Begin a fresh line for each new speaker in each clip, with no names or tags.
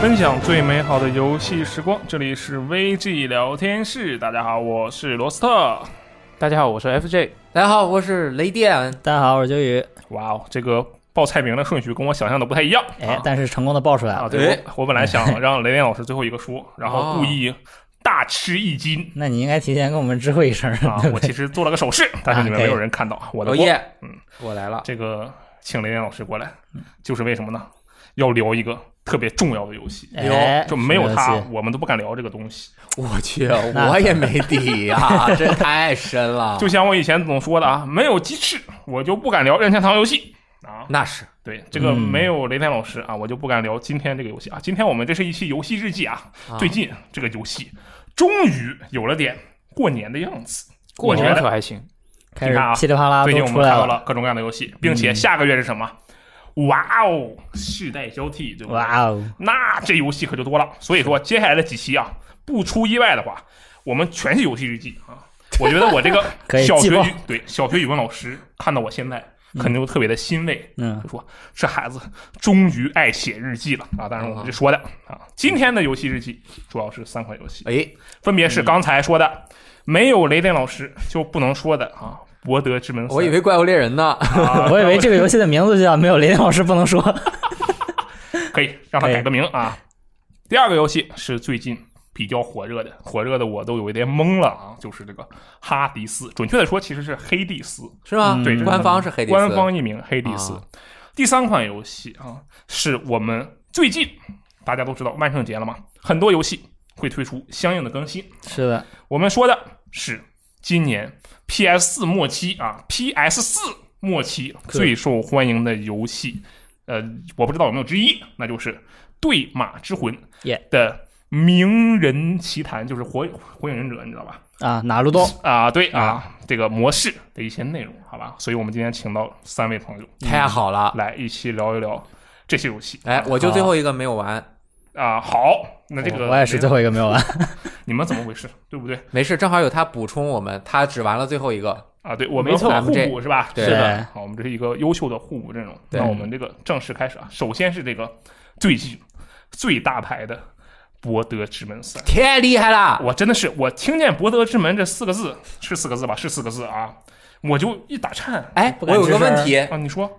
分享最美好的游戏时光，这里是 VG 聊天室。大家好，我是罗斯特。
大家好，我是 FJ。
大家好，我是雷电。
大家好，我是九宇。
哇哦，这个报菜名的顺序跟我想象的不太一样。
哎
啊，
但是成功的爆出来
啊，
了。
对
哎
我我本来想让雷电老师最后一个说，然后故意大吃一 惊
那你应该提前跟我们知会 一声。
啊我其实做了个手势，但是你们没有人看到我的
熬
锅。
夜，
嗯，
哦我来了。
这个请雷电老师过来，就是为什么呢？要聊一个特别重要的游戏，
哎
就没有它
什么游，戏
我们都不敢聊这个东西。
我 去，
那
我也没底呀，啊这太深了。
就像我以前总说的啊，没有鸡翅，我就不敢聊任天堂游戏啊。
那是
对，这个
嗯
没有雷电老师啊，我就不敢聊今天这个游戏啊。今天我们这是一期游戏日记啊，
啊
最近这个游戏终于有了点过年的样子。
过
过
年
年
可还行，
开
你
始
看啊
噼里啪啦
最近
都
我
出
们看
来
到
了。嗯
了各种各样的游戏，并且下个月是什么？哇哦，世代交替，对吧？
哇哦，
那这游戏可就多了。所以说，接下来的几期啊，不出意外的话，我们全是游戏日记啊。我觉得我这个
可以嗯
小学
记爆
语对小学语文老师看到我现在，肯定就特别的欣慰，
嗯
就说这孩子终于爱写日记了啊！当然我们这说的啊，今天的游戏日记主要是三款游戏，
哎，
分别是
嗯
刚才说的没有雷电老师就不能说的啊，《博德之门三》
我以为怪物猎人呢。
啊，
我以为这个游戏的名字就叫没有雷电老师不 能说。
可以让他改个名啊。第二个游戏是最近比较火热的，火热的我都有一点懵了啊，就是这个《哈迪斯》，准确的说其实是《黑帝斯
是吗？
对
官方是黑》，迪斯，
官方译名《黑帝斯》
啊
第三款游戏啊，是我们最近大家都知道万圣节了嘛，很多游戏会推出相应的更新。
是的，
我们说的是今年 PS 4末期啊，PS 4末期最受欢迎的游戏，呃，我不知道有没有之一，那就是《对马之魂》
耶
的名人奇谈，就是火火影忍者，你知道吧？
啊，哪路东
啊，对啊，这个模式的一些内容，好吧？所以我们今天请到三位朋友
太好了。
来一起聊一聊这些游戏。
哎，我就最后一个没有玩，
啊，好，那这个
哎我也是最后一个没有玩。啊
你们怎么回事？对不对？
没事，正好有他补充我们，他只玩了最后一个。
啊，对，我
没
们
错
互
咱们这
补是吧？
对
是的，好，我们这是一个优秀的互补阵容。
对
那我们这个正式开始啊，首先是这个最近最大牌的《博德之门三》，
太厉害了！
我真的是我听见“博德之门”这四个字是四个字吧？是四个字啊，我就一打颤
哎，
不
我
敢
有个
吱声
问题，
啊！你说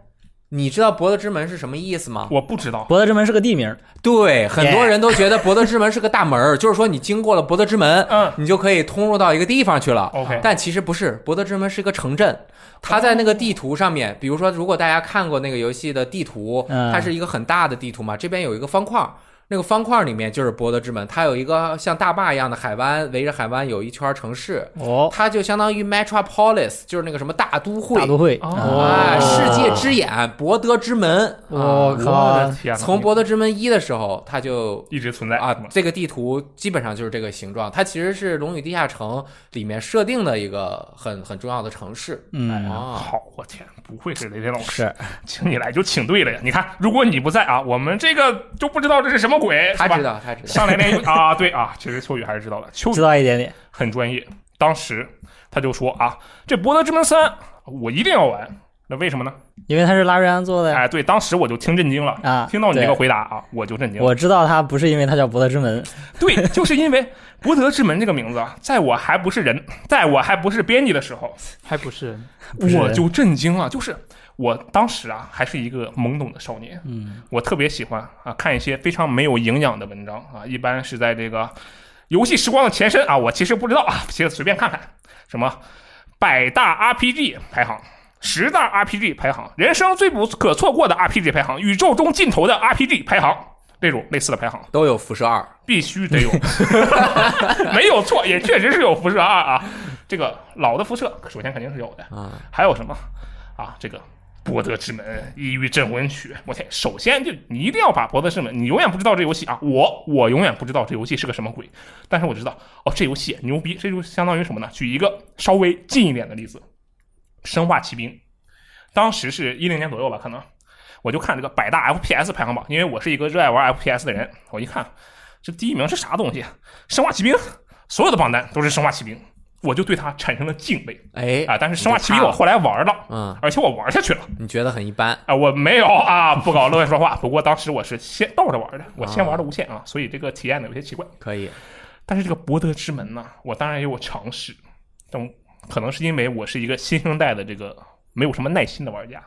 你知道“博德之门”是什么意思吗？
我不知
啊
道
博德之门是个地名，
对，很多
Yeah
人都觉得博德之门是个大门 儿，就是说你经过了博德之门，
嗯
你就可以通入到一个地方去了。
OK
但其实不是，博德之门是个城镇，它在那个地图上面，比如说，如果大家看过那个游戏的地图，
嗯
它是一个很大的地图嘛，这边有一个方块儿。那个方块儿里面就是博德之门，它有一个像大坝一样的海湾，围着海湾有一圈儿城市，
哦，
它就相当于 metropolis，就是那个什么大都会，
大都会。啊
哦
哎，
哦
世界之眼，博德之门。
我
啊
我
靠
的，天哪，
从《博德之门一》的时候，它就
一直存在
啊
是吗，
这个地图基本上就是这个形状，它其实是《龙与地下城》里面设定的一个很很重要的城市。
嗯，
啊，
好，我天，不愧是雷天老师，
是
请你来就请对了呀！你看，如果你不在啊，我们这个就不知道这是什么鬼，
他
是吧
知道，他知道。
上来连啊，对啊，其实秋雨还是知道的，秋雨
知道一点点。
很专业。当时他就说啊，这《博德之门三》我一定要玩，那为什么呢？
因为他是拉瑞安做的呀。
哎，对，当时我就听震惊了
啊
听到你这个
对
回答啊，我就震惊了。
我知道他不是因为他叫博德之门，
对，就是因为《博德之门》这个名字啊，在我还不是人，在我还不是编辑的时候，
还不是
不是
我就震惊了，就是。我当时啊，还是一个懵懂的少年，
嗯，
我特别喜欢啊看一些非常没有营养的文章啊，一般是在这个游戏时光的前身啊，我其实不知道啊，其实随便看看什么百大 RPG 排行、十大 RPG 排行、人生最不可错过的 RPG 排行、宇宙中尽头的 RPG 排行。这种类似的排行
都有辐射二，
必须得有，没有错，也确实是有辐射二啊。这个老的辐射，首先肯定是有的
啊。
还有什么啊？这个《博德之门》《异域镇魂曲》，我天！首先就你一定要把《博德之门》，你永远不知道这游戏啊，我我永远不知道这游戏是个什么鬼，但是我知道哦，这游戏牛逼，这就相当于什么呢？举一个稍微近一点的例子，《生化奇兵》，当时是一零年左右吧，可能我就看这个百大 FPS 排行榜，因为我是一个热爱玩 FPS 的人，我一看这第一名是啥东西，《生化奇兵》，所有的榜单都是《生化奇兵》，我就对它产生了敬畏
哎，
啊。但是生化
你就
奇兵
怕
我后来玩了，
嗯，
而且我玩下去了
你觉得很一般，
啊，我没有啊，不搞乱说话。不过当时我是先倒着玩的，我先玩的无限啊，所以这个体验的有些奇怪。
可以，
但是这个博德之门呢，我当然也有尝试，但可能是因为我是一个新生代的这个没有什么耐心的玩家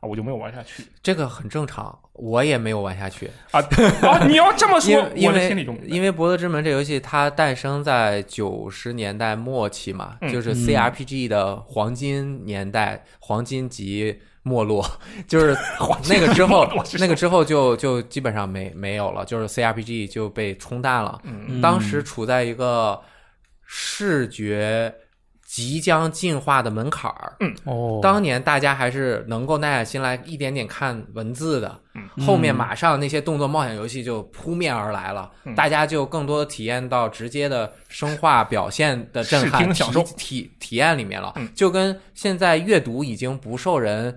啊，我就没有玩下 去
这个很正常，我也没有玩下去，
啊。啊，你要这么
因
说，
为因
我的心里
为
就
因为《博德之门》这游戏它诞生在九十年代末期嘛，
嗯
就是
嗯
CRPG 的黄金年代，黄金级没落， 就是那个之后
没落是，什么
那个之后就就基本上没没有了，就是 CRPG 就被冲淡了。
嗯
嗯
当时处在一个视觉即将进化的门槛儿，
哦，
当年大家还是能够耐下心来一点点看文字的，
嗯
后面马上那些动作冒险游戏就扑面而来了，
嗯
大家就更多的体验到直接的生化表现的震
视
撼
听享受
体体体验里面了，
嗯
就跟现在阅读已经不受人。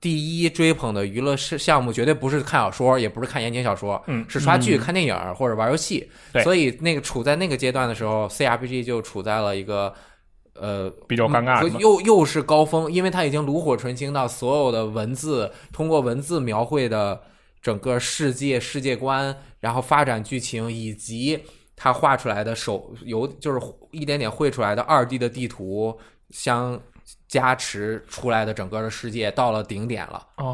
第一追捧的娱乐是项目，绝对不是看小说，也不是看言情小说，
嗯
是刷剧、
嗯
看电影或者玩游戏。
对
所以那个处在那个阶段的时候，CRPG 就处在了一个呃
比较尴尬
嗯
是吗
又又是高峰，因为它已经炉火纯青到所有的文字通过文字描绘的整个世界世界观，然后发展剧情以及它画出来的手游就是一点点绘出来的二 D 的地图相加持出来的整个的世界到了顶点了啊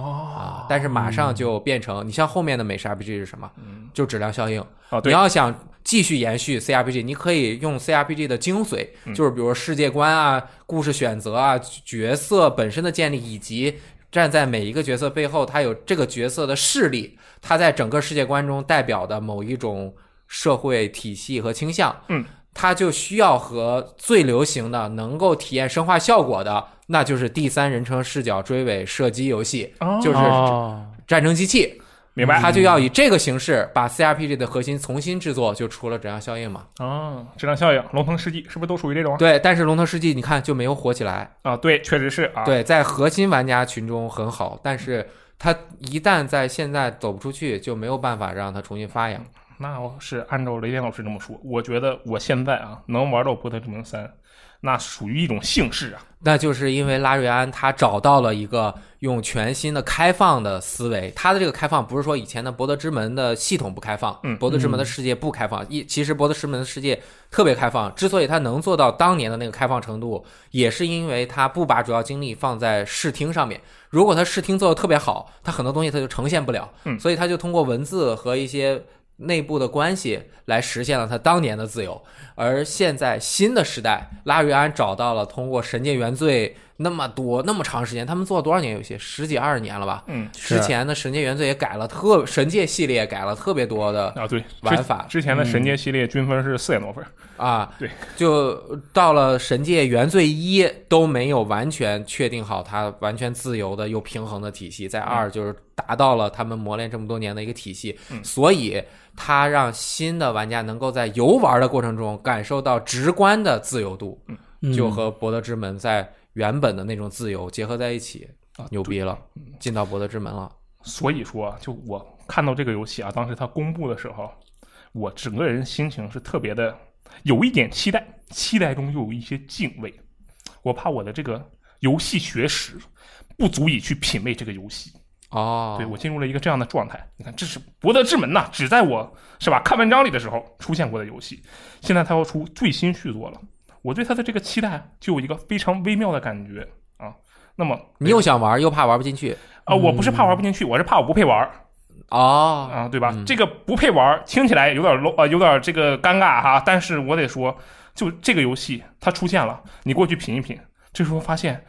哦！
但是马上就变成你像后面的美式 RPG 是什么？就质量效应。
啊，
你
对，
要想继续延续 CRPG，你可以用 CRPG 的精髓，
嗯
就是比如世界观啊、故事选择啊、角色本身的建立，以及站在每一个角色背后，他有这个角色的势力，他在整个世界观中代表的某一种社会体系和倾向。
嗯。
他就需要和最流行的、能够体验生化效果的，那就是第三人称视角追尾射击游戏，
哦
就是
哦，
战争机器。
明白
他就要以这个形式把 CRPG 的核心重新制作，就出了质量效应嘛。
啊，质量效应、龙腾世纪是不是都属于这种啊？
对，但是《龙腾世纪》你看就没有火起来，
啊，对，确实是啊。
对，在核心玩家群中很好，但是它一旦在现在走不出去，就没有办法让它重新发扬。
那我是按照雷电老师这么说，我觉得我现在啊能玩到《博德之门三》，那属于一种幸事啊。
那就是因为拉瑞安他找到了一个用全新的开放的思维，他的这个开放不是说以前的博德之门的系统不开放，
嗯
博德之门的世界不开放，一其实博德之门的世界特别开放，之所以他能做到当年的那个开放程度，也是因为他不把主要精力放在视听上面。如果他视听做的特别好，他很多东西他就呈现不了，
嗯
所以他就通过文字和一些。内部的关系来实现了他当年的自由，而现在新的时代，拉瑞安找到了通过《神界原罪》那么多那么长时间，他们做了多少年游戏？十几二十年了吧？
嗯
之前的《神界原罪》也改了特，《神界》系列也改了特别多的
啊，对，
玩法嗯
之之前的神界系列均分是四点多分，
啊，
对，
就到了《神界原罪一》都没有完全确定好它完全自由的又平衡的体系，在二就是达到了他们磨练这么多年的一个体系，
嗯
所以它让新的玩家能够在游玩的过程中感受到直观的自由度，
嗯
就和《博德之门》在原本的那种自由结合在一起，
啊
牛逼了，进到《博德之门》了。
所以说啊就我看到这个游戏啊，当时它公布的时候，我整个人心情是特别的，有一点期待，期待中又有一些敬畏，我怕我的这个游戏学识不足以去品味这个游戏。
哦，
对我进入了一个这样的状态。你看，这是《博德之门》呐，只在我是吧看文章里的时候出现过的游戏，现在它要出最新续作了，我对它的这个期待就有一个非常微妙的感觉啊。那么
你又想玩，又怕玩不进去。
啊、我不是怕玩不进去，我是怕我不配玩儿
嗯哦，
啊，对吧？这个不配玩儿听起来有点 low 啊、有点这个尴尬哈。但是我得说，就这个游戏它出现了，你过去品一品，这时候发现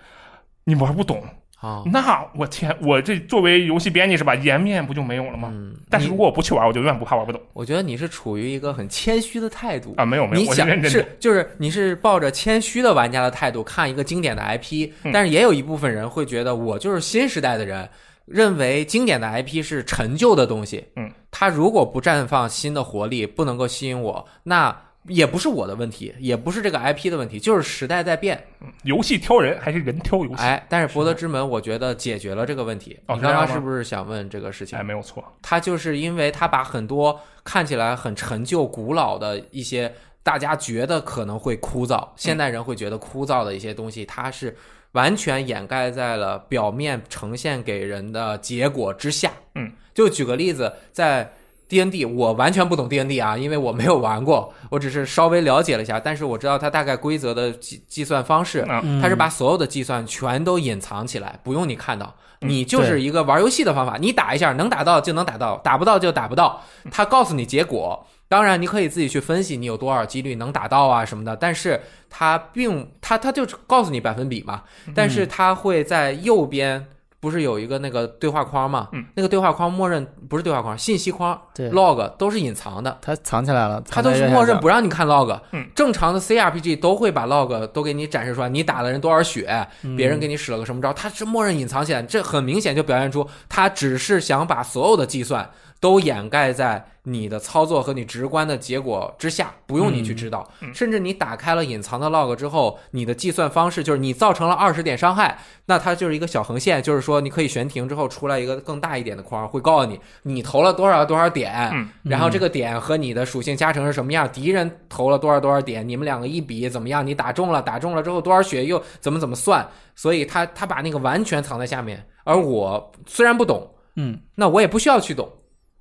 你玩不懂，
好、
那我天，我这作为游戏编辑是吧，颜面不就没有了吗？
嗯，
但是如果我不去玩，我就永远不怕玩不懂
我觉得你是处于一个很谦虚的态度
啊！没有没有，
你
我是
想
认真的。
是就是你是抱着谦虚的玩家的态度看一个经典的 IP，、
嗯
但是也有一部分人会觉得我就是新时代的人，认为经典的 IP 是陈旧的东西。
嗯，
它如果不绽放新的活力，不能够吸引我，那也不是我的问题，也不是这个 IP 的问题，就是时代在变。
游戏挑人还是人挑游戏？
哎，但是《博德之门》我觉得解决了这个问题。
哦
你
是这
刚
样
刚
吗
是不是想问这个事情
哎，？没有错，
它就是因为它把很多看起来很陈旧、古老的一些大家觉得可能会枯燥，现代人会觉得枯燥的一些东西，它是完全掩盖在了表面呈现给人的结果之下。
嗯，
就举个例子，在 D N D，我完全不懂 D N D 啊，因为我没有玩过，我只是稍微了解了一下，但是我知道它大概规则的计计算方式，
啊，
嗯
它是把所有的计算全都隐藏起来，不用你看到，
嗯
你就是一个玩游戏的方法，你打一下能打到就能打到，打不到就打不到，它告诉你结果。当然，你可以自己去分析你有多少几率能打到啊什么的，但是它并它它就是告诉你百分比嘛，但是它会在右边不是有一个那个对话框嘛？
嗯
那个对话框默认不是对话框，信息框
对
log 都是隐藏的，
它藏起来了，
它
藏
都
在
是
右下
默认
角
不让你看 log，、
嗯
正常的 CRPG 都会把 log 都给你展示出来，你打了人多少血，别人给你使了个什么招，它是默认隐藏起来，这很明显就表现出它只是想把所有的计算都掩盖在你的操作和你直观的结果之下，不用你去知道，
嗯嗯
甚至你打开了隐藏的 log 之后，你的计算方式就是你造成了二十点伤害，那它就是一个小横线，就是说你可以悬停之后出来一个更大一点的框，会告诉你你投了多少多少点，
嗯
然后这个点和你的属性加成是什么样，敌人投了多少多少点，你们两个一比怎么样，你打中了，打中了之后多少血又怎么怎么算，所以他他把那个完全藏在下面，而我虽然不懂，
嗯，
那我也不需要去懂，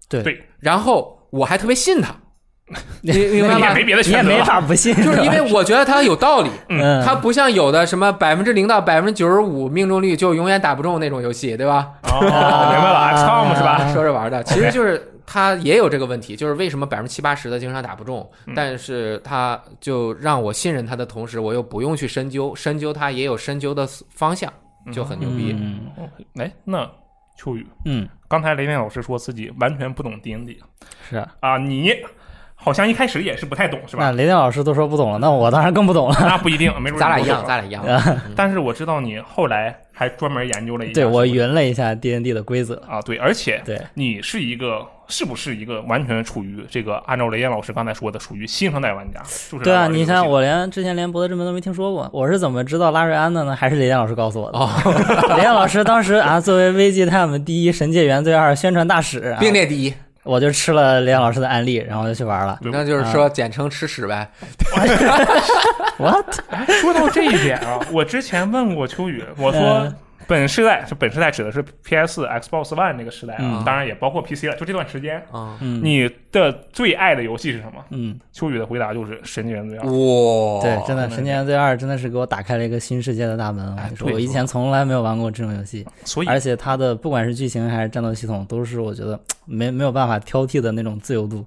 对
对，
然后我还特别信他，你明白
你也
吗
没？别的
你也
选择
没
了。
法不信，
就是因为我觉得他有道理，
嗯，
它不像有的什么百分之零到百分之九十五命中率就永远打不中那种游戏，对吧？
哦，明白了啊，Tom 是吧？
啊
说着玩的，其实就是它也有这个问题，就是为什么百分之七八十的经常打不中
嗯，
但是它就让我信任它的同时，我又不用去深究，深究它也有深究的方向，就很牛逼。
嗯
哎，那秋雨，
嗯
刚才雷电老师说自己完全不懂 D N D
是啊。
啊，你好像一开始也是不太懂是
那
吧？
雷电老师都说不懂了，那我当然更不
哎
懂了。
那不一定，没准
咱俩
你
一
不懂
样，咱俩一样。
嗯
但是我知道你后来还专门研究了一下，
对我
是不是
匀了一下 D N D 的规则，
啊，对，而且
对
你是一个是不是一个完全处于这个按照雷电老师刚才说的，属于新生代玩家？就是
对
来玩
啊，
这个
你
游
像
戏的
我连之前连博德之门都没听说过，我是怎么知道拉瑞安的呢？还是雷电老师告诉我的。
哦，
雷电老师当时啊，作为 VGTime 第一、神界原罪二宣传大使、啊，
并列第一，
我就吃了雷电老师的案例，然后就去 玩了。
对
那就是说
嗯
简称吃屎呗。
What？
哎说到这一点啊，我之前问过秋雨，我说
嗯
本世代，这本世代指的是 PS、Xbox One 那个时代啊，
嗯
当然也包括 PC 了。就这段时间，
嗯，
嗯
你的最爱的游戏是什么？
嗯，
秋雨的回答就是《神经元罪二》。
哇，
对，真的，
哦那哎
《神界原罪二》真的是给我打开了一个新世界的大门。我跟你说，
对
我以前从来没有玩过这种游戏，
所以
而且它的不管是剧情还是战斗系统，都是我觉得没没有办法挑剔的那种自由度。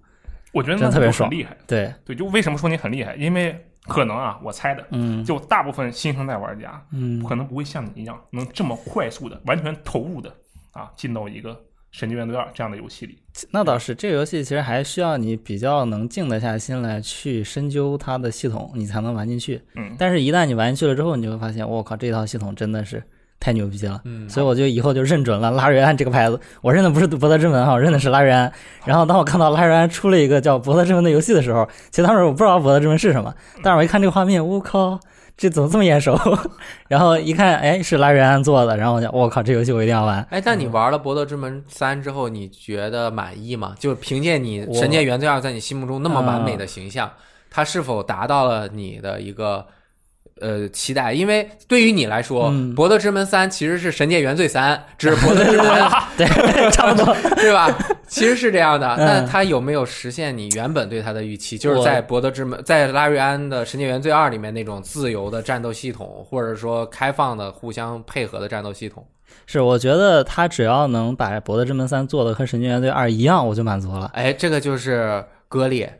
我觉得
真
那
的特别
就
爽
很厉害。
对，
对，就为什么说你很厉害？因为可能啊，我猜的，
嗯
就大部分新生代玩家
嗯，
可能不会像你一样能这么快速的、完全投入的啊，进到一个《神经元罪二》这样的游戏里。
那倒是，这个游戏其实还需要你比较能静得下心来去深究它的系统，你才能玩进去。
嗯，
但是，一旦你玩进去了之后，你就会发现，我靠，这套系统真的是太牛逼了。
嗯，
所以我就以后就认准了拉瑞安这个牌子，我认的不是博德之门哈，我认的是拉瑞安。然后当我看到拉瑞安出了一个叫博德之门的游戏的时候，其实当时我不知道博德之门是什么，但是我一看这个画面，我靠，这怎么这么眼熟？ 然后一看，哎，是拉瑞安做的，然后我就我靠，这游戏我一定要玩。
哎，但你玩了《博德之门三》之后，你觉得满意吗？就凭借你《神界原罪二》在你心目中那么完
嗯
美的形象，它是否达到了你的一个呃期待？因为对于你来说，
嗯
博德之门三》其实是《神界原罪三》，只是《博德之门》
对，差不多。
对吧？其实是这样的。
嗯
那它有没有实现你原本对它的预期？就是
我
在《博德之门》在拉瑞安的《神界原罪二》里面那种自由的战斗系统，或者说开放的、互相配合的战斗系统。
是，我觉得他只要能把《博德之门三》做的和《神经元队二》一样，我就满足了。
哎，这个就是割裂。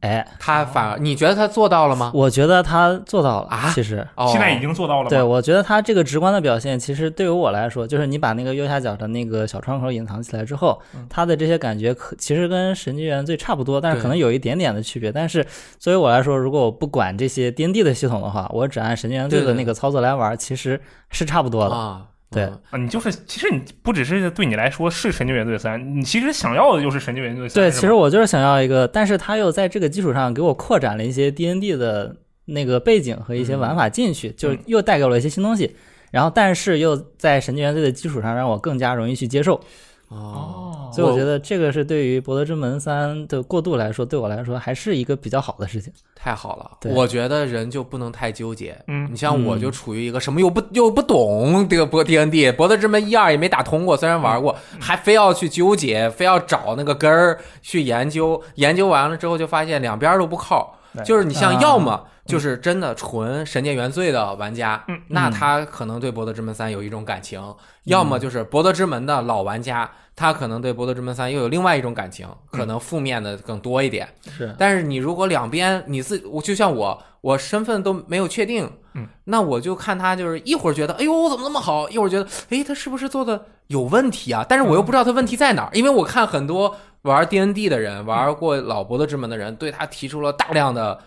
哎，
他反而你觉得他做到了吗？
我觉得他做到了
啊
其实，
哦，
现在已经做到了吗？
对我觉得他这个直观的表现，其实对于我来说，就是你把那个右下角的那个小窗口隐藏起来之后，他的这些感觉可其实跟《神经元罪》差不多，但是
对
可能有一点点的区别。但是作为我来说，如果我不管这些 D N D 的系统的话，我只按《神经元罪》
对
的
对
那个操作来玩，其实是差不多的。
啊，
对
嗯
啊，你就是其实你不只是对你来说是《神经元罪三》，你其实想要的就是《神经元罪三》是吧。
对，其实我就是想要一个，但是他又在这个基础上给我扩展了一些 D N D 的那个背景和一些玩法进去，就
嗯
又带给我了一些新东西。然后，但是又在神经元罪的基础上，让我更加容易去接受。
哦，
所以我觉得这个是对于《博德之门三》的过渡来说，对我来说还是一个比较好的事情。
太好了，
对
我觉得人就不能太纠结。
嗯
你像我就处于一个什么又不又不懂这个博 D N D，博德之门一二也没打通过，虽然玩过，
嗯
还非要去纠结，非要找那个根儿去研究，研究完了之后就发现两边都不靠
对。
就是你像
啊
要么就是真的纯神界原罪的玩家，
嗯
那他可能对《博德之门三》有一种感情；
嗯
要么就是《博德之门》的老玩家，他可能对《博德之门三》又有另外一种感情，可能负面的更多一点。
是，
但是你如果两边你自我就像我，我身份都没有确定，
嗯，
那我就看他就是一会儿觉得哎呦我怎么那么好，一会儿觉得哎他是不是做的有问题啊？但是我又不知道他问题在哪儿，因为我看很多玩 D N D 的人，玩过老伯乐之门的人，对他提出了大量的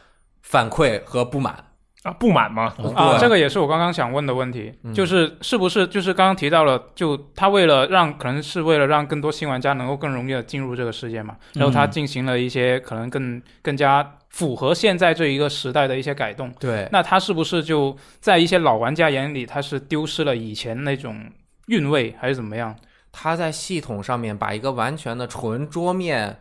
反馈和不满。
啊，不满吗？
嗯
啊，
对
这个也是我刚刚想问的问题，
嗯
就是是不是就是刚刚提到了，就他为了让可能是为了让更多新玩家能够更容易的进入这个世界嘛，然后他
嗯
进行了一些可能更更加符合现在这一个时代的一些改动。
对，
那他是不是就在一些老玩家眼里，他是丢失了以前那种韵味，还是怎么样？
他在系统上面把一个完全的纯桌面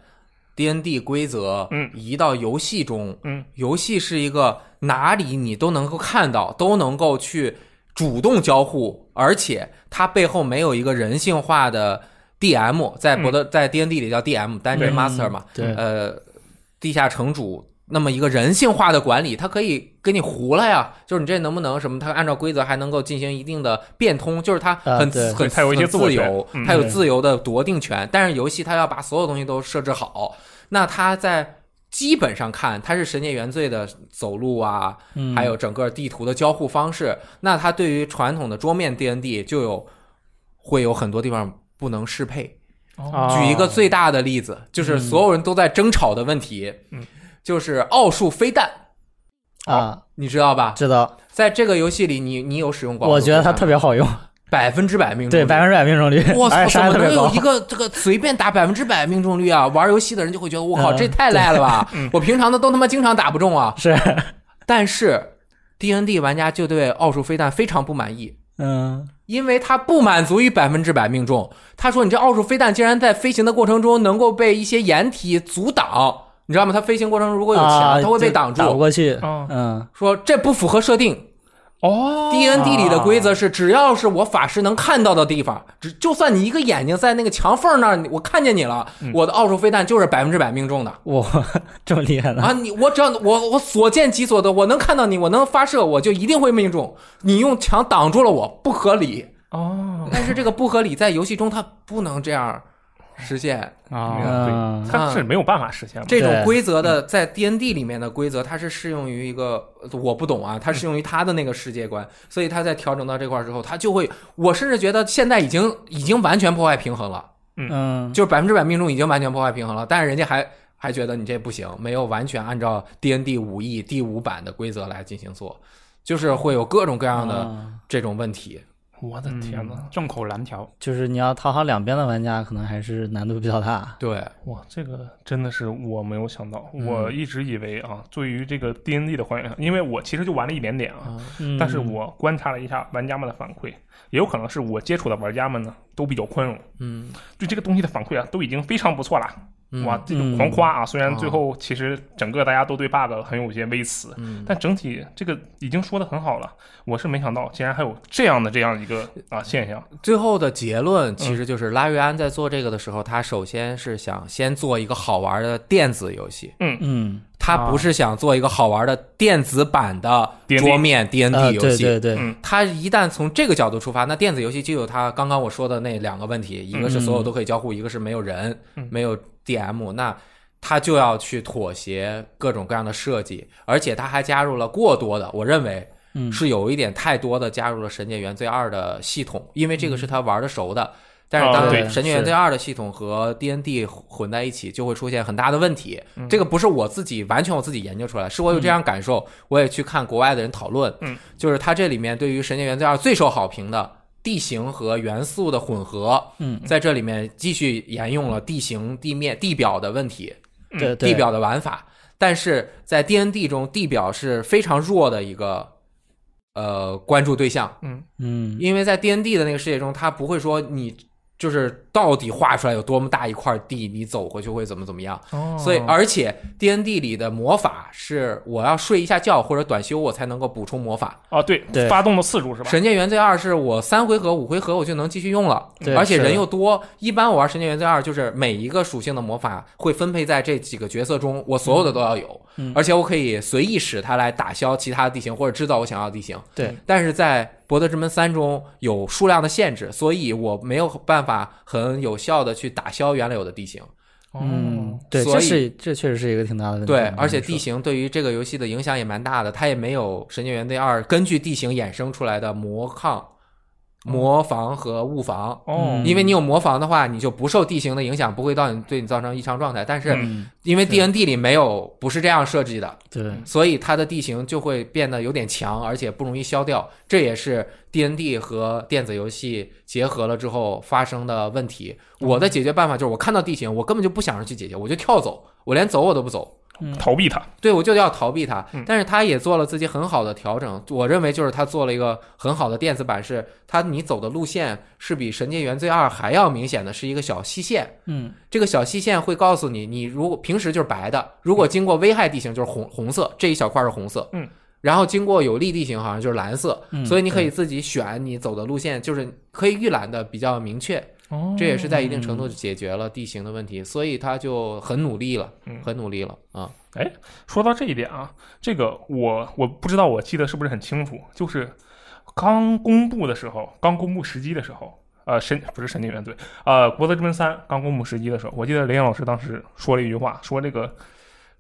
D N D 规则，
嗯
移到游戏中，
嗯，
游戏是一个哪里你都能够看到，都能够去主动交互，而且它背后没有一个人性化的 DM，在
嗯
博德、在 D N D 里叫 DM Dungeon
对
Master 嘛，
对
呃，地下城主。那么一个人性化的管理，它可以给你糊了呀，就是你这能不能什么？它按照规则还能够进行一定的变通，就是它
啊
很、
对
很
它有一些
很
自我
自
权
由，
嗯
它有自由的夺定权。但是游戏它要把所有东西都设置好，那它在基本上看，它是《神界原罪》的走路啊，
嗯
还有整个地图的交互方式，那它对于传统的桌面 D N D 就有会有很多地方不能适配。
哦
举一个最大的例子，就是所有人都在争吵的问题，
嗯
就是奥数飞弹，
啊，
你知道吧？
知道，
在这个游戏里你，你有使用过奥
我
数飞
觉
弹
得
吗？
它特别好用，
百分之百命中
对
率
百分之百命中率，
我
而
操，怎
且伤害
么
特
能
别
有
高
一。个这个随便打百分之百命中率啊？玩游戏的人就会觉得我靠，
嗯
这太赖了吧！我平常的都他妈经常打不中啊。
是，
但是 D N D 玩家就对奥数飞弹非常不满意，
嗯，
因为他不满足于百分之百命中。他说：“你这奥数飞弹竟然在飞行的过程中能够被一些掩体阻挡，你知道吗？它飞行过程中如果有
啊
墙，它会被
就
挡
打不
住。
过去。
哦
嗯，
说这不符合设定，
哦
D N D 里的规则是，只要是我法师能看到的地方，只就算你一个眼睛在那个墙缝那儿，我看见你了，我的奥数飞弹就是百分之百命中的
哇，这么厉害呢？
啊！你我只要我我所见即所得，我能看到你，我能发射，我就一定会命中。你用墙挡住了我，不合理。
哦，
但是这个不合理在游戏中它不能这样实现，
啊
啊，
嗯，
他是没有办法实现的。
这种
对
规则的在 D N D 里面的规则，它是适用于一个我不懂啊，它适用于他的那个世界观，所以他在调整到这块儿之后，他就会，我甚至觉得现在已经已经完全破坏平衡了，
嗯，
就是百分之百命中已经完全破坏平衡了，但是人家还还觉得你这不行，没有完全按照 D N D 五 E 第五版的规则来进行做，就是会有各种各样的
啊
这种问题。
我
嗯
的天哪！
嗯众口难调。
就是你要讨好两边的玩家，可能还是难度比较大。
对，
嗯
哇，这个真的是我没有想到，
嗯
我一直以为啊，对于这个 D N D 的还原，因为我其实就玩了一点点啊，
嗯，
但是我观察了一下玩家们的反馈，也有可能是我接触的玩家们呢都比较宽容，
嗯，
对这个东西的反馈啊都已经非常不错了，
嗯
哇，，这个狂夸啊！虽然最后其实整个大家都对 bug 很有些微词，
嗯，
但整体这个已经说的很好了，我是没想到竟然还有这样的这样一个啊现象，
最后的结
嗯
论其实就是，拉瑞安在做这个的时候，他首先是想先做一个好玩的电子游戏，
嗯，
他不是想做一个好玩的电子版的
D&D
桌面 D N
啊，
D 游
对
戏。
对对，
嗯
他一旦从这个角度出发，那电子游戏就有他刚刚我说的那两个问题，一
嗯
个是所有都可以交互，一个是没有人
嗯，
没有 D M，那他就要去妥协各种各样的设计，而且他还加入了过多的，我认为
嗯，
是有一点太多的加入了《神界原罪二》的系统，因为这个是他玩的熟的。但是当
哦
对
《神界原罪二》的系统和 D N D 混在一起，就会出现很大的问题。
嗯
这个不是我自己完全我自己研究出来，是我有这样感受，我也去看国外的人讨论。
嗯，
就是它这里面对于《神界原罪二》最受好评的地形和元素的混合，
嗯，
在这里面继续沿用了地形、地面、地表的问题。
对对，
嗯地表的玩法，但是在 D N D 中，地表是非常弱的一个呃关注对象，
嗯
因为在 D N D 的那个世界中，它不会说你就是到底画出来有多么大一块地，你走回去会怎么怎么样。
哦
所以，而且 D N D 里的魔法是我要睡一下觉或者短休，我才能够补充魔法。
哦，对，
对
发动的次数是吧？
神界原罪二是我三回合、五回合我就能继续用了，
对
而且
是的
人又多。一般我玩神界原罪二，就是每一个属性的魔法会分配在这几个角色中，我所有的都要有，
嗯
而且我可以随意使它来打消其他的地形或者制造我想要的地形。
对，
但是在《博德之门三》中有数量的限制，所以我没有办法很有效的去打消原来有的地形。
嗯，对，
哦所
这
以
是这确实是一个挺大的问题。
对
嗯，
而且
是
地形对于这个游戏的影响也蛮大的，它也没有《神界原罪二》根据地形衍生出来的魔抗、魔防和物防。
哦，
因为你有魔防的话，你就不受地形的影响，不会到你对你造成异常状态。但 是
嗯
因为 D N D 里没有不是这样设计的，
对，
所以它的地形就会变得有点强，而且不容易消掉。这也是 D N D 和电子游戏结合了之后发生的问题。我的解决办法就是，我看到地形，我根本就不想着去解决，我就跳走，我连走我都不走。
逃避它，
对，我就要逃避它
嗯。
但是它也做了自己很好的调整，我认为就是它做了一个很好的电子版，是它你走的路线是比《神界原罪二》还要明显的是一个小细线。
嗯，
这个小细线会告诉你，你如果平时就是白的，如果经过危害地形就是红红色，这一小块是红色，
嗯，
然后经过有利地形好像就是蓝色，
嗯
所以你可以自己选你走的路线，就是可以预览的比较明确，
哦
这也是在一定程度解决了地形的问题，所以他就很努力了
嗯，
很努力了啊，
说到这一点啊，这个我我不知道，我记得是不是很清楚？就是刚公布的时候，刚公布时机的时候，呃，神不是神经元罪，呃，《博德之门三》刚公布时机的时候，我记得雷阳老师当时说了一句话，说这个《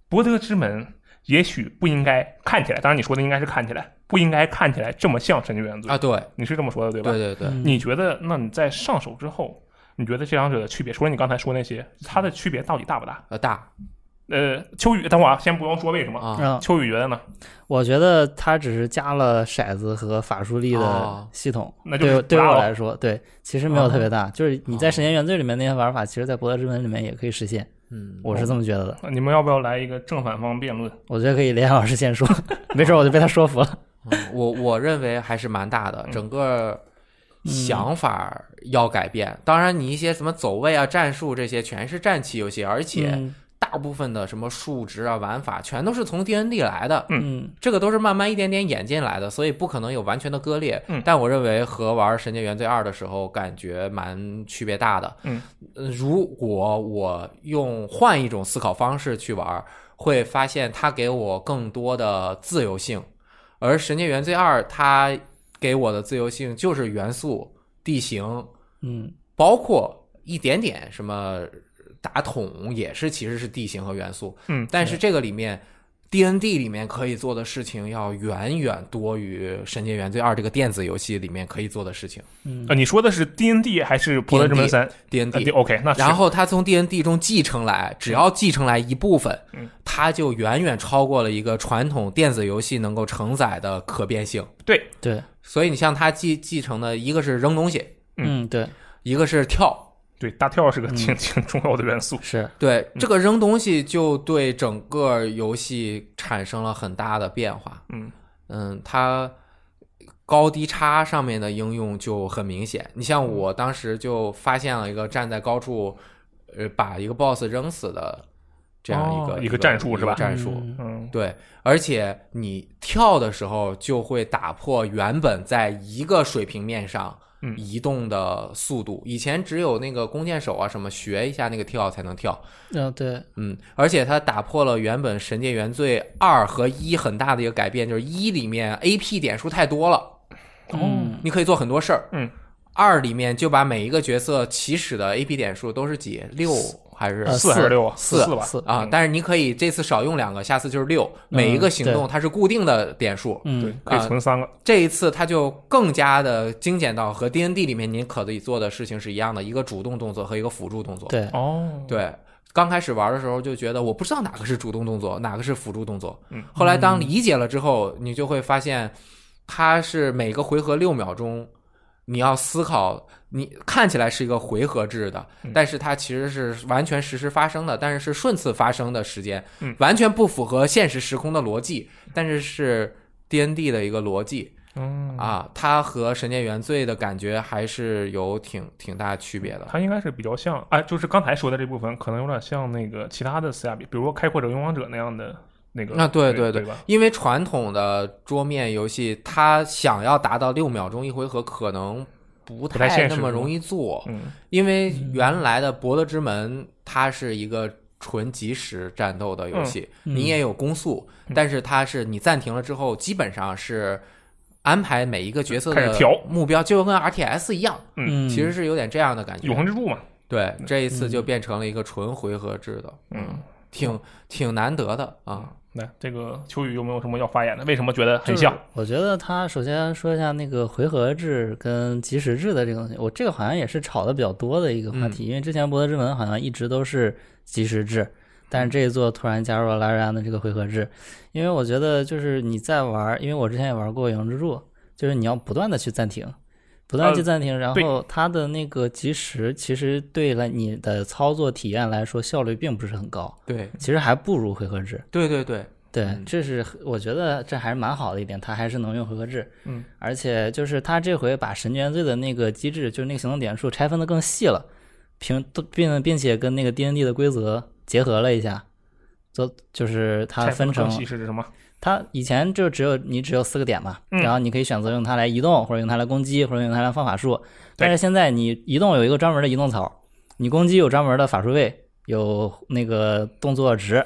博德之门》也许不应该看起来，当然你说的应该是看起来，不应该看起来这么像神经元罪，
啊，对，
你是这么说嗯的对吧？
对对对，
嗯
你觉得那你在上手之后，你觉得这两者的区别，除了你刚才说那些，它的区别到底大不大？
呃，大
呃，秋雨，等会儿啊，先不光说为什么。
啊，
啊，
秋雨觉得呢？
我觉得它只是加了骰子和法术力
哦
的系统，
那就
对
是
我对
不大
我
了
来说，对，其实没有特别大。就是你在
哦
《神仙原罪》里面那些玩法，其实在《博德之门》里面也可以实现，
嗯，
我是这么觉得的。
你们要不要来一个正反方辩论？
我觉得可以，连老师先说， 没准我就被他说服了。
嗯我我认为还是蛮大的，
嗯
整个想法要改变。当然，你一些什么走位啊、战术这些，全是战棋游戏，而且
嗯
大部分的什么数值啊、玩法，全都是从 D N D 来的。
嗯
这个都是慢慢一点点演进来的，所以不可能有完全的割裂。
嗯
但我认为和玩《神界原罪二》的时候感觉蛮区别大的。
嗯
呃，如果我用换一种思考方式去玩，会发现它给我更多的自由性，而《神界原罪二》它给我的自由性就是元素、地形，
嗯
包括一点点什么打桶也是其实是地形和元素，
嗯
但是这个里面 D N D 里面可以做的事情要远远多于《神界原罪二》这个电子游戏里面可以做的事情
嗯
呃，你说的是 D N D 还是《博德之门三》
D N
呃
D。
？OK，那是
然后他从 D N D 中继承来，只要继承来一部分
嗯，
它就远远超过了一个传统电子游戏能够承载的可变性。
对，
对，
所以你像他继继承的，一个是扔东西，
嗯
嗯对，
一个是跳，
对，大跳
嗯
是个挺 挺重要的元素。
是
对
嗯
这个扔东西就对整个游戏产生了很大的变化。
嗯
嗯，它高低差上面的应用就很明显。你
嗯
像我当时就发现了一个站在高处，呃，把一个 BOSS 扔死的这样一个、
哦一个战术
一个
是吧
战术。
嗯
嗯
对，而且你跳的时候就会打破原本在一个水平面上
嗯
移动的速度。以前只有那个弓箭手啊什么学一下那个跳才能跳，
嗯对，
嗯，而且它打破了原本《神界原罪二》和一很大的一个改变，就是一里面 AP 点数太多了，哦
嗯
你可以做很多事儿。
嗯，
二里面就把每一个角色起始的 AP 点数都是几六还是
呃嗯
四还是六啊？
四
四吧。
四
啊？但是你可以这次少用两个，下次就是六。每一个行动它是固定的点数，
嗯
对，可以
啊
存三个。
这一次它就更加的精简到和 D N D 里面您可以做的事情是一样的，一个主动动作和一个辅助动作。
对，
哦，
对，刚开始玩的时候就觉得我不知道哪个是主动动作，哪个是辅助动作。
嗯
后来当理解了之后，你就会发现，它是每个回合六秒钟，你要思考。你看起来是一个回合制的
嗯，
但是它其实是完全实时发生的，但是是顺次发生的时间
嗯，
完全不符合现实时空的逻辑，但是是 D N D 的一个逻辑。
嗯，
啊，它和《神界原罪》的感觉还是有挺挺大区别的。
它应该是比较像，哎，就是刚才说的这部分，可能有点像那个其他的四 R 比，比如说《开拓者勇往者》那样的那个。
啊对
对
对
吧？
因为传统的桌面游戏，它想要达到六秒钟一回合，可能不
太现
那
实
么
是吗
容易做。
嗯，
因为原来的《博德之门》它是一个纯即时战斗的游戏，
嗯嗯
你也有攻速，
嗯
但是它是你暂停了之后，基本上是安排每一个角色
开始
的
调
目标，就跟 RTS 一样，
嗯，
其实是有点这样的感觉
永。恒之嗯柱嘛，
对，这一次就变成了一个纯回合制的，
嗯，
挺挺难得的啊。
来，这个秋雨有没有什么要发言的？为什么觉得很像？。
我觉得他首先说一下那个回合制跟即时制的这个东西，我这个好像也是吵的比较多的一个话题，因为之前《博德之门》好像一直都是即时制，但是这一座突然加入了拉瑞安的这个回合制，因为我觉得就是你在玩，因为我之前也玩过《永之柱》，就是你要不断的去暂停。不断地去暂停，然
对
后它的那个即时其实对了你的操作体验来说效率并不是很高，
嗯
对，
其实还不如回合制。
对对对，
对
嗯，
这是我觉得这还是蛮好的一点，它还是能用回合制。
嗯，
而且就是它这回把神原罪的那个机制，就是那个行动点数拆分的更细了，平都并并且跟那个 D N D 的规则结合了一下，就就是它
拆
分
分
成
更细是指什么？
它以前就只有你只有四个点嘛，
嗯
然后你可以选择用它来移动，或者用它来攻击，或者用它来放法术。但
对
是现在你移动有一个专门的移动槽，你攻击有专门的法术位，有那个动作值，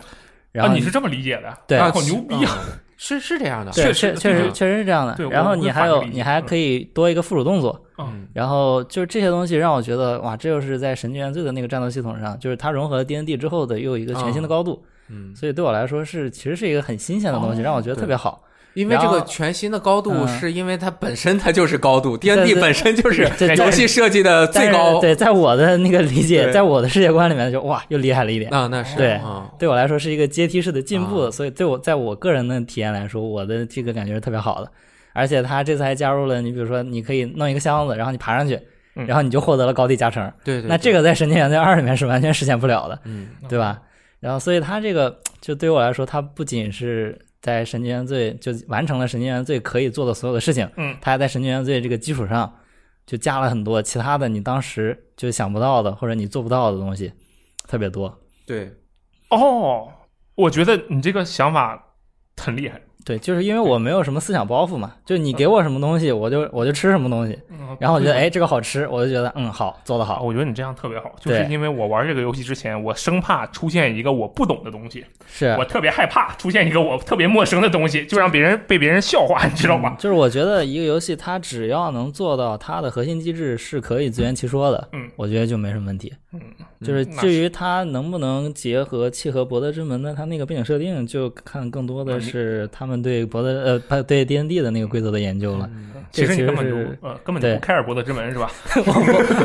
然
啊，
后
你是这么理解的？
对
啊好牛逼啊！
嗯是是这样的，
对，
确
确
实
确
对
实
啊
确实是这样
对
的。
我
然后你
无
还有
法理解
你还可以多一个附属动作，
嗯，
然后就是这些东西让我觉得哇，这就是在《神经元罪》的那个战斗系统上，就是它融合了 D N D 之后的又有一个全新的高度，
嗯，
所以对我来说是其实是一个很新鲜的东西，
哦
让我觉得特别好。
因为这
然
个
后
全新的高度，
嗯
是因为它本身它就是高度，D N
对
D
对
本身就是
对对
游戏设计的
但
最
是
高。
对，在我的那个理解，
对
在我的世界观里面就哇，又厉害了一点。
那那是
对
嗯
对我来说是一个阶梯式的进步，
啊
所以对我在我个人的体验来说，我的这个感觉是特别好的。而且它这次还加入了，你比如说，你可以弄一个箱子，然后你爬上去，
嗯
然后你就获得了高地加成。
对对，
那这
个
个在《神经元罪二》里面是完全实现不了的，
嗯
对吧？然后，所以它这个就对我来说，它不仅是在《神经元罪》就完成了《神经元罪》可以做的所有的事情，
嗯，
它还在《神经元罪》这个基础上，就加了很多其他的你当时就想不到的或者你做不到的东西，特别多。
对，
哦，我觉得你这个想法很厉害。
对，就是因为我没有什么思想包袱嘛，就你给我什么东西，我就我就吃什么东西，
嗯
然后我觉得
对
哎这个好吃，我就觉得嗯好做的
啊，
好，
我觉得你这样特别好，就是
对
因为我玩这个游戏之前，我生怕出现一个我不懂的东西，
是
我特别害怕出现一个我特别陌生的东西，就让别人被别人笑话，你知道吗？
就是我觉得一个游戏它只要能做到它的核心机制是可以自圆其说的，
嗯
我觉得就没什么问题。
嗯，
就是
那
至于它能不能结合契合《博德之门》的它那个背景设定，就看更多
啊
的
你
是他们对博德呃不对 D N D 的那个规则的研究了。
其
嗯这
实
其
你
实
根本
是
就呃根本就
对
不开尔伯德之门是吧？
我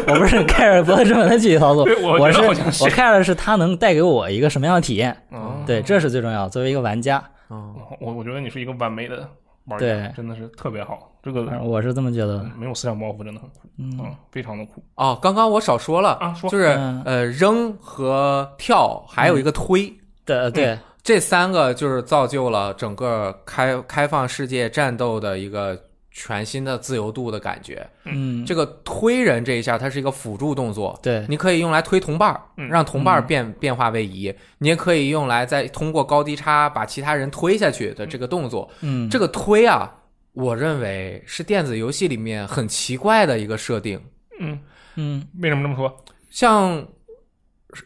我我不是 care 博德之门的具体操作，
对嗯 我觉得好
我是
像是
我 care 的是它能带给我一个什么样的体验，
嗯，哦
对，这是最重要。作为一个玩家，
嗯，
我我觉得你是一个完美的玩家，
对
真的是特别好，这个
反正我是这么觉得的。
没有思想包袱，真的很酷，
嗯，
嗯，非常的酷
哦，刚刚我少说了，
啊。说
就是
嗯
呃扔和跳，还有一个推，
对呃对，
这三个就是造就了整个开开放世界战斗的一个全新的自由度的感觉。
嗯，
这个推人这一下，它是一个辅助动作，
对
你可以用来推同伴儿，
嗯
让同伴儿变变化位移；你也可以用来再通过高低差把其他人推下去的这个动作。
嗯
这个推啊，我认为是电子游戏里面很奇怪的一个设定。
嗯，
嗯
为什么这么说？
像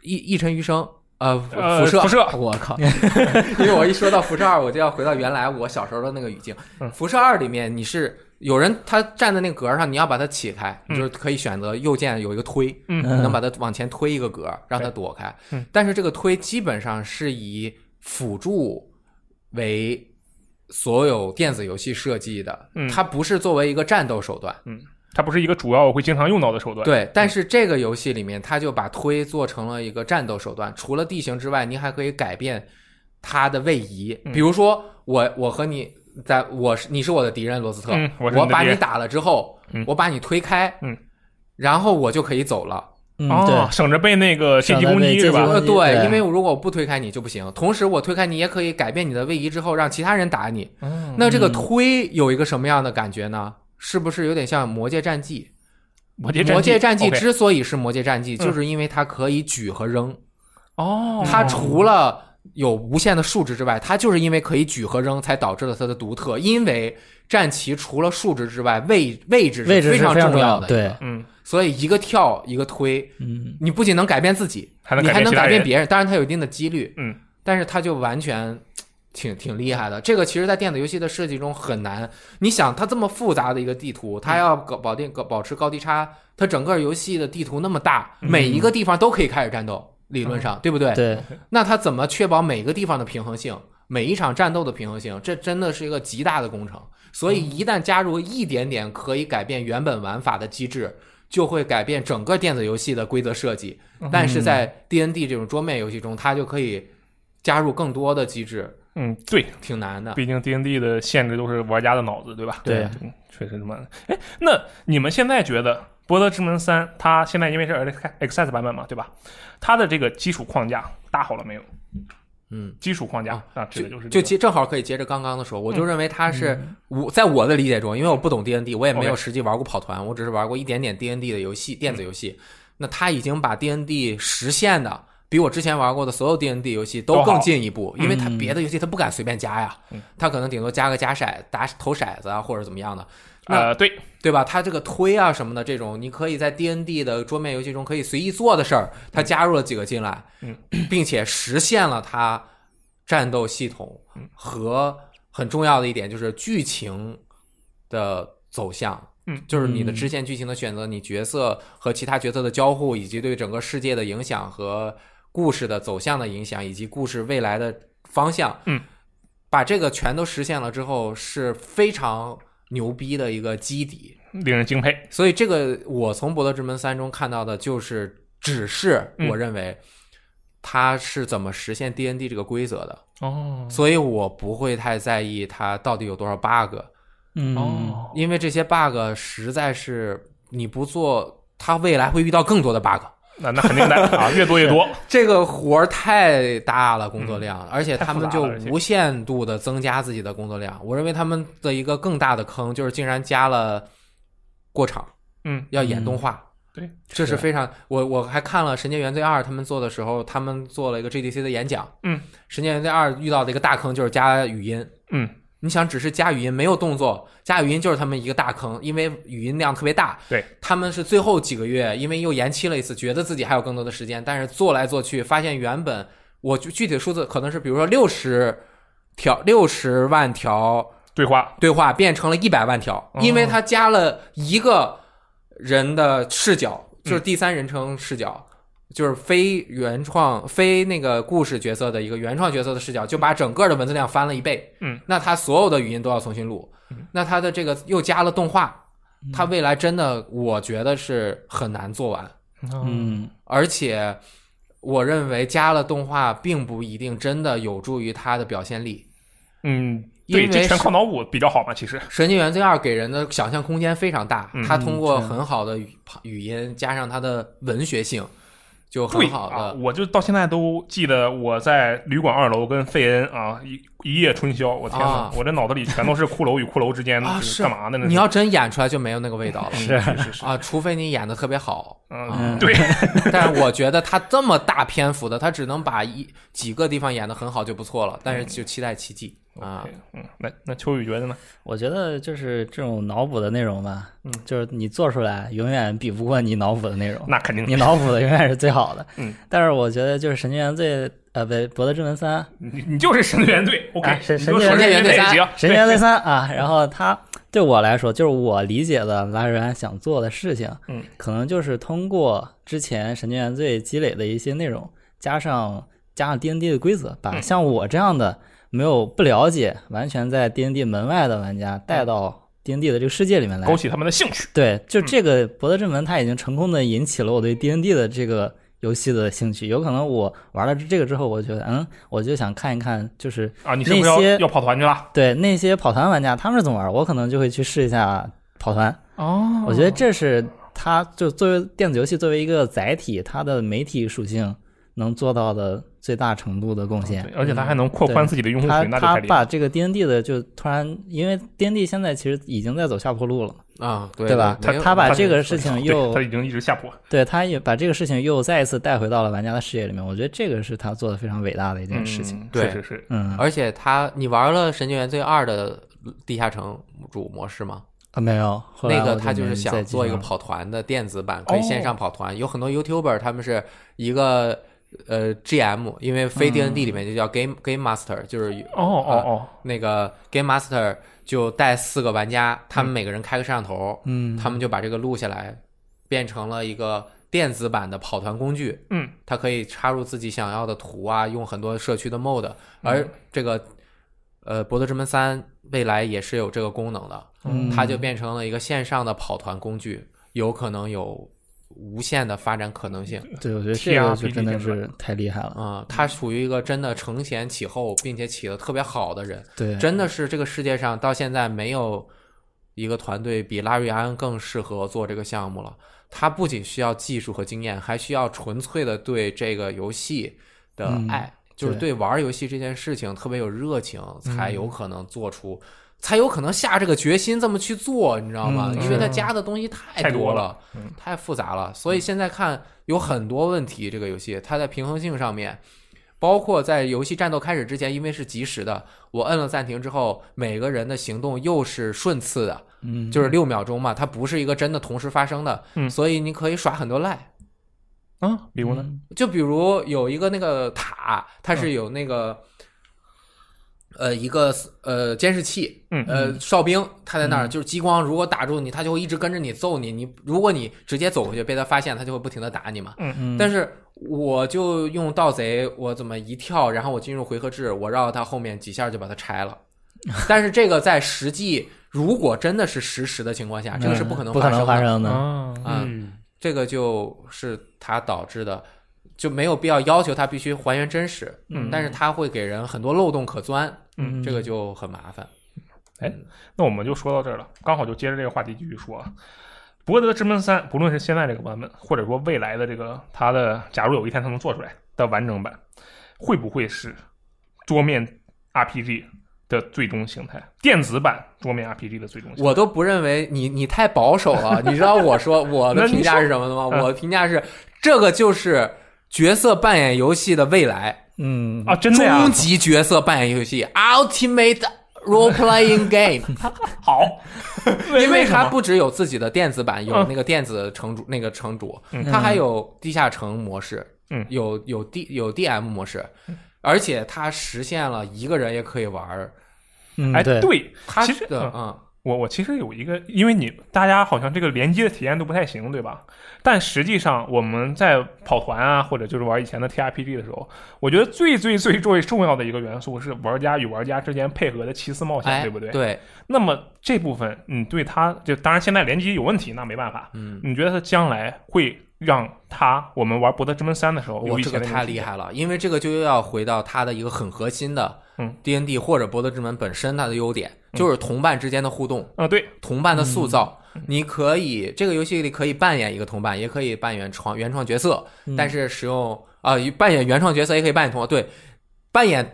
一一尘余生，呃，
呃
辐射，
辐射
我靠！因为我一说到辐射二，我就要回到原来我小时候的那个语境
嗯。
辐射二里面，你是有人他站在那个格儿上，你要把它起开，
嗯
你就是可以选择右键有一个推，
嗯
你能把它往前推一个格儿，让它躲开
嗯。
但是这个推基本上是以辅助为。所有电子游戏设计的
嗯，
它不是作为一个战斗手段，
它不是一个主要我会经常用到的手段。，
对，但是这个游戏里面，它就把推做成了一个战斗手段。除了地形之外，你还可以改变它的位移。
嗯
比如说，我我和你在，我是你是我的敌人罗斯特，
嗯我
我
是你的
把
敌
你
人
打了之后，
嗯
我把你推开，
嗯，
然后我就可以走了。
嗯，对，
哦，省着背那个借
省
记
得
攻
背
击
借
是
记攻
吧？嗯
击
呃，
对
对，因为如果我不推开你就不行，同时我推开你也可以改变你的位移之后让其他人打你。
嗯，
那这个推有一个什么样的感觉呢？是不是有点像《魔界战记》？
魔界
魔界
战
战记
OK
之所以是魔界战记，
嗯
就是因为它可以举和扔，
嗯
哦，
它除了有无限的数值之外，它就是因为可以举和扔才导致了它的独特。因为战旗除了数值之外，位位置
位
是
置
非
是
常
非常
重
重
要
要
的，
的，
一个
对，
嗯，
所以一个跳一个推，
嗯，
你不仅能改变自己，
还能
你
改
还
变
能
其
改
他
变
人，
别人，当然它有一定的几率，
嗯，
但是它就完全挺挺厉害的。这个其实，在电子游戏的设计中很难。你想，它这么复杂的一个地图，
嗯
它要搞保定搞保持高低差，它整个游戏的地图那么大，
嗯
每一个地方都可以开始战斗，理论上对不对？
对，
那它怎么确保每个地方的平衡性？每一场战斗的平衡性，这真的是一个极大的工程。所以一旦加入一点点可以改变原本玩法的机制，就会改变整个电子游戏的规则设计。但是在 D N D 这种桌面游戏中，它就可以加入更多的机制，
嗯，对，
挺难的。
毕竟 D N D 的限制都是玩家的脑子，对吧？
对
嗯，确实这么。哎，那你们现在觉得《博德之门三》它现在因为是 Access 版本嘛，对吧？它的这个基础框架搭好了没有？
嗯，
基础框架啊，指的
就
就是
就
这
接正好可以接着刚刚的说，我就认为它是
嗯
我在我的理解中，因为我不懂 D N D，我也没有
OK 嗯
实际玩过跑团，我只是玩过一点点 D N D 的游戏，电子游戏。那它已经把 D N D 实现的比我之前玩过的所有 D N D 游戏
都
都
好
更进一步，因为它
嗯
别的游戏它不敢随便加呀
嗯，
它可能顶多加个加骰、打投骰子啊或者怎么样的，
个呃，对，
对吧？它这个推啊什么的这种，你可以在 D N D 的桌面游戏中可以随意做的事儿，它加入了几个进来，
嗯，
并且实现了它战斗系统
嗯
和很重要的一点就是剧情的走向。
嗯，
就是你的
嗯
支线剧情的选择，你角色和其他角色的交互，以及对整个世界的影响和故事的走向的影响，以及故事未来的方向。
嗯，
把这个全都实现了之后，是非常牛逼的一个基底。
令人敬佩。
所以这个我从《博德之门三》中看到的就是，只是
嗯
我认为它是怎么实现 D N D 这个规则的，
哦
所以我不会太在意它到底有多少 bug，
嗯，
哦，
因为这些 bug 实在是你不做，它未来会遇到更多的 bug。
那那肯定的啊，越多越多。
这个活儿太大了，工作量，而且他们
嗯
就
太复杂了而且
无限度的增加自己的工作量。我认为他们的一个更大的坑就是竟然加了过场，
嗯，
要演动画。
对，
这是
是
非常我我还看了《神界原罪二》，他们做的时候，他们做了一个 GDC 的演讲。
嗯，
《神界原罪二》遇到的一个大坑就是加语音。
嗯，
你想，只是加语音没有动作，加语音就是他们一个大坑，因为语音量特别大。
对，
他们是最后几个月，因为又延期了一次，觉得自己还有更多的时间，但是做来做去，发现原本我具具体的数字可能是，比如说六十条、六十万条
对话
对话变成了一百万条
哦，
因为它加了一个人的视角，
嗯
就是第三人称视角，就是非原创、非那个故事角色的一个原创角色的视角，就把整个的文字量翻了一倍。
嗯，
那它所有的语音都要重新录，那它的这个又加了动画，
嗯
它未来真的我觉得是很难做完，
嗯，
而且我认为加了动画并不一定真的有助于它的表现力。
嗯，
因为
对，这全
是
靠脑补比较好嘛，其实。
《神经元罪二》给人的想象空间非常大
嗯，
它通过
嗯是
很好的语语音加上它的文学性，就
对
很好
啊，
的。
我就到现在都记得我在旅馆二楼跟费恩啊一一夜春宵，我天哪，
啊
我这脑子里全都是骷髅与骷髅之间
啊
就是干嘛的呢？
你要真演出来就没有那个味道了
是是是是，。
啊，除非你演的特别好
嗯，
嗯
对，
但是我觉得它这么大篇幅的，它只能把一几个地方演的很好就不错了，但是就期待奇迹啊
OK，。嗯，那那秋雨觉得呢？
我觉得就是这种脑补的内容吧，
嗯
就是你做出来永远比不过你脑补的内容，
那肯定
你脑补的永远是最好的。
嗯，
但是我觉得就是《神经元罪》呃，不，《博德之门三》
你你就是神队员队，OK，
啊神
你就
神
说
队员
队
队
也
三
行，
神仙 V 三啊，然后它对我来说，就是我理解的拉瑞安想做的事情，
嗯，
可能就是通过之前《神经元罪》积累的一些内容，加上加上 D N D 的规则，把
嗯
像我这样的没有不了解，完全在 D N D 门外的玩
嗯
家带到 D N D 的这个世界里面来
勾，起他们的兴趣。
对，就
嗯
这个《博德之门》，它已经成功的引起了我对 D N D 的这个游戏的兴趣。有可能我玩了这个之后，我觉得，嗯，我就想看一看，就是
啊，你是不是
那
要
些
要跑团去了？
对那些跑团玩家他们是怎么玩儿，我可能就会去试一下跑团。
哦
我觉得这是它就作为电子游戏作为一个载体，它的媒体属性能做到的最大程度的贡献
哦对。而且它还能扩宽
嗯对
自己的用户
他
群，那就太
他
厉害了。
把这个 D N D 的就突然，因为 D N D 现在其实已经在走下坡路了嘛，
啊，对
对吧
没有
他把
它
这个事情又
对它已经一直下坡，
对，他也把这个事情又再一次带回到了玩家的视野里面。我觉得这个是他做的非常伟大的一件事情。
嗯
对
是是是，
嗯，
而且他，你玩了《神经元罪二》的地下城主模式吗？
啊没有，后来
那个
哎我就
他就
没
是
再哦
想
继续
做一个
玩了
跑团的电子版，可以线上跑团。有很多 YouTuber 他们是一个呃 GM，因为
嗯
非 D N D 里面就叫 Game、Game Master，就是
哦哦哦，
那个 Game Master 就带四个玩家，他们每个人开个摄像头，
嗯，
他们就把这个录下来，变成了一个电子版的跑团工具。
嗯，
它可以插入自己想要的图啊，用很多社区的
嗯
mod。而这个呃《博德之门三》未来也是有这个功能的，
嗯
它就变成了一个线上的跑团工具，有可能有无限的发展可能性。
对，我觉得这个就
TRPG
真的
阶
是太厉害了。
啊、他属于一个真的承前启后，并且起得特别好的人，
对，
真的是这个世界上到现在没有一个团队比拉瑞安更适合做这个项目了。他不仅需要技术和经验，还需要纯粹的对这个游戏的
嗯
爱，就是
对嗯
对玩游戏这件事情特别有热情，才有可能做出，才有可能下这个决心这么去做，你知道吗？
嗯
因为他加的东西太
太多
多
了
了，
嗯
太复杂了。所以现在看有很多问题，这个游戏它在平衡性上面。包括在游戏战斗开始之前，因为是即时的，我摁了暂停之后，每个人的行动又是顺次的，
嗯，
就是六秒钟嘛，它不是一个真的同时发生的，
嗯
所以你可以耍很多赖。
啊，比如呢？
嗯
就比如有一个那个塔，它是有那个、呃一个呃监视器，
嗯
呃哨兵他在那儿，就是激光如果打中你，他就会一直跟着你揍你，你如果你直接走过去被他发现，他就会不停的打你嘛。
嗯，
但是我就用盗贼，我怎么一跳，然后我进入回合制，我绕到他后面几下就把它拆了。但是这个在实际如果真的是实时的情况下，这个是不可能
嗯不可能
发
发
生的。
生的。
啊，
啊
嗯，
这个就是它导致的，就没有必要要求它必须还原真实，
嗯
但是它会给人很多漏洞可钻，
嗯
这个就很麻烦。
那我们就说到这儿了，刚好就接着这个话题继续说啊。《博德之门三》不论是现在这个版本，或者说未来的这个它的，假如有一天它能做出来的完整版，会不会是桌面 RPG 的最终形态？电子版桌面 RPG 的最终形态？
我都不认为你你太保守了，你知道 我说我
那
的
你
评价
说
是什么的吗？
嗯
我的评价是这个就是角色扮演游戏的未来。
嗯
啊，真的呀
终，极角色扮演游戏 Ultimate Role Playing Game，
好，
因为
啥
它不只有自己的电子版，有
嗯
那个电子城主那个城主
嗯，
它还有地下城模式，
嗯
有有 D 有 DM 模式，而且它实现了一个人也可以玩儿，
嗯，
哎，
对，
对，
它
其实
的
嗯
嗯
我我其实有一个，因为你大家好像这个联机的体验都不太行，对吧？但实际上我们在跑团啊，或者就是玩以前的 TRPG 的时候，我觉得最最最最重要的一个元素是玩家与玩家之间配合的奇思冒险，
哎
对不对？
对，
那么这部分你对它就当然现在联机有问题，那没办法。
嗯。
你觉得它将来会让它我们玩《博德之门三》的时候有
我
以
这
前的
个
那种
太厉害了，因为这个就又要回到它的一个很核心的
嗯
D N D 或者《博德之门》本身它的优点，就是同伴之间的互动。
啊、对，
同伴的塑造。
嗯
你可以这个游戏里可以扮演一个同伴，也可以扮演创原创角色，
嗯
嗯
但是使用啊、扮演原创角色也可以扮演同对，扮演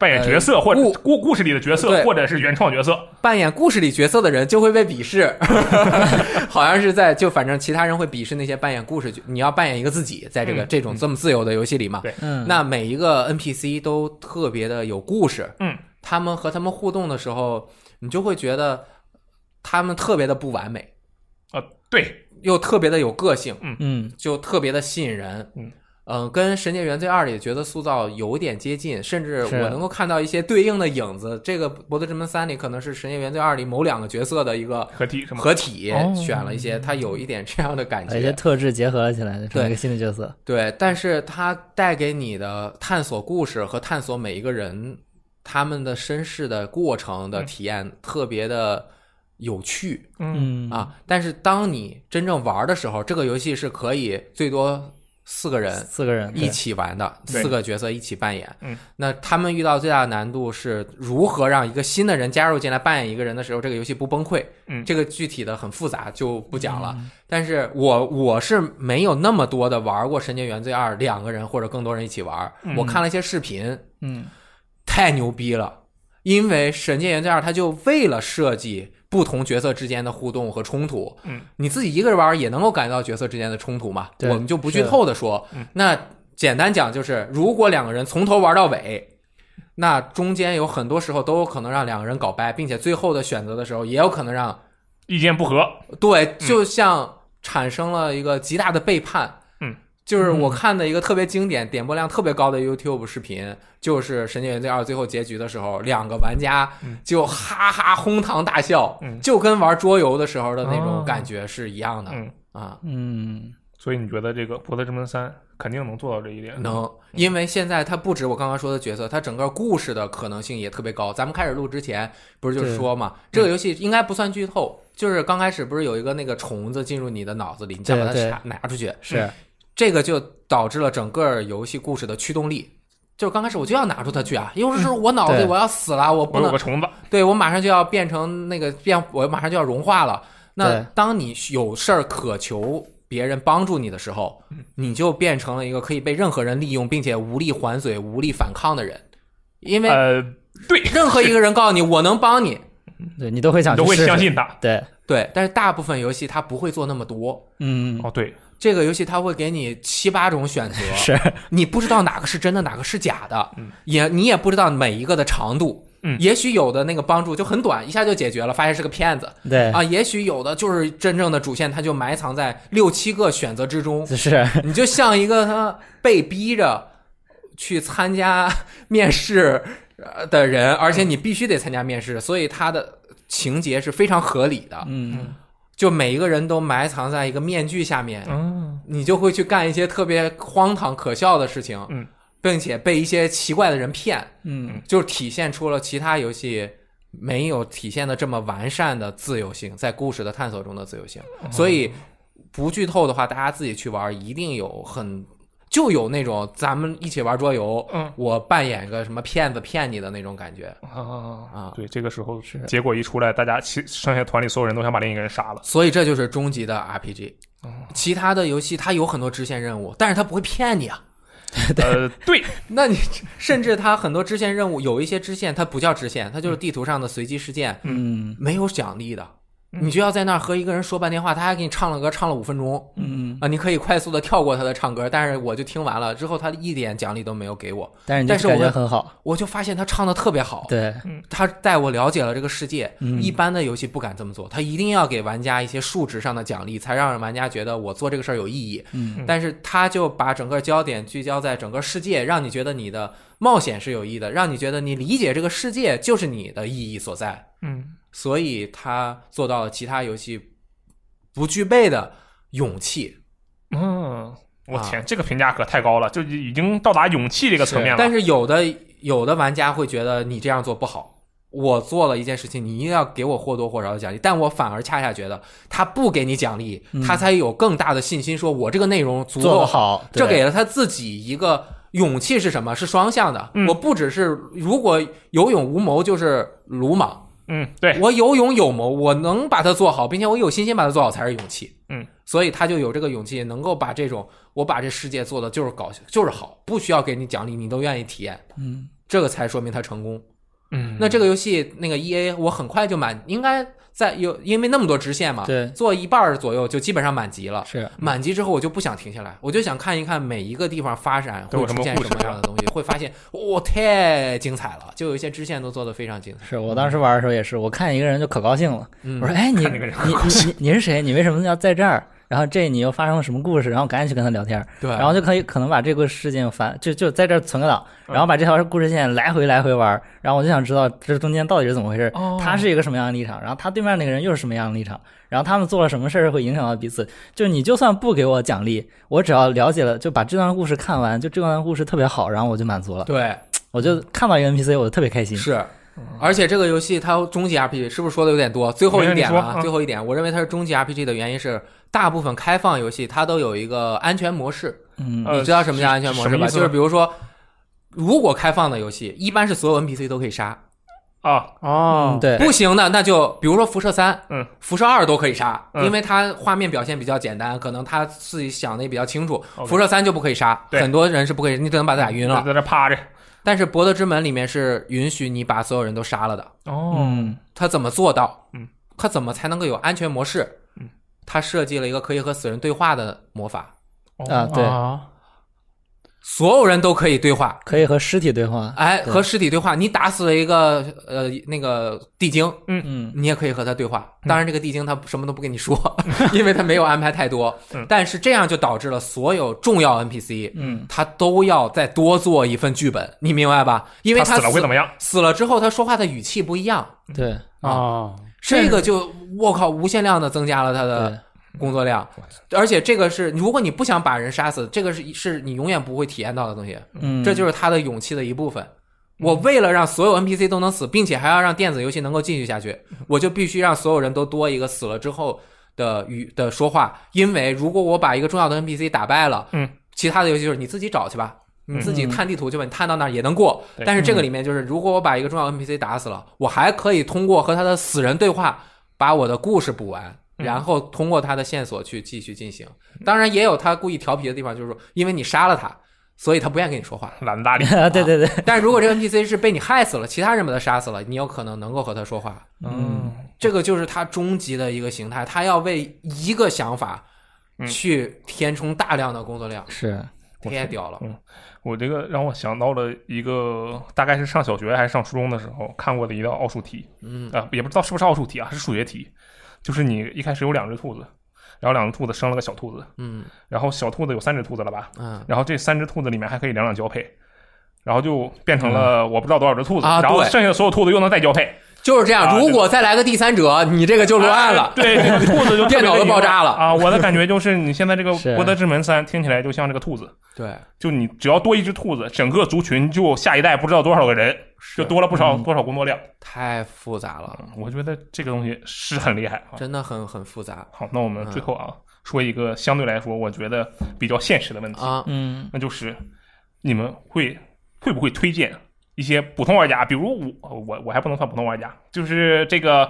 扮演角色、或者
呃故
故故事里的角色，
对
或者是原创角色，
扮演故事里角色的人就会被鄙视， 好像是在就反正其他人会鄙视那些扮演故事角，你要扮演一个自己，在这个、
嗯
这种这么自由的游戏里嘛，
对
嗯，
那每一个 NPC 都特别的有故事，
嗯，
他们和他们互动的时候，你就会觉得他们特别的不完美，
啊、对，
又特别的有个性，
嗯
就特别的吸引人。
嗯
呃跟《神界原罪二》里角色塑造有点接近，甚至
是
我能够看到一些对应的影子。这个《博德之门三》里可能是《神界原罪二》里某两个角色的一个
合体是吗？
合体
哦，
选了一些，它有一点这样的感
把一些
觉。
哎特质结合了起来，就成为一个新的角色。
对，但是它带给你的探索故事和探索每一个人他们的身世的过程的体验，特别的有趣。啊
嗯
嗯，
啊，但是当你真正玩的时候，这个游戏是可以最多四个人
四个人
一
对
起玩的，
对
四个角色一起扮演。
嗯，
那他们遇到最大的难度是如何让一个新的人加入进来扮演一个人的时候，这个游戏不崩溃。
嗯
这个具体的很复杂，就不讲了。但是我我是没有那么多的玩过《神界原罪二》，两个人或者更多人一起玩。
嗯
我看了一些视频，
嗯
太牛逼了！因为《神界原罪二》它就为了设计不同角色之间的互动和冲突，
嗯，
你自己一个人玩也能够感觉到角色之间的冲突嘛。
对
我们就不
是
剧
的
透的说，
嗯
那简单讲就是，如果两个人从头玩到尾。那中间有很多时候都有可能让两个人搞掰，并且最后的选择的时候也有可能让
意见不合，
对，就像产生了一个极大的背叛。
嗯，
就是我看的一个特别经典、点播量特别高的 YouTube 视频，就是《神界原罪二》最后结局的时候，两个玩家
嗯
就哈哈哄堂大笑，
嗯
就跟玩桌游的时候的那
哦
种感觉是一样的、
嗯，
啊。
嗯
所以你觉得这个《博德之门三》肯定能做到这一点？
能，因为现在它不止我刚刚说的角色，它整个故事的可能性也特别高。咱们开始录之前不是就是
对
说嘛，
嗯
这个游戏应该不算剧透，就是刚开始不是有一个那个虫子进入你的脑子里，你再把它
对对
拿拿出去，
是
这个就导致了整个游戏故事的驱动力。就是刚开始我就要拿出它去啊，因为是我脑子里
对
我要死了，我
我
不
有
能
个，虫子，
对我马上就要变成那个变，我马上就要融化了。那
对
当你有事儿渴求别人帮助你的时候，
嗯
你就变成了一个可以被任何人利用，并且无力还嘴、无力反抗的人，因为
呃，对，
任何一个人告诉你我能帮你，
对你都会想
你
去
都会
试试
相信他。
对
对，但是大部分游戏它不会做那么多。
嗯
哦，对，
这个游戏它会给你七八种选择，
是
你不知道哪个是真的，哪个是假的，
嗯
也你也不知道每一个的长度。
嗯
也许有的那个帮助就很短，一下就解决了，发现是个骗子
对
哎
啊；也许有的就是真正的主线，它就埋藏在六七个选择之中，
是
你就像一个他被逼着去参加 面试呃的人，而且你必须得参加面试，所以他的情节是非常合理的，
嗯
就每一个人都埋藏在一个面具下面，
嗯，
你就会去干一些特别荒唐可笑的事情，
嗯，
并且被一些奇怪的人骗，
嗯
就体现出了其他游戏没有体现的这么完善的自由性，在故事的探索中的自由性。
哦
所以不剧透的话，大家自己去玩，一定有很就有那种咱们一起玩桌游，
嗯，
我扮演个什么骗子骗你的那种感觉
啊
啊
对，这个时候结果一出来，大家其剩下团里所有人都想把另一个人杀 了。
所以这就是终极的 RPG。其
哦
他的游戏它有很多支线任务，但是它不会骗你 啊。
呃，对，
那你 甚至它很多支线任务，有一些支线它不叫支线，它就是地图上的随机事件，
嗯
没有奖励的，你就要在那儿和一个人说半天话，他还给你唱了歌，唱了五分钟
嗯，
啊，你可以快速的跳过他的唱歌，但是我就听完了之后，他一点奖励都没有给我，
但是你
但是
就感
我哦
觉
会
很好，
我就发现他唱的特别好，
对
他带我了解了这个世界。
嗯
一般的游戏不敢这么做，他一定要给玩家一些数值上的奖励，才让玩家觉得我做这个事儿有意义。
嗯
但是他就把整个焦点聚焦在整个世界，让你觉得你的冒险是有意义的，让你觉得你理解这个世界就是你的意义所在。
嗯，
所以他做到了其他游戏不具备的勇气。
嗯，我
啊
天，这个评价可太高了，就已经到达勇气这个层面了。
但是有的有的玩家会觉得你这样做不好，我做了一件事情，你一定要给我或多或少的奖励。但我反而恰恰觉得他不给你奖励，他才有更大的信心，说我这个内容足
做
够
得好，
这
对
给了他自己一个勇气是什么？是双向的。
嗯
我不只是如果有勇无谋就是鲁莽，
嗯，对，
我有勇有谋，我能把它做好，并且我有信心把它做好才是勇气。
嗯，
所以他就有这个勇气，能够把这种我把这世界做的就是搞就是好，不需要给你奖励，你都愿意体验，
嗯
这个才说明他成功。
嗯，
那这个游戏那个 E A 我很快就满，应该在有因为那么多支线嘛，
对
做一半儿左右就基本上满级了。
是
满级之后，我就不想停下来，我就想看一看每一个地方发展
都
会
有什么
出现
故
什
事啊
么样的东西，会发现哇、太精彩了，就有一些支线都做得非常精彩。
是我当时玩的时候也是，我看一个人就可高兴了。
嗯
我，说：“哎，你
看那
你
个人
你你你是谁？你为什么要在这儿？然后这你又发生了什么故事？然后赶紧去跟他聊天，
对，
然后就可以可能把这个事情翻，就就在这儿存个档，
嗯
然后把这条故事线来回来回玩。然后我就想知道这中间到底是怎么回事，
嗯
哦
他是一个什么样的立场，然后他对面那个人又是什么样的立场，然后他们做了什么事儿会影响到彼此。就你就算不给我奖励，我只要了解了，就把这段故事看完，就这段故事特别好，然后我就满足了。
对
我就看到一个 NPC，我就特别开心。
是。
嗯
而且这个游戏它终极 RPG 是不是说的有点多？最后一点了
没事你
啊，
说
最后一点，我认为它是终极 RPG 的原因是，大部分开放游戏它都有一个安全模式，
嗯
呃
你知道什么叫安全模
什
式
么
吧？
意思呢
就是比如说，如果开放的游戏，一般是所有 NPC 都可以杀，
啊，
哦
嗯，，对，
不行的那就比如说辐射三，
嗯，
辐射二都可以杀，
嗯
因为它画面表现比较简单，可能他自己想的也比较清楚。
OK
辐射三就不可以杀，
对
很多人是不可以，你只能把他打晕了。
在这趴着。
但是博德之门里面是允许你把所有人都杀了的，
哦，
嗯
他怎么做到？
嗯，
他怎么才能够有安全模式？
嗯，
他设计了一个可以和死人对话的魔法，
啊，对，
啊
所有人都可以对话。
可以和尸体对话，
哎，
对
和尸体对话，你打死了一个呃那个地精，
嗯
你也可以和他对话。
嗯
当然，这个地精他什么都不跟你说， 因为他没有安排太多
嗯。
但是这样就导致了所有重要 NPC
嗯
他都要再多做一份剧本，你明白吧？因为
他死了会怎么样？
死了之后，他说话的语气不一样，
对
哦，
这个就我靠，无限量的增加了他的
对，
工作量。而且这个是，如果你不想把人杀死，这个是是你永远不会体验到的东西。
嗯，
这就是他的勇气的一部分。我为了让所有 NPC 都能死，并且还要让电子游戏能够继续下去，
嗯
我就必须让所有人都多一个死了之后的语的说话。因为如果我把一个重要的 NPC 打败了，
嗯，
其他的游戏就是你自己找去吧，你自己
嗯
探地图去吧，你探到那儿也能过。
对
但是这个里面就是，如果我把一个重要 NPC 打死了，我还可以通过和他的死人对话，把我的故事补完。
嗯
然后通过他的线索去继续进行，当然也有他故意调皮的地方，就是说，因为你杀了他，所以他不愿意跟你 说话。
懒得搭理。
啊，对对对，
但是如果这个 NPC 是被你害死了，其他人把他杀死了，你有可能能够和他说话。
哦
嗯
这个就是他终极的一个形态，他要为一个想法
嗯
去填充大量的工作量，
是，
我
太屌了。
我这个让我想到了一个，大概是上小学还是上初中的时候看过的一道奥数题，
嗯
啊、也不知道是不是奥数题啊，是数学题，就是你一开始有两只兔子，然后两只兔子生了个小兔子，
嗯
然后小兔子有三只兔子了吧，
嗯，
然后这三只兔子里面还可以两两交配，然后就变成了我不知道多少只兔子，
啊
然后
对
剩下的所有兔子又能再交配，
就是这
啊
样。如果再来个第三者，你这个就乱
啊
了。
对，这个兔子就
电脑都爆炸了
啊！我的感觉就是你现在 这个
是
《博德之门三》听起来就像这个兔子，
对，
就你只要多一只兔子，整个族群就下一代不知道多少个人，
是
就多了不少
嗯
多少工作量。嗯
太复杂了，
我觉得这个东西是很厉害啊。
真的很很复杂
好，那我们最后啊，说一个相对来说我觉得比较现实的问题，
啊。
嗯
那就是你们会会不会推荐一些普通玩家，比如我我我还不能算普通玩家，就是这个。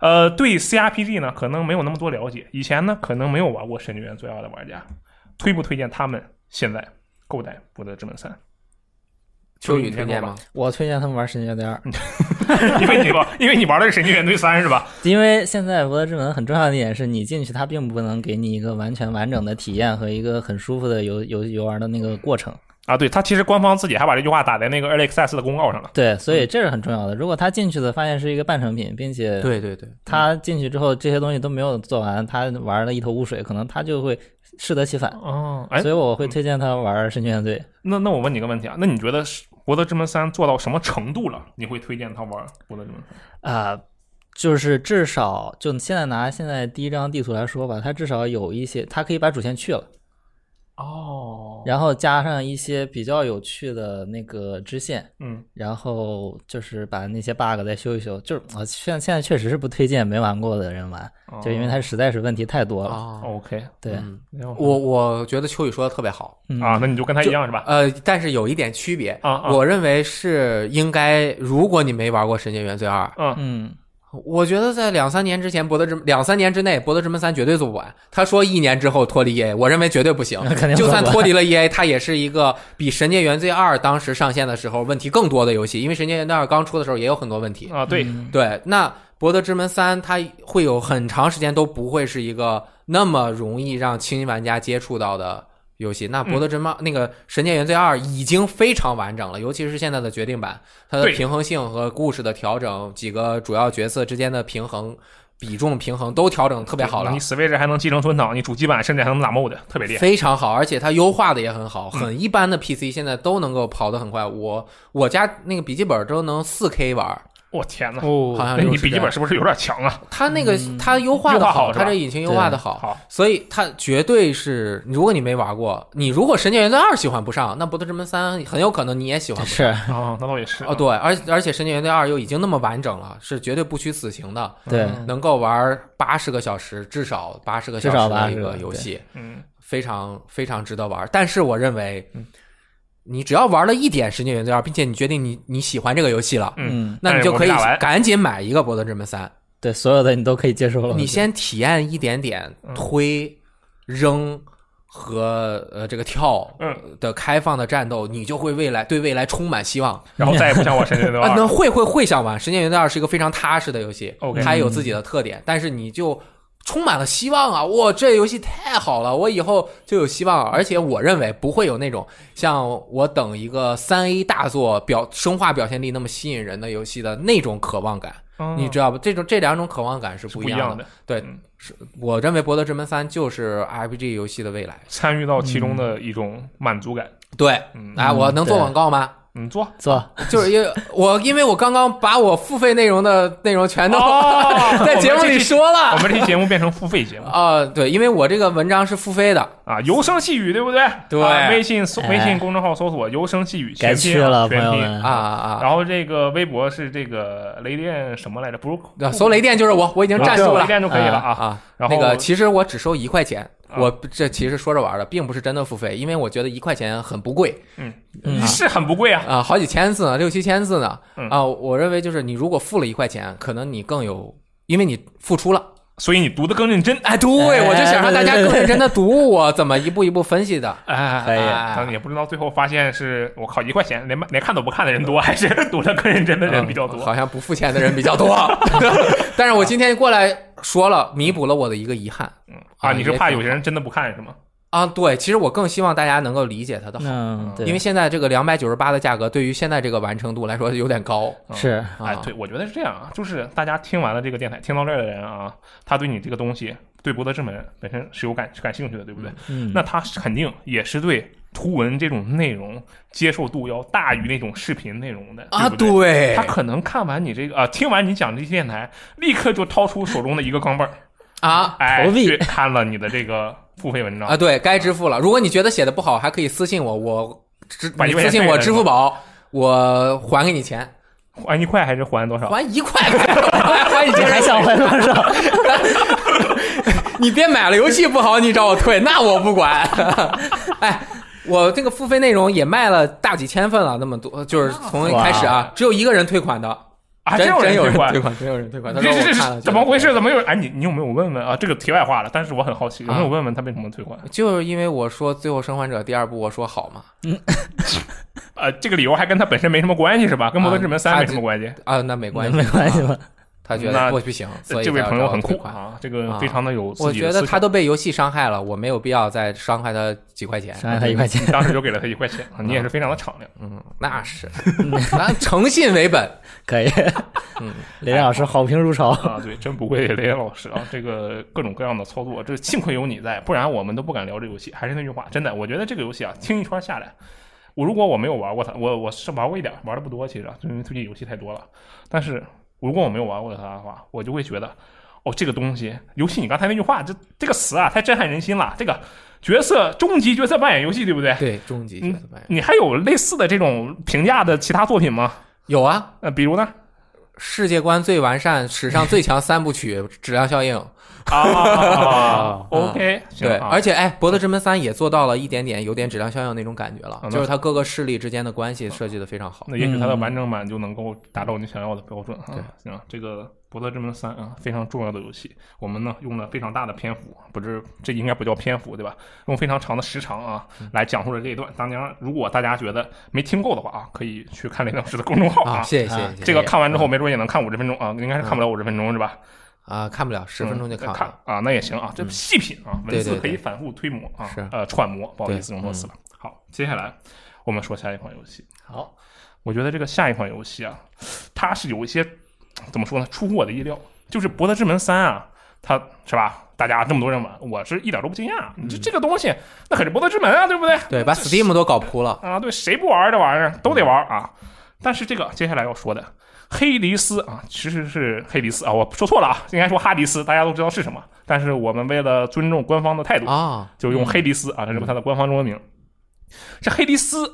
呃，对 CRPG 呢，可能没有那么多了解。以前呢，可能没有玩过《神经元最爱》的玩家，推不推荐他们现在购买《博德之门三
秋雨推荐吗？
我推荐他们玩《神经元第二》，》？
因为你玩， 因为你玩的是《神经元对三》是吧？
因为现在《博德之门》很重要的一点是你进去，它并不能给你一个完全完整的体验和一个很舒服的游游游玩的那个过程。
啊，对，他其实官方自己还把这句话打在那个 Early Access 的公告上了。
对，所以这是很重要的。如果他进去的发现是一个半成品，并且
对对对，
他进去之后这些东西都没有做完，他玩的一头雾水，可能他就会适得其反。
哦，哎，
所以我会推荐他玩《神经元队》。
那那我问你个问题啊，那你觉得是《博德之门三》做到什么程度了？你会推荐他玩《博德之门三》？
啊、就是至少就现在拿现在第一张地图来说吧，它至少有一些，它可以把主线去了，
哦，
然后加上一些比较有趣的那个支线，
嗯，
然后就是把那些 bug 再修一修。就是我现现在确实是不推荐没玩过的人玩，就因为它实在是问题太多了。
啊，
哦 OK，
哦对，
嗯
然后
我我觉得秋雨说的特别好。
嗯
啊，那你就跟他一样是吧？
呃，但是有一点区别，
啊啊
我认为是应该，如果你没玩过《神界原罪二》，
嗯，
嗯，
我觉得在两三年之前，《博德之两三年之内，《博德之门三》绝对做不完。他说一年之后脱离 E EA，我认为绝对不行。
那肯定
就算
做不
脱
完
离了 EA，它也是一个比《神界原罪二》当时上线的时候问题更多的游戏，因为《神界原罪二》刚出的时候也有很多问题。
啊，对，
嗯
对，那《博德之门三》它会有很长时间都不会是一个那么容易让新玩家接触到的游戏。那《博德之门》那个《神界原罪二》已经非常完整了，尤其是现在的决定版，它的
对
平衡性和故事的调整，几个主要角色之间的平衡、比重平衡都调整得特别好了
你。Switch 还能继承存档，你主机版甚至还能打 mod，特别厉害。
非常好，而且它优化的也很好，很一般的 PC 现在都能够跑得很快。我我家那个笔记本都能 4K 玩儿，
我天哪！
好
哦，
像
那你
是这
笔记
样
本是不是有点强 啊？
它那个它优化的
优化好
好，
是吧
它这引擎优化的好，
好，
所以它绝对是，如果你没玩过，你如果《神界原罪二》喜欢不上，那《博德之门三》很有可能你也喜欢不上。
是，
啊，那倒也是。
哦，对，而而且《神界原罪二》又已经那么完整了，是绝对不虚此行的，
对，
嗯
能够玩八十个小时，至少八十个小
至
时
少
的
80
一个
个
游戏，
嗯，
非常非常值得玩。但是我认为
嗯，
你只要玩了一点《十年原罪二》，并且你决定你你喜欢这个游戏了，
嗯，
那你
哎
就
我
可
没
以
打完
赶紧买一个《博德之门三》。
对，所有的你都可以接受了。
你先体验一点点
嗯
推、扔和呃这个跳
嗯
的开放的战斗，你就会未来对未来充满希望。
然后再也不想玩神剑
啊，
二
那
了。
会会会想玩《神剑元罪二》是一个非常踏实的游戏
OK
它也有自己的特点，但是你就充满了希望啊！哇，这游戏太好了，我以后就有希望。而且我认为不会有那种像我等一个三 A 大作表生化表现力那么吸引人的游戏的那种渴望感，
嗯
你知道吧？这种这两种渴望感是
是
不
不
一
一
样
样
的。
的，
对
嗯，
是我认为《博德之门三》就是 RPG 游戏的未来。
参与到其
嗯
中的一种满足感。
对，
嗯，
哎，我能做
对
广告吗？
你嗯
啊
做
做，
就 是因为我因为我刚刚把我付费内容的内容全都
哦
在节目里说
我
了。
们这期节目变成付费节 目
啊，对，因为我这个文章是付费的，
啊，油声细语，对不对？
对
啊微信搜
哎
微信公众号搜索“油声细语”，
该
全
去
拼
了，
啊
朋友
全拼。
们
啊！啊
然后这个微博是这个雷电什么来着？不是
啊！搜雷电就是我，我已经
啊
占住
雷
了
电就可以了啊。
啊。
然后
那个其实我只收一块钱，
啊
我这其实说着玩的，并不是真的付费，因为我觉得一块钱很不贵
嗯，
是很不贵啊，
啊，好几千字呢，六七千字呢
嗯
啊。我认为就是你如果付了一块钱，可能你更有，因为你付出了。
所以你读的更认真。
哎，对，我就想让大家更认真的读我怎么一步一步分析的。
哎
可 以
哎
但也不知道最后发现是我靠一块钱，连买连看都不看的人多，还是 读的更认真的人比较
嗯
多？
好像不付钱的人比较 多。但是我今天过来说了，弥补了我的一个遗憾
嗯啊，
啊
你是怕有些人真的不看是吗？
啊。对，其实我更希望大家能够理解它的好，
啊
嗯，对，
因为现在这个两百九十八的价格，对于现在这个完成度来说有点高
嗯
是
啊。
哎，对，我觉得是这样啊，就是大家听完了这个电台，听到这儿的人啊，他对你这个东西，对《博德之门》本身是有感是感兴趣的，对不对？
嗯，
那他是肯定也是对图文这种内容接受度要大于那种视频内容的
啊，
对不对。
对
他可能看完你这个啊、听完你讲这些电台，立刻就掏出手中的一个钢镚儿，
啊
哎，
投币
去看了你的这个付费文章
啊，对该支付了。如果你觉得写的不好，还可以私信我，我支
把一
你
块钱
私信
退
我
了
支付宝，我还给你钱，
还哎一块还是还多少？
还一块钱，还还已
你
经
还想回多少？
你别买了游戏不好，你找我退，那我不 管。哎，我这个付费内容也卖了大几千份了，那么多，就是
哦
从一开始啊，只有一个人退款的，
啊，
真
真有
真
人
有
退
人
款
退。款，真有人退款。他
这
说
这
我
这
看了
是怎么回事？？怎么有？哎，你你有没有问问啊？这个题外话了，但是我很好奇，有没有
啊
问问他为什么退款？
就是因为我说《最后生还者》第二部，我说好嘛，
呃，这个理由还跟他本身没什么关系是吧？跟《博德之门三
啊》
没什么关系。
啊，那没关系，
没关系
啊
吧？
他觉
那
得不不行，所以
这位
他要
朋友
找我
很
退
酷
款。
啊，这个非常的有自
我
己
觉
的
得
思想。
他都被游戏伤害了，我没有必要再伤害他几块钱。
伤害他一块钱，
当时就给了他一块钱，你也是非常的敞亮。
嗯，那是， 咱诚信为本。
可以。
嗯，
雷电老师好评如潮，
啊，对，真不愧雷老师啊！这个各种各样的操作，这幸亏有你在，不然我们都不敢聊这游戏。还是那句话，真的，我觉得这个游戏啊，听一圈下来，我如果我没有玩过它，我我是玩过一点，玩的不多，其实啊，因为最近游戏太多了。但是如果我没有玩过它的话，我就会觉得，哦，这个东西，尤其你刚才那句话，这这个词啊，太震撼人心了。这个角色终极角色扮演游戏，对不对？
对，终极角色扮演
你还有类似的这种评价的其他作品吗？
有啊，
呃，比如呢？
世界观最完善、史上最强三 部曲质量效应，
啊
哦
，OK，行
对，
啊
而且哎，《博德之门三》也做到了一点点有点质量效应那种感觉了
啊，那
就是它各个势力之间的关系设计的非常好。
那也许它的
嗯
完整版就能够达到你想要的标准啊。
对，
行，这个《博德之门三》啊，非常重要的游戏，我们呢用了非常大的篇幅，不是这应该不叫篇幅对吧？用非常长的时长啊
嗯
来讲述了这一段。当然，如果大家觉得没听够的话啊，可以去看雷老师的公众号
啊，
啊。
谢谢谢谢
啊
谢谢，嗯
这个看完之后，没准也能看五十分钟啊，应该是看不了五十分钟是吧？
啊看不了，十分钟就
嗯
看
看
完。
啊，那也行啊，这细品啊，文字
对对
可
对
以反复推磨啊，
是
呃揣摩，不好意思
对嗯
用错词了。好，接下来我们说下一款游戏。
好，
我觉得这个下一款游戏啊，它是有一些怎么说呢，出乎我的意料。就是《博德之门三》啊，它是吧？大家这么多人玩，我是一点都不惊讶。你这这个东西，那可是《博德之门》啊，对不对？
嗯对，把 Steam 都搞扑了
啊，对，谁不玩这玩意儿都得玩啊。但是这个接下来要说的黑迪斯啊，其实是黑迪斯啊，我说错了啊，应该说哈迪斯，大家都知道是什么。但是我们为了尊重官方的态度，
啊！
就用黑迪斯啊，这是它的官方中文名。这黑迪斯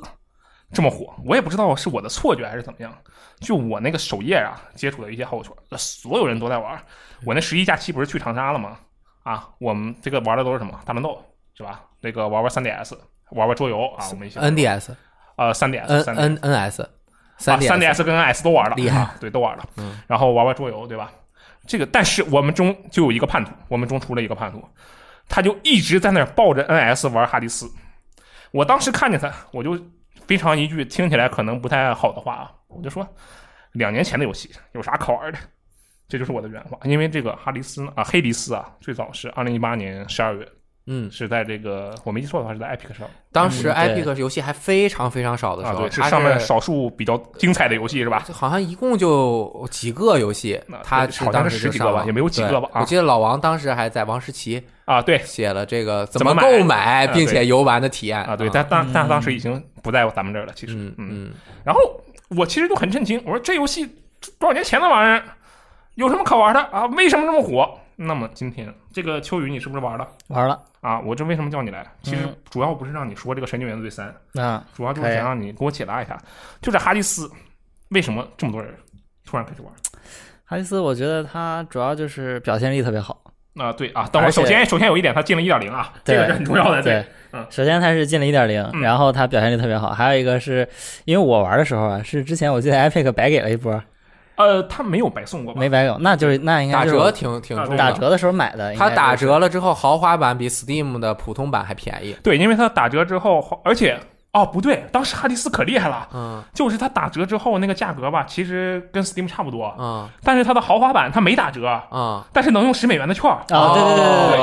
这么火，我也不知道是我的错觉还是怎么样。就我那个首页啊，接触的一些好友圈，那所有人都在玩。我那十一假期不是去长沙了吗？啊，我们这个玩的都是什么大乱斗、是吧？那个玩玩 3DS，玩玩桌游啊，我们一起
NDS、
呃 3DS、
N
3DS
N NS、三
啊、3DS 跟 NS 都玩了，
厉害
啊， 对，都玩了。
嗯
然后玩玩桌游，对吧？这个，但是我们中就有一个叛徒，我们中出了一个叛徒，他就一直在那儿抱着 NS 玩哈迪斯。我当时看见他，我就非常一句听起来可能不太好的话啊，我就说，两年前的游戏有啥可玩的？这就是我的原话，因为这个哈迪斯呢啊，黑迪斯啊，最早是二零一八年十二月，
嗯，
是在这个我没记错的话是在 Epic 上
当时
嗯
Epic 游戏还非常非常少的时
啊，
候，
对，是
它
上面少数比较精彩的游戏是吧？
好像一共就几个游戏
那，
他
好像
当
是
时
十
就
几个吧
上网
也没有几个吧
对
啊
我记得老王当时还在王石奇
啊，对
写了这个
怎么买
购买
啊
并且
对
游玩的体验
啊，对，但但但当时已经不在咱们这儿了，其实，
嗯嗯，
然后我其实就很震惊，我说这游戏多少年前的玩意儿，有什么可玩的啊？为什么这么火？那么今天这个秋雨，你是不是玩了
玩了
啊？我这为什么叫你来？其实
嗯
主要不是让你说这个《神经元罪三》，
啊，
主要
哎
就是想让你给我解答一下，就是哈迪斯为什么这么多人突然开始玩？
哈迪斯，我觉得他主要就是表现力特别好。
啊，对啊，等会儿
而且
首先首先有一点，他进了一点零啊，这
对
个是很重要的，对
对，
嗯
首先他是进了一点零，
嗯
然后他表现力特别好。还有一个是因为我玩的时候啊，是之前我记得 Epic 白给了一波，
呃，他没有白送过吧？
没白给我，那就是那应该
打
就是
折
我
挺挺
啊
重
对
打
要的。
折的时候买的，应该
它
就是
打折了之后，豪华版比 Steam 的普通版还便宜。
对，因为他打折之后，而且哦不对，当时哈迪斯可厉害了，
嗯
就是他打折之后那个价格吧，其实跟 Steam 差不多，
嗯
但是它的豪华版它没打折，
嗯，
但是能用十美元的券儿。
啊，对
哦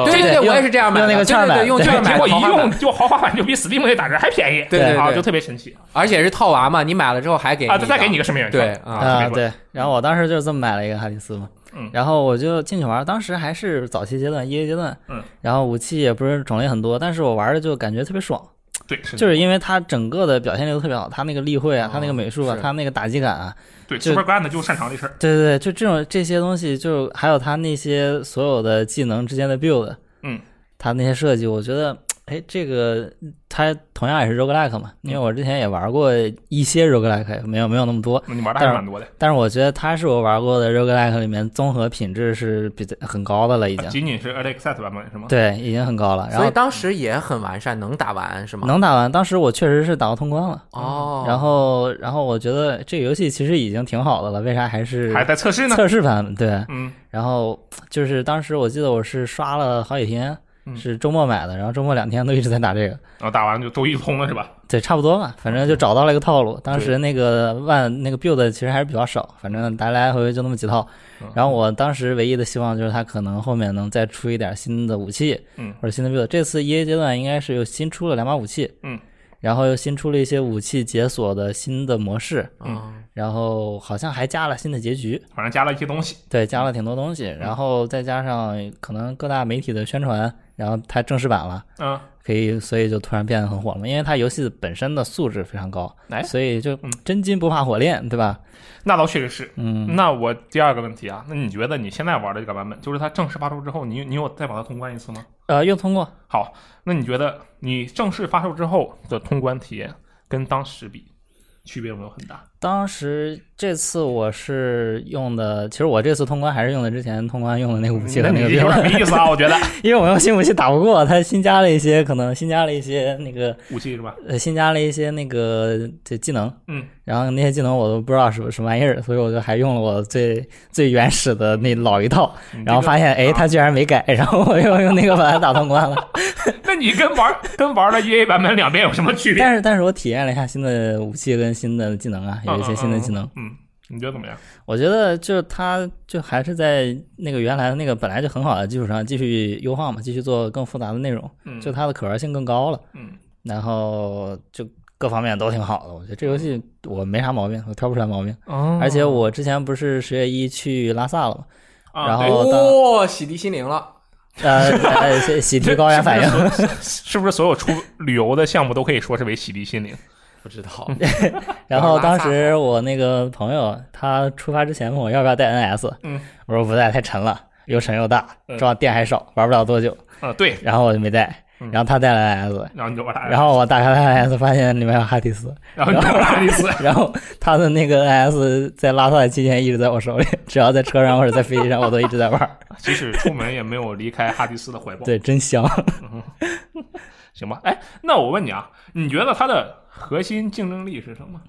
对
对
对
对，
对，
我也是这样买的，
用那个券
对对
买
对
的
用
对
券
结
买
果一
豪华版
用，就豪华版就比 Steam 那打折还便宜，
对对
啊，
对
就特别神奇
而且是套娃嘛，你买了之后还给
啊！再再给你
一
一个十美元券
对
儿，
啊
特别
啊，
赚
对，然后我当时就是这么买了一个哈迪斯嘛，
嗯
然后我就进去玩，当时还是早期阶段，EA 阶段，
嗯，
然后武器也不是种类很多，但是我玩的就感觉特别爽，
对是
就是因为它整个的表现力都特别好，它那个例会啊，
哦
它那个美术啊
是，
它那个打击感啊，
对
就
Super Grand 的就擅长这事儿，
对对对，就这种这些东西，就还有它那些所有的技能之间的 build，
嗯，
它那些设计，我觉得。哎，这个它同样也是 roguelike 嘛，
嗯
因为我之前也玩过一些 roguelike，没有没有那么多，
嗯那你玩的还
但
是
是
蛮多的。
但是我觉得它是我玩过的 roguelike 里面综合品质是比较很高的了，已
啊
经。
仅仅是 Early Access 版本是吗？
对，已经很高了。然
所以
后
当时也很完善，能打完是吗？
能打完，当时我确实是打到通关了。
哦，
然后，然后我觉得这个游戏其实已经挺好的了，为啥还是
还在测试呢。
测试版本？对，
嗯，
然后就是当时我记得我是刷了好几天，
嗯
是周末买的，然后周末两天都一直在打这个。
然后打完就周一通了是吧？
对，差不多吧，反正就找到了一个套路。当时那个万那个 build 其实还是比较少，反正来来回回就那么几套
嗯。
然后我当时唯一的希望就是他可能后面能再出一点新的武器，
嗯
或者新的 build。这次 EA 阶段应该是又新出了两把武器，
嗯，
然后又新出了一些武器解锁的新的模式，
嗯
然后好像还加了新的结局，
反正加了一些东西。
对，加了挺多东西，然后再加上可能各大媒体的宣传，然后它正式版了。
嗯，
可以，所以就突然变得很火了嘛，因为它游戏本身的素质非常高，
哎
所以就
嗯
真金不怕火炼，对吧？
那倒确实是。
嗯，
那我第二个问题啊，那你觉得你现在玩的这个版本，就是它正式发售之后，你你有再把它通关一次吗？
呃，又通过，
好，那你觉得你正式发售之后的通关体验跟当时比，区别有没有很大？
当时这次我是用的，其实我这次通关还是用的之前通关用的那个武器
那
和那
你
个
这
兵
有，点没意思啊，我觉得
因为我用新武器打不过，它新加了一些可能新加了一些那个
武器是 吧？
呃新加了一些那个这技能，
嗯，
然后那些技能我都不知道是什么玩意儿，所以我就还用了我最最原始的那老一套，
你这
然后
个啊
发现哎它居然没改，然后我又用那个把它打通关了。
那你跟玩跟玩了 EA 版本两边有什么区 别？嗯
但是但是我体验了一下新的武器跟新的技能啊，有一些新的技能，
嗯，嗯，嗯你觉得怎么样？
我觉得就是它就还是在那个原来的那个本来就很好的基础上继续优化嘛，继续做更复杂的内容，
嗯，
就它的可玩性更高了，
嗯，
然后就各方面都挺好的。我觉得这游戏我没啥毛病，我挑不出来毛病。
哦
而且我之前不是十月一去拉萨了嘛，
啊
然后
对
哦，洗涤心灵了，
呃， 呃喜喜提高原反应。
是不是所是不是所有出旅游的项目都可以说是为洗涤心灵？
不知道。
然后当
拉萨
时我那个朋友他出发之前问我要不要带 NS，
嗯，
我说不带，太沉了，又沉又大
嗯，
装电还少，玩不了多久。
啊，对，
然后我就没带，
嗯哎
然后他带了 NS，
然后你就玩它，
然后我打开了 NS，发现里面有哈迪斯，
然后你就玩它的意思。
然后他的那个 NS 在拉萨的期间一直在我手里，只要在车上或者在飞机上，我都 一直在玩儿，
即使出门也没有离开哈迪斯的怀抱。
对，真香。
行吧？哎，那我问你啊，你觉得它的核心竞争力是什么？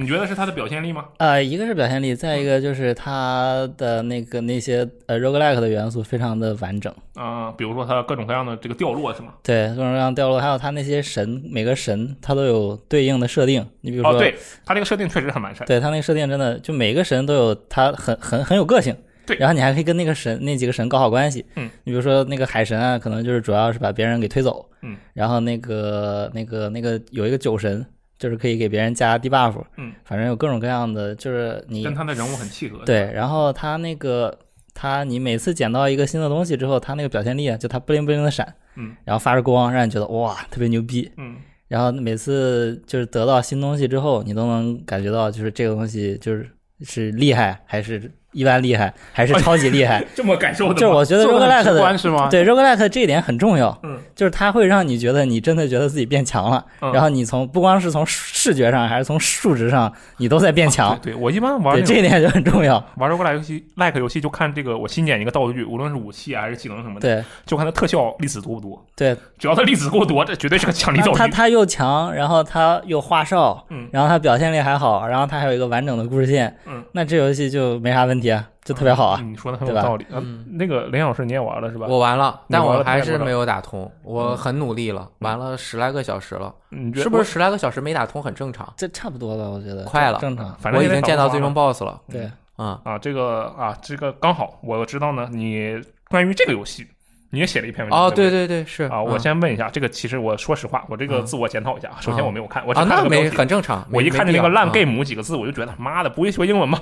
你觉得是它的表现力吗？
呃，一个是表现力，再一个就是它的那个那些呃 roguelike 的元素非常的完整，
嗯、比如说它各种各样的这个掉落是吗？
对各种各样掉落，还有它那些神每个神它都有对应的设定，你比如说，
哦，对，它这个设定确实很完善。
对他那个设定真的，就每个神都有他很很很有个性。
对
然后你还可以跟那个神那几个神搞好关系。
嗯，
你比如说那个海神啊，可能就是主要是把别人给推走。
嗯，
然后那个那个那个有一个酒神，就是可以给别人加 debuff。
嗯，
反正有各种各样的，就是你
跟他的人物很契合。
对，然后他那个他你每次捡到一个新的东西之后，他那个表现力啊，就他不灵不灵的闪，
嗯，
然后发着光，让你觉得哇特别牛逼。
嗯，
然后每次就是得到新东西之后，你都能感觉到，就是这个东西就是是厉害，还是一般厉害，还是超级厉害。
这么感受的吗。
就是我觉得
做得很
roguelike
直
的
观是吗？
对 roguelike 这一点很重要，
嗯，
就是它会让你觉得你真的觉得自己变强了，
嗯
然后你从不光是从视觉上，还是从数值上，你都在变强。
对，对我一般玩
对
那种
这一点就很重要。
玩过来游戏 like 游戏就看这个我新捡一个道具，无论是武器啊还是技能什么的，
对
就看它特效粒子多不多。
对，
只要它粒子够多，这绝对是个强力
它
道
它
具。
它又强，然后它又花哨，
嗯
然后它表现力还好，然后它还有一个完整的故事线，
嗯，
那这游戏就没啥问题啊，就特别好啊。
你说的很有
对吧
道理。呃
嗯
那个林老师你也玩了是吧？
我完了，但
你玩
我
了
还
太
是
多了嗯
没有打通，我很努力了，玩了十来个小时了，
你觉得
是不是？十来个小时没打通很正常？
这差不多吧，我觉得
快了
正常。
反正
啊我已
现在
经见到最终
差
BOSS 了，
不多
对
了，
嗯，
啊，这个啊，这个刚好我知道呢。你关于这个游戏，你也写了一篇文章
哦，对
不
对对，是
啊，我
嗯
先问一下，这个其实我说实话，我这个
嗯
自我检讨一下啊。首先
啊
我没有看，我只
啊，
看了个
那
标
没嗯啊
题。
很正常，
我一看
这
那个烂 game 几个字，我就觉得妈的不会说英文吗？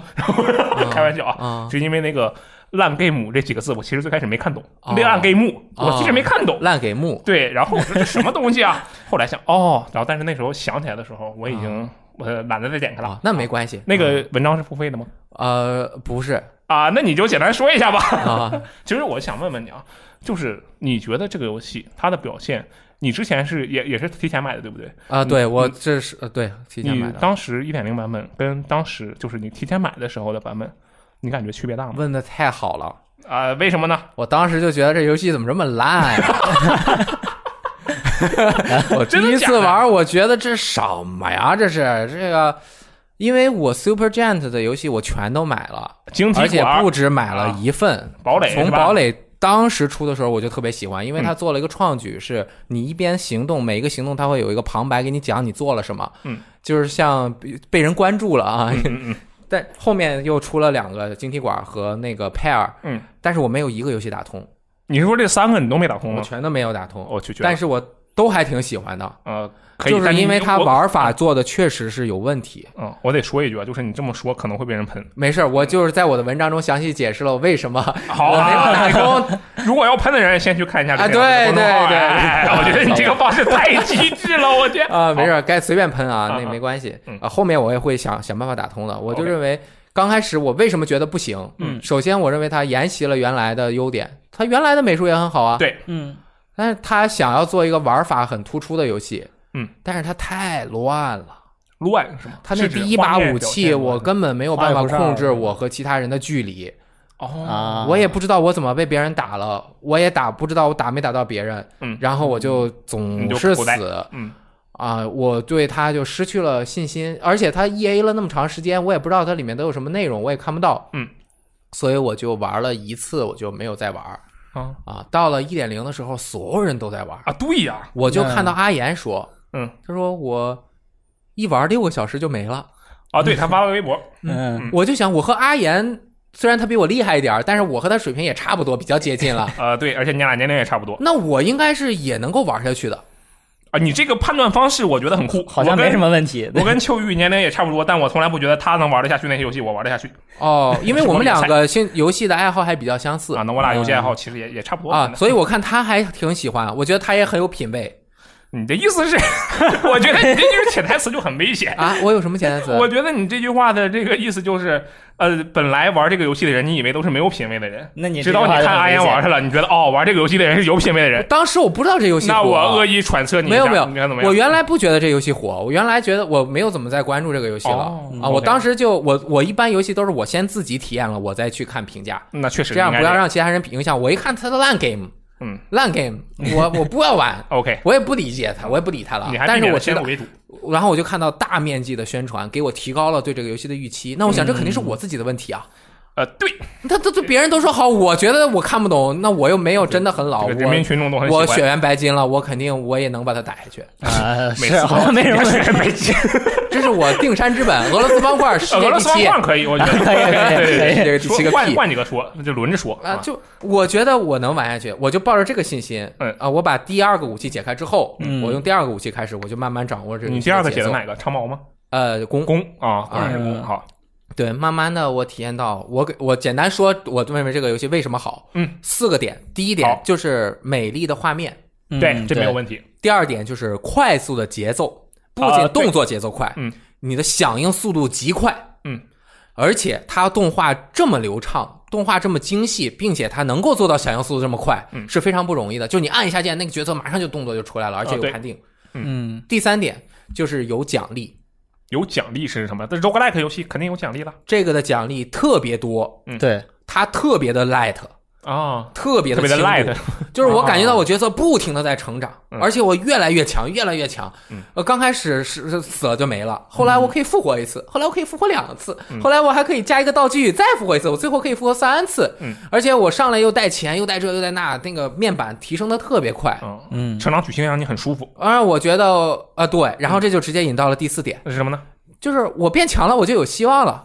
开玩笑啊，
啊，
就因为那个烂 game 这几个字，我其实最开始没看懂，
哦
烂 game 我其实
哦
没看懂。
烂给木，
对，然后我说这什么东西啊？后来想哦，然后但是那时候想起来的时候，我已
嗯
经呃懒得再点开了
啊。，那没关系。
那个文章是付费的吗？
呃，不是
啊，那你就简单说一下吧。
啊，
其实我想问问你啊，就是你觉得这个游戏它的表现，你之前是也也是提前买的对不对？
啊，对
嗯
我
嗯
这是呃对提前买
你
的。
当时一点零版本跟当时就是你提前买的时候的版本，你感觉区别大吗？
问的太好了，
啊、为什么呢？
我当时就觉得这游戏怎么这么烂 呀、我第
真的
一
假
次
的
玩，我觉得这什么呀？这是这个，因为我 Super Giant 的游戏我全都买了，
晶体
而且
管
不止买了
啊
一份，
堡垒
从
是吧嗯
堡垒当时出的时候，我就特别喜欢，因为它做了一个创举，是你一边行动，每一个行动它会有一个旁白给你讲你做了什么，
嗯，
就是像被被人关注了啊。
嗯嗯
但后面又出了两个晶体管和那个 pair，
嗯，
但是我没有一个游戏打通，
你是说这三个你都没打通
我
吗？
全都没有打通，
哦我去，
但
是
是我都还挺喜欢的，
呃，可以，
就是
但
因为它
我。
玩法做的确实是有问题。
嗯，我得说一句啊，就是你这么说可能会被人喷。
没事儿，我就是在我的文章中详细解释了我为什么
好
我没有
啊，
打通。
如果要喷的人，先去看一下这
啊
个公众号
对对
哎
对
我觉得你这个方式太机智了，我 天
啊，没事，儿，该随便喷啊，那
啊
没关系
嗯
啊。后面我也会想想办法打通的。我就
OK
认为刚开始我为什么觉得不行？
嗯
首先我认为它沿袭了原来的优点，它原来的美术也很好啊。
对
嗯，
但是它想要做一个玩法很突出的游戏，
嗯，
但是它太乱了。
乱是吗？
它那
是指
第一
画
把
面
武
表
器，
现乱
我根本没有办
画
法
面不上
控制我和其他人的距离，
哦，
啊，
我也不知道我怎么被别人打了，我也打不知道我打没打到别人，
嗯
然后我就
你
总
就是苦
死
待嗯，
啊、我对它就失去了信心，而且它 E A 了那么长时间，我也不知道它里面都有什么内容，我也看不到，
嗯，
所以我就玩了一次，我就没有再玩儿
啊
啊。到了一点零的时候，所有人都在玩儿，
啊，对呀，
我就看到阿岩说，
嗯，
他说我一玩六个小时就没了。
啊，对他发了微 博，。
嗯，
我就想，我和阿岩虽然他比我厉害一点儿，但是我和他水平也差不多，比较接近了
呃，对，而且你俩年龄也差不多
那我应该是也能够玩下去的。
啊，你这个判断方式我觉得很酷，
好像没什
么。
么问题。
我跟秋雨年龄也差不多，但我从来不觉得他能玩得下去那些游戏，我玩得下去
哦，因为我们两个兴游戏的爱好还比较相似
啊。那我俩游戏爱好其实也也差不多
嗯啊，所以我看他还挺喜欢，我觉得他也很有 品味
你的意思是， 我觉得你这句潜台词就很危 险。
啊。我有什么潜台词？
我觉得你这句话的这个意思就是，呃，本来玩这个游戏的人，你以为都是没有品位的人，
那你
直到你看阿岩玩
上，
去了，你觉得哦，玩这个游戏的人是有品位的人。
当时我不知道这游戏火，啊
那我恶意揣测你一
没有
下
没有
你觉得怎么样？
我原来不觉得这游戏火，我原来觉得我没有怎么在关注这个游戏了、
哦
啊。我
OK
当时就我我一般游戏都是我先自己体验了，我再去看评价，
那确实
这样
应该
不要
这
让其他人影响。我一看他的烂 game，
嗯，
烂 game，我我不要玩，
OK，
我也不理解它，我也不理它了
你。还
但
避
是
免
我
了
知
先
道
入，为主，
然后我就看到大面积的宣传，给我提高了对这个游戏的预期。那我想这肯
嗯
定是我自己的问题啊。
呃，对，
他他他别人都说好，我觉得我看不懂，那我又没有真的很老，
这个人民
我
群众都很喜
我
欢。
血缘白金了，我肯定我也能把它打下去。
啊，
每
是
次
好像没什么
血缘白金，
这是我定山之本，呃俄罗斯方块世
俄
界
罗
第
斯方
七。
块 可以，我觉得
可以可以
对对对
可以
这个第
说
七个
换
屁
换几个说，那就轮着说
啊，就我觉得我能玩下去，我就抱着这个信心，
嗯
啊，我把第二个武器解开之后，
嗯
我用第二个武器开始，我就慢慢掌握这个。
你第二个写的？哪个？长矛吗？
呃，弓
弓啊，当然是
嗯
弓。好，
对，慢慢的我体验到，我给我简单说，我认为这个游戏为什么好，
嗯，
四个点，第一点
好
就是美丽的画面，
嗯
对，这没有
对
问题。
第二点就是快速的节奏，不仅
啊对
动作节奏快，
嗯，
你的响应速度极快，
嗯，
而且它动画这么流畅，动画这么精细，并且它能够做到响应速度这么快，
嗯
是非常不容易的。就你按一下键，那个角色马上就动作就出来了，而且
啊
有
对
判定。
嗯，
第三点就是有奖励，
有奖励是什么？但是 roguelike 游戏肯定有奖励了
这个的奖励特别多，
嗯
对，
它特别的 light，
啊，
特别
特
的
别的 light，
就是我感觉到我角色不停的在成长，
啊嗯
而且我越来越强，越来越强。
嗯
呃，刚开始是是死了就没了，后来我可以复活一次，后来我可以复活两次，
嗯
后来我还可以加一个道具再复活一次，我最后可以复活三次。
嗯
而且我上来又带钱，又带这又带那，那个面板提升的特别快。
嗯，
嗯，
成长曲线让你很舒服。
而我觉得，呃，对，然后这就直接引到了第四点，
那是什么呢？
就是我变强了，我就有希望了。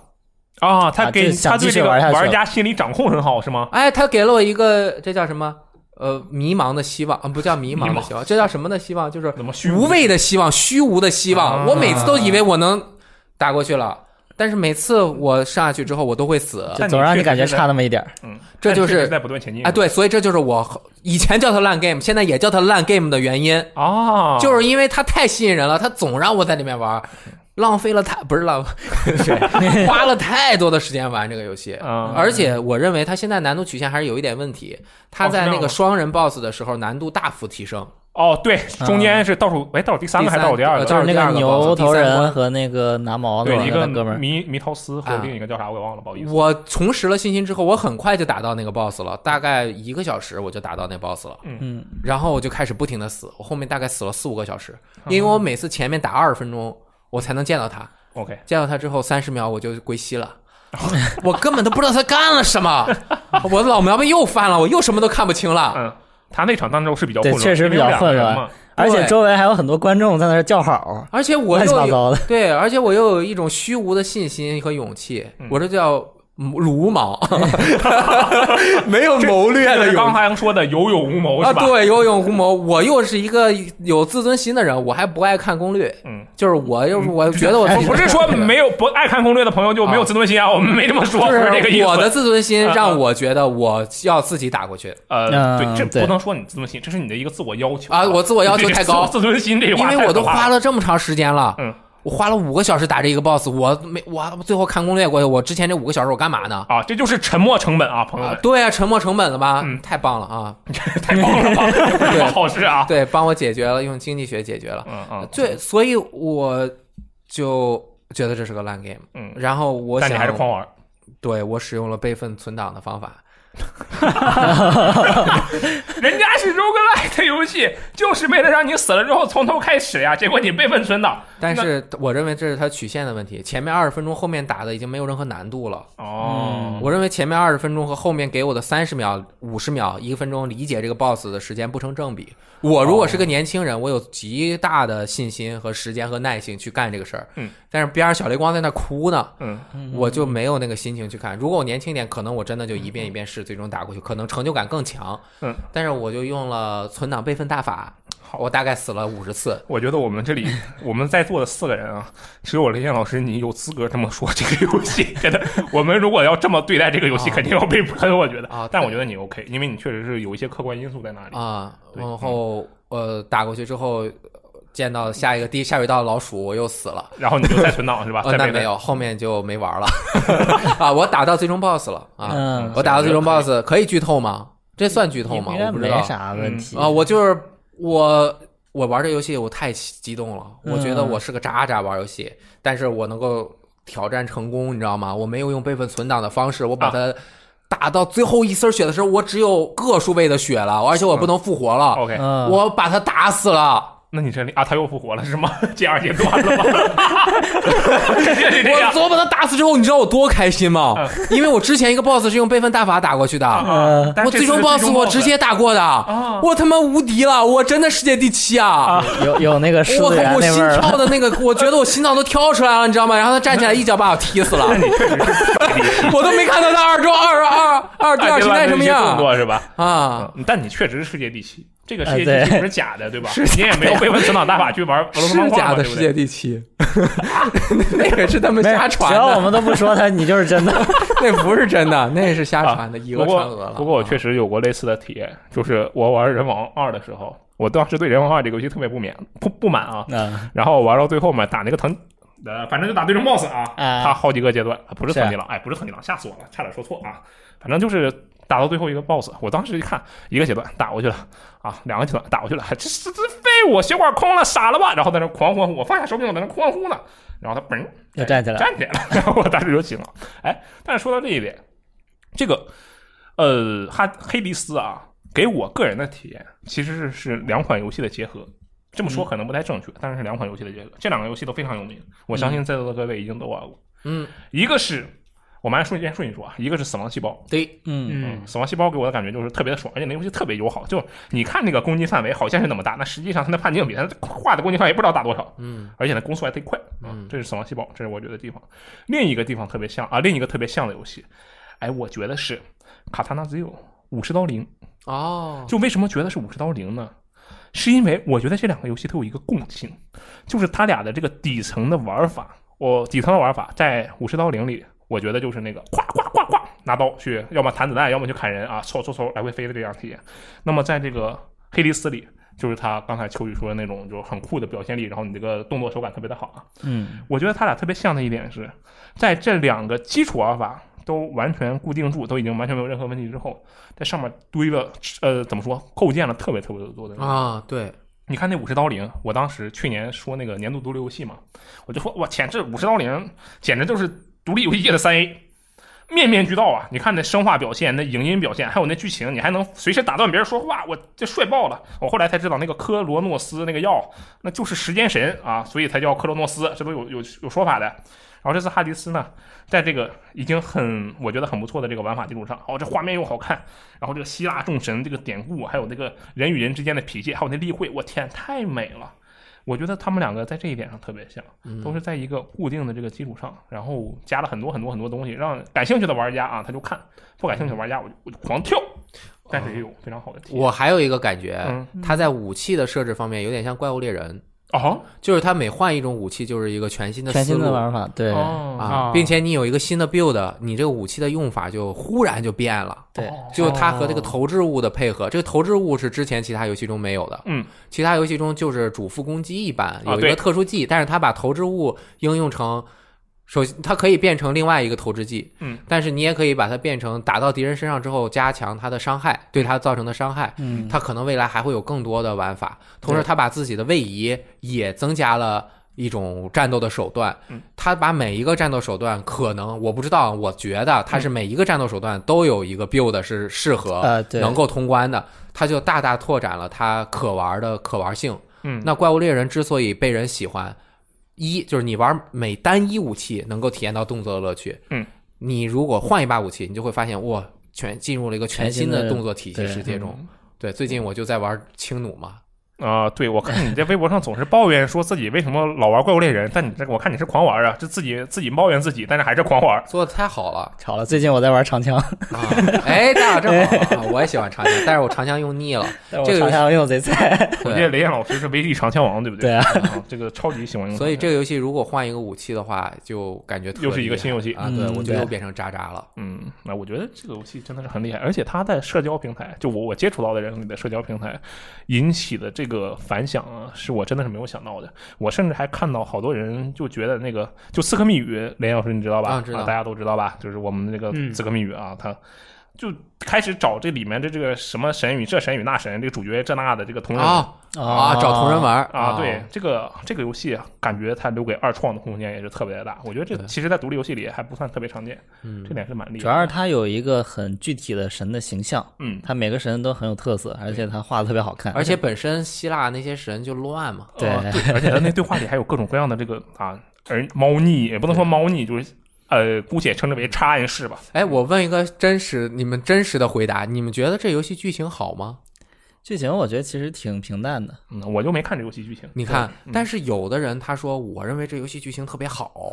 啊，他
啊
给
这想
他对
继续
这个
玩下去
玩
了
家心理掌控很好，是吗？
哎，他给了我一个，这叫什么？呃，迷茫的希望，啊，不叫迷茫
迷
的
茫
希望，这叫什么的希望？就是
怎么虚
无谓的希望，虚无的希望。
啊
我每次都以为我能打过去了，但是每次我上去之后，我都会死。
但
就
你
总让
确
你
实
感觉
是
差那么一点儿。
嗯，
这
但
就
确实
是
在不断前进
哎，对，所以这就是我以前叫它烂 game，现在也叫它烂 game 的原因，
啊，
就是因为它太吸引人了，它总让我在里面玩，浪费了太不 是浪，花了太多的时间玩这个游戏。
啊，
而且我认为它现在难度曲线还是有一点问题，它在那个双人 BOSS 的时候难度大幅提升。
哦，对，中间是倒数，哎，倒数第三个还是倒数第二
呃
个？
倒
就
数
是那
第二
个
个
牛头
第三
人
关
和那个拿毛的
对，一个
那哥们儿，嗯
迷迷陶斯和
啊
另一个叫啥我给忘了，不好意思。
我重拾了信心之后，我很快就打到那个 BOSS 了，大概一个小时我就打到那 BOSS 了，
嗯，
然后我就开始不停的死，我后面大概死了四五个小时，
嗯
因为我每次前面打二十分钟我才能见到他，
OK，
见到他之后三十秒我就归西了。 我根本都不知道他干了什 么，我的老毛病又犯了，我又什么都看不清了。
嗯，他那场当时是比较混
对
乱，
确实比较
因为有两个人
混乱
嘛。
而且
对
周围还有很多观众在那儿叫好，
而且我
乱七
又
八
有
糟的。
对，而且我又有一种虚无的信心和勇气，
嗯
我这叫鲁莽， 没有谋略
这
的
是刚
勇气。
才说的有勇无谋
啊，
是吧？
对，有勇无谋。我又是一个有自尊心的人，我还不爱看攻略，
嗯，
就是我又我觉得我自己
不是 说没有不爱看攻略的朋友就没有自尊心啊，我们没这么说，
就
不是这个意
是
思。
我的自尊心
啊啊
让我觉得我要自己打过去，
呃，
嗯
对，这
对
不能说你自尊心，这是你的一个自我要求
啊我自我要求
这个
太 高
自自尊心这句
因
话太可怕了，
为我都花了这么长时间了，
嗯，
我花了五个小时打这一个 boss，我没我最后看攻略过去，我之前这五个小时我干嘛呢？
啊，这就是沉没成本啊，朋友
啊
们，，
对啊，沉没成本了吧？
嗯
太棒了啊！
太棒了吧，不是什么好事啊。
对，帮我解决了，用经济学解决了。
嗯嗯，
对，所以我就觉得这是个烂 game。
嗯
然后我
但
想，
你还是狂玩，
对我使用了备份存档的方法。
人家是 roguelite 游戏，就是为了让你死了之后从头开始呀，结果你被问存档。
但是我认为这是它曲线的问题。前面二十分钟，后面打的已经没有任何难度了。
哦，
我认为前面二十分钟和后面给我的三十秒、五十秒、一个分钟理解这个 boss 的时间不成正比。我如果
哦
是个年轻人，我有极大的信心和时间和耐性去干这个事儿。
嗯，
但是边上小雷光在那哭呢，
嗯，
我就没有那个心情去看。如果我年轻一点，可能我真的就一遍一遍试，最终打过去，可能成就感更强。
嗯，
但是我就用了存档备份大法，我大概死了五十次。
我觉得我们这里我们在座的四个人啊，只有雷电老师你有资格这么说这个游 戏。真的，我们如果要这么对待这个游戏，
啊
肯定要被喷。我觉得
啊对
但我觉得你 OK，因为你确实是有一些客观因素在那里。
啊，
对嗯
然后呃打过去之后，见到下一个第下水道的老鼠，我又死了。
然后你就再存档是吧？
哦，
再
那
被
没有，后面就没玩了 啊！我打到最终 BOSS 了啊！
嗯，
我打到最终 BOSS 可以剧透吗？这算剧透吗？我
应该
不知
没
道
啥问题
啊！我就是我，我玩这游戏我太激动了，
嗯
我觉得我是个渣渣玩游戏，
啊
但是我能够挑战成功，你知道吗？我没有用备份存档的方式，我把它打到最后一丝血的时候，我只有个数位的血了，而且
嗯
我不能复活了，
OK，
嗯，
我把他打死了。
那你这里啊，他又复活了是吗？ 第二阶段 了吗？ 肯定是这
我
样。
昨把他打死之后，你知道我多开心吗
哎嗯？
因为我之前一个 boss 是用备份大法打过去的，
啊但
我
是这
最
次
终
是
boss 我直接打过的，
哦
我他妈无敌了，我真的世界第七啊！
有有那个狮
我
子
靠
园
我
那
心
味儿了。
跳的那个，我觉得我心脏都跳出来了，你知道吗？然后他站起来一脚把我 踢死了，我都没看到他二中二二二第
第
二形态什
动
么样
作是吧？
啊！
嗯，但你确实是世界第七，这个
哎
世界第七
对
不是假的，对吧？
是假
你也没有被问存档大法 去玩俄罗斯
是
方块
假
嘛，
的
对不
世界
对？
第七， 那个是他们
没
瞎
事，
传
只要我
的，
们都不说它，你就是真的。
那不是真的，那是瞎传的，以讹
啊不
传讹了啊
过。不过我确实有过类似的体验，就是我玩人王二的时候，我当时对人王二这个游戏特别不满不不满啊，
嗯，
然后玩到最后嘛，打那个藤。呃，反正就打对冲 BOSS 啊，
啊
他好几个阶段，啊不是
是
藤吉郎，哎，不是藤吉郎，吓死我了，差点说错啊。反正就是打到最后一个 BOSS，我当时一看，一个阶段打过去了啊，两个阶段打过去了，这这这废物，血管空了，傻了吧？然后在那狂欢呼，我放下手柄，我在那狂欢呼呢，然后他嘣、
又站起来了。
站起来了， 然后我当时就醒了。哎，但是说到这一点，这个呃，哈黑迪斯啊，给我个人的体验其实是是两款游戏的结合。这么
嗯
说可能不太正确，但是是两款游戏的结合，这两个游戏都非常有名，
嗯
我相信在座的各位已经都玩过。
嗯，
一个是我们按顺序按顺序说啊，一个是死亡细胞，
对，
嗯，
嗯，死亡细胞给我的感觉就是特别的爽，而且那游戏特别友好。就是你看那个攻击范围好像是那么大，那实际上它的判定比它画的攻击范围不知道大多少。
嗯，
而且呢，攻速还忒快啊！这是死亡细胞，这是我觉得地方。另一个地方特别像啊，另一个特别像的游戏，哎，我觉得是《卡塔纳 Zero》武士刀零。
哦，
就为什么觉得是武士刀零呢？是因为我觉得这两个游戏都有一个共性，就是它俩的这个底层的玩法。我底层的玩法在武士刀零里，我觉得就是那个咵咵咵咵拿刀去，要么弹子弹，要么去砍人啊，嗖嗖嗖来回飞的这样体验。那么在这个黑迪斯里，就是他刚才秋雨说的那种，就是很酷的表现力，然后你这个动作手感特别的好啊。
嗯，
我觉得他俩特别像的一点是，在这两个基础玩法都完全固定住，都已经完全没有任何问题之后，在上面堆了呃怎么说，构建了特别特别多的东西
啊，对，
你看那五十刀零，我当时去年说那个年度独立游戏嘛，我就说我天，这五十刀零简直就是独立游戏界的三 A，面面俱到啊！你看那声画表现、那影音表现，还有那剧情，你还能随时打断别人说话，我这帅爆了！我后来才知道那个科罗诺斯那个药，那就是时间神啊，所以才叫克罗诺斯，这都有有有说法的。然后这次哈迪斯呢，在这个已经很我觉得很不错的这个玩法基础上，哦，这画面又好看，然后这个希腊众神这个典故，还有那个人与人之间的脾气，还有那例会，我天，太美了！我觉得他们两个在这一点上特别像，
嗯
都是在一个固定的这个基础上，然后加了很多很多很多东西，让感兴趣的玩家啊他就看，不感兴趣的玩家我就我就狂跳，但是也有非常好的体验。
我还有一个感觉
嗯，
它在武器的设置方面有点像怪物猎人，
哦
就是它每换一种武器就是一个全新的
全
思
新的
路
玩法，对，
哦
啊
啊，
并且你有一个新的 build，你这个武器的用法就忽然就变了。
对
哦
就它和这个投掷物的配合，这个投掷物是之前其他游戏中没有的。
嗯，啊
其他游戏中就是主副攻击一般有一
对
个特殊技，但是它把投掷物应用成，首先它可以变成另外一个投掷技，
嗯，
但是你也可以把它变成打到敌人身上之后加强它的伤害，对它造成的伤害。
嗯，
它可能未来还会有更多的玩法，同时它把自己的位移也增加了。一种战斗的手段
嗯，
它把每一个战斗手段可能我不知道，我觉得它是
嗯
每一个战斗手段都有一个 build 是适合
呃对
能够通关的，它就大大拓展了它可玩的可玩性。
嗯，
那怪物猎人之所以被人喜欢，一就是你玩每单一武器能够体验到动作的乐趣。
嗯，
你如果换一把武器，你就会发现哇，全进入了一个全新
全新
的
的
动作体系
对
世界中。
嗯
对，最近我就在玩轻弩嘛，
啊、对，我看你在微博上总是抱怨说自己为什么老玩怪物猎人，但你这个我看你是狂玩啊，这自己自己抱怨自己，但是还是狂玩。
做的太好了
巧了，最近我在玩长枪，
啊！哎，大家正好、啊，我也喜欢长枪，但是我长枪用 腻了。
但
这 个游
我长
戏
枪用贼菜，
我记得
对，
雷燕老师是 VG 长枪王，对不
对
对？
啊，
啊，这个超级喜欢用长枪。
所以这个游戏如果换一个武器的话，就感觉特别
嗯又是一个新游戏
啊！对，
嗯
我就
对
又变成渣渣了。
嗯，那我觉得这个游戏真的是很厉害，而且它在社交平台，就我我接触到的人里的社交平台引起的这个反响啊，是我真的是没有想到的。我甚至还看到好多人就觉得那个就《刺客密语》，雷老师你知道吧？
啊知道
大家都知道吧？就是我们那个
嗯
《刺客密语》啊，它就开始找这里面的这个什么神与这神与那神，这个主角这那的这个同人
啊
哦
啊，找同人玩儿
啊，对，这个这个游戏啊，感觉它留给二创的空间也是特别的大。我觉得这
对
其实，在独立游戏里还不算特别常见，
嗯
这点是蛮厉害的。
主要是它有一个很具体的神的形象，
嗯，
它每个神都很有特色，而且它画的特别好看，
而且哦本身希腊那些神就乱嘛，
对
呃 而且它那对话里还有各种各样的这个啊，而猫腻也不能说猫腻，就是呃，姑且称之为插暗示吧。
哎，我问一个真实，你们真实的回答，你们觉得这游戏剧情好吗？
剧情我觉得其实挺平淡的，
嗯，我就没看这游戏剧情。
你看，
嗯
但是有的人他说，我认为这游戏剧情特别好，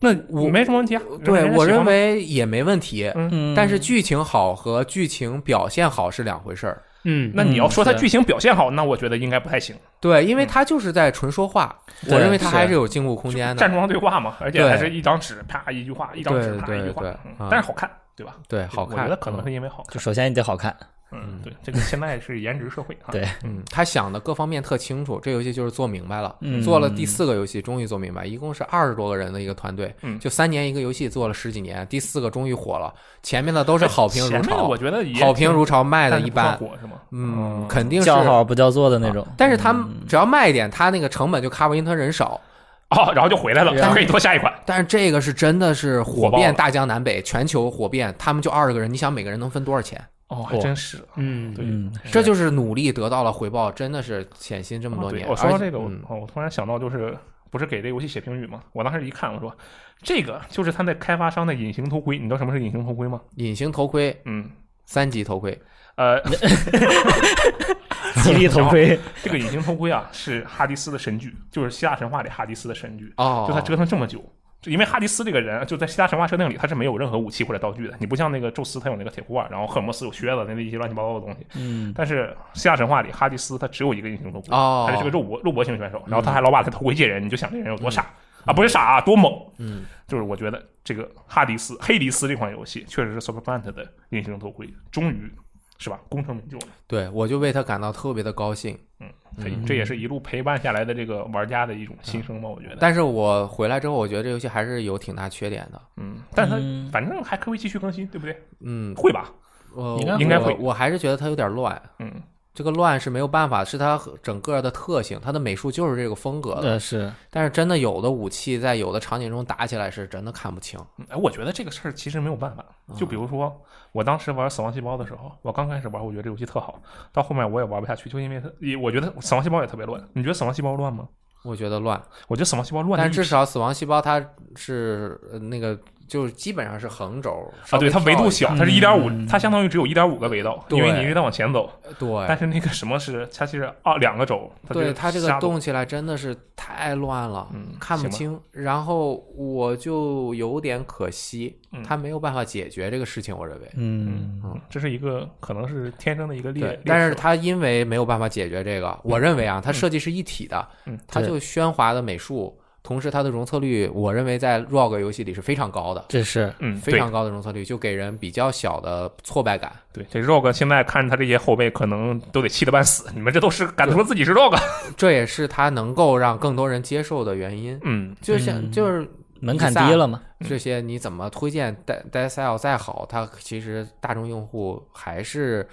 那
我
没什么问题啊。
对
人家
我
喜欢
认
吗
为也没问题。
嗯，
但是剧情好和剧情表现好是两回事儿，
嗯，
那你要说它
嗯是
剧情表现好，那我觉得应该不太行。
对，因为
嗯
他就是在纯说话，我
对
认为他
是
还是有进步空间
站
的。
桩对话嘛，而且
对
还是一张纸，啪一句话，一张纸
对
啪一句
对
话
对，
嗯
啊
但是好看，对吧？
对，好
我
看。
觉得可能是
嗯
因为好看
就。首先你得好看，
嗯，对，这个现在是颜值社会啊。
对
嗯，他想的各方面特清楚，这游戏就是做明白了。
嗯
做了第四个游戏，终于做明白，一共是二十多个人的一个团队，
嗯
就三年一个游戏做了十几年，第四个终于火了。前面的都是好评 如
前面的
潮
我，觉得也
好评如潮，卖的
但
一
是不算
般，
火是吗？
嗯，肯定是
叫好不叫座的那种
啊。但是他
嗯
只要卖一点，他那个成本就 cover 因为他人少。
哦，然后就回来了，
然
啊
后
就可以做下一款。
但是这个是真的是火
火爆
遍
了
大江南北，全球火遍，他们就二十个人，你想每个人能分多少钱？
哦，还真是。
嗯，
对
嗯，
这就是努力得到了回报，真的是潜心这么
哎哦
多
对
年。
我说
而
到
且
这个，我
嗯
哦我突然想到，就是不是给这游戏写评语吗？我当时一看，我说这个就是他那开发商的隐形头盔。你知道什么是隐形头盔吗？
隐形头盔、
嗯，
三级头盔，
呃，
啊
吉利头 盔，
这个隐形头盔啊，是哈迪斯的神剧，就是希腊神话里哈迪斯的神剧。
哦，
就他折腾这么久，就因为哈迪斯这个人，啊就在希腊神话设定里，他是没有任何武器或者道具的。你不像那个宙斯，他有那个铁箍啊，然后赫尔墨斯有靴子，那那一些乱七八糟的东西。
嗯，
但是希腊神话里，哈迪斯他只有一个隐形头盔，
哦，嗯
他就是个肉搏肉搏型选手，然后他还老把他头盔借人，你就想这人有多傻啊？不是傻啊，多猛！
嗯，
就是我觉得这个哈迪斯、黑迪斯这款游戏确实是 Super Plant 的隐形头盔，终于是吧，功成名就了。
对我就为他感到特别的高兴。
所以这也是一路陪伴下来的这个玩家的一种心声吧，我觉得。
但是我回来之后，我觉得这游戏还是有挺大缺点的。
嗯，但他
嗯
反正还可以继续更新，对不对？
嗯，
会吧？
我
应该
应该会
我我还是觉得它有点乱。
嗯，
这个乱是没有办法，是它整个的特性，它的美术就是这个风
嗯
格的。
呃是，
但是真的有的武器在有的场景中打起来是真的看不清。
嗯哎，我觉得这个事儿其实没有办法。
嗯
就比如说，我当时玩《死亡细胞》的时候，我刚开始玩，我觉得这游戏特好，到后面我也玩不下去，就因为它，也我觉得《死亡细胞》也特别乱。你觉得《死亡细胞》乱吗？
我觉得乱，
我觉得《死亡细胞》乱
但
的
是至少死亡细胞它是呃那个就是基本上是横轴
啊，对它维度，小，它是一点五，
嗯
它相当于只有一点五个维度，
对
因为你一直在往前走。
稍微高一
但
点
是那个什么是它其实啊两个轴，它
对对它
它
这个动起来真的是太乱了，
嗯
看不
行吧
清。然后我就有点可惜，
嗯
它没有办法解决这个事情，我认为。
嗯，
嗯，这是一个可能是天生的一个劣
对，，
劣
但
势
是
吧
它因为没有办法解决这个，我认为啊，它设计是一体的，
嗯
它就喧哗的美术，同时它的容错率，我认为在 ROG 游戏里是非常高的，
这是
嗯
非常高的容错率，就给人比较小的挫败感。
对对，这 ROG 现在看他这些后辈可能都得气得半死，你们这都是敢说自己是 ROG，
这也是它能够让更多人接受的原因。
嗯，
就像
嗯
就是
门槛低了嘛，
这些，你怎么推荐 d d s l 再好，它其实大众用户还是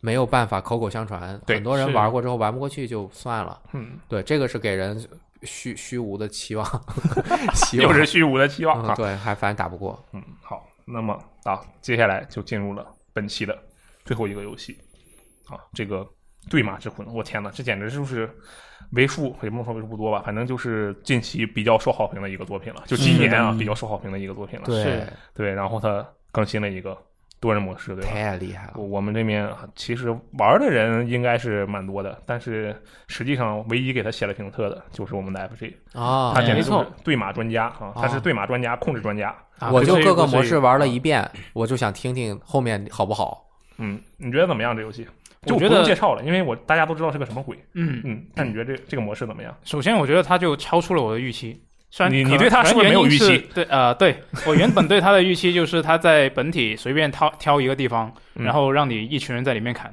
没有办法口口相传。
对
很多人
是
玩过之后玩不过去就算了。
嗯，
对，这个是给人虚虚无的期望， 期
嗯又
望。
是虚无的期望
嗯
啊。
对，还反正打不过。
嗯，好，那么啊，接下来就进入了本期的最后一个游戏啊，这个《对马之魂》，我天呐，这简直就是为数也不能说为数不多吧，反正就是近期比较受好评的一个作品了，就今年啊
嗯
比较受好评的一个作品了。
对，
对，然后它更新了一个多人模式，对吧？
太厉害了。
我我们这边啊其实玩的人应该是蛮多的，但是实际上唯一给他写了评测的就是我们的 FG，
啊，
他简
没
直就
错
是，对马专家啊，他是对马专家、控制专家。啊
我就
这
各个
这啊
模式玩了一遍，我就想听听后面好不好。
嗯，你觉得怎么样？这游戏
我
就不
觉
用
得
介绍了，因为我大家都知道是个什么鬼。
嗯，
嗯，但你觉得这这个模式怎么样？
首先我觉得他就超出了我的预期。虽然
你
可
你对他是不是没有预期？
原因对，呃，对我原本对他的预期就是他在本体随便挑挑一个地方，
嗯
然后让你一群人在里面砍。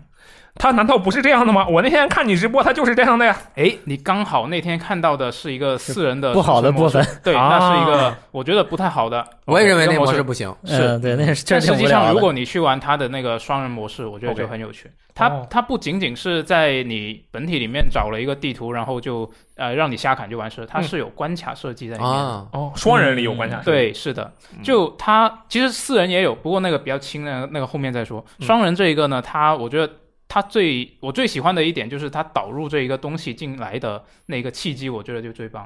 他难道不是这样的吗？我那天看你直播，他就是这样的呀。
哎，你刚好那天看到的是一个四人的
不好的
生存模式
部，
对，
啊
那是一个我觉得不太好的。
我也认为
这
那
哦个模
模式不行。
是嗯
呃，对，那是确
但
实
实
挺
际
无聊
上，如
的。
果你去玩它的那个双人模式，我觉得
OK
就很有趣。它
哦
它不仅仅是在你本体里面找了一个地图，然后就呃让你下砍就完事了，它
嗯
是有关卡设计在里面的。
啊，
哦，双人里有关卡、是吧，
嗯对，是的，
嗯
就它其实四人也有，不过那个比较轻，那个那个后面再说。
嗯
双人这一个呢，它我觉得它最我最喜欢的一点就是它导入这一个东西进来的那个契机，我觉得就最棒。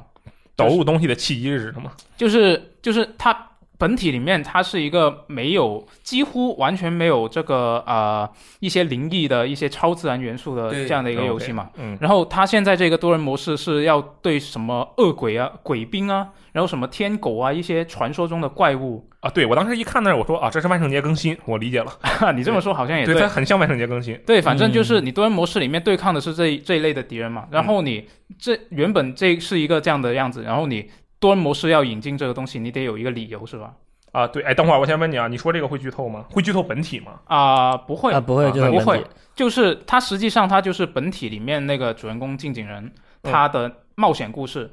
导入东西的契机是什么？
就是就是它本体里面它是一个没有几乎完全没有这个呃一些灵异的一些超自然元素的
对
这样的一个游戏嘛。
嗯，
然后它现在这个多人模式是要对什么恶鬼啊、鬼兵啊，然后什么天狗啊一些传说中的怪物，
啊，对我当时一看那儿，我说啊，这是万圣节更新，我理解了，
你这么说好像也
对，它嗯很像万圣节更新，
对，反正就是你多人模式里面对抗的是这一这一类的敌人嘛，然
嗯
后你这原本这是一个这样的样子，然后你多人模式要引进这个东西，你得有一个理由是吧？
啊，对，哎，等会儿我先问你啊，你说这个会剧透吗？会剧透本体吗？
啊、不会，
啊，不会，
啊
就是
不
问
会
题，
就是它实际上它就是本体里面那个主人公近景人
嗯
他的冒险故事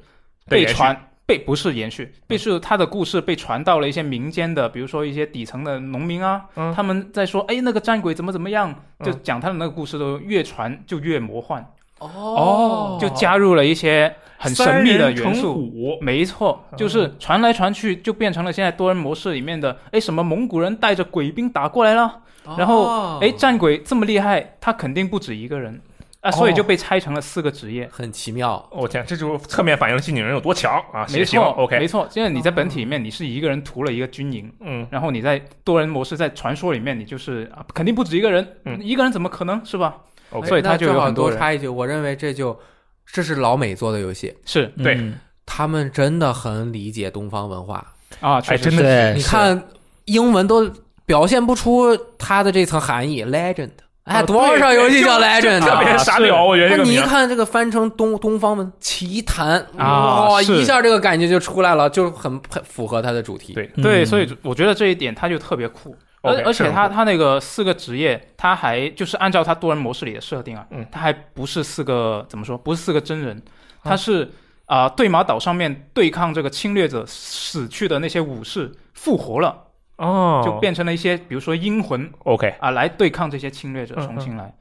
被
被
延续
传被不是延
嗯
续，被是他的故事被传到了一些民间的，比如说一些底层的农民啊，
嗯
他们在说哎那个战鬼怎么怎么样，就
嗯
讲他的那个故事都越传就越魔幻，
哦
就加入了一些很神秘的元
三人成
素。
虎
没错，
嗯
就是传来传去，就变成了现在多人模式里面的，哎，什么蒙古人带着鬼兵打过来了，
哦
然
哦
后哎，战鬼这么厉害，他肯定不止一个人啊，
哦
所以就被拆成了四个职
啊
业。
很奇妙，
我、哦天，这就侧面反映了近景人有多强啊！
没
血腥
错
，OK，
没错。现在你在本体里面，你是一个人屠了一个军营，
嗯，
然后你在多人模式，在传说里面，你就是啊，肯定不止一个人，
嗯
一个人怎么可能是吧？
OK
所以
哎那
他就
正
有
好
很多
多
人
插一句，我认为这就这是老美做的游戏，
是
对
嗯
他们真的很理解东方文化。
啊，确
哎，
实
真的
是。
是
对，
你看英文都表现不出它的这层含义，legend。哎，
啊
哦对
多少游戏叫
就
legend
特别
呢？
傻屌，
是
我觉得
那
这个
你一
名
看这个翻成东东方文奇谭
啊
哇
是
一下这个感觉就出来了，就很很符合它的主题。
对
对，
嗯
所以我觉得这一点他就特别酷。而
OK，
而且
是
他
酷
他那个四个职业，他还就是按照他多人模式里的设定啊，
嗯
他还不是四个怎么说，不是四个真人，他是啊、对马岛上面对抗这个侵略者死去的那些武士复活了，
哦，
就变成了一些比如说阴魂
OK，
啊来对抗这些侵略者
嗯
重新来。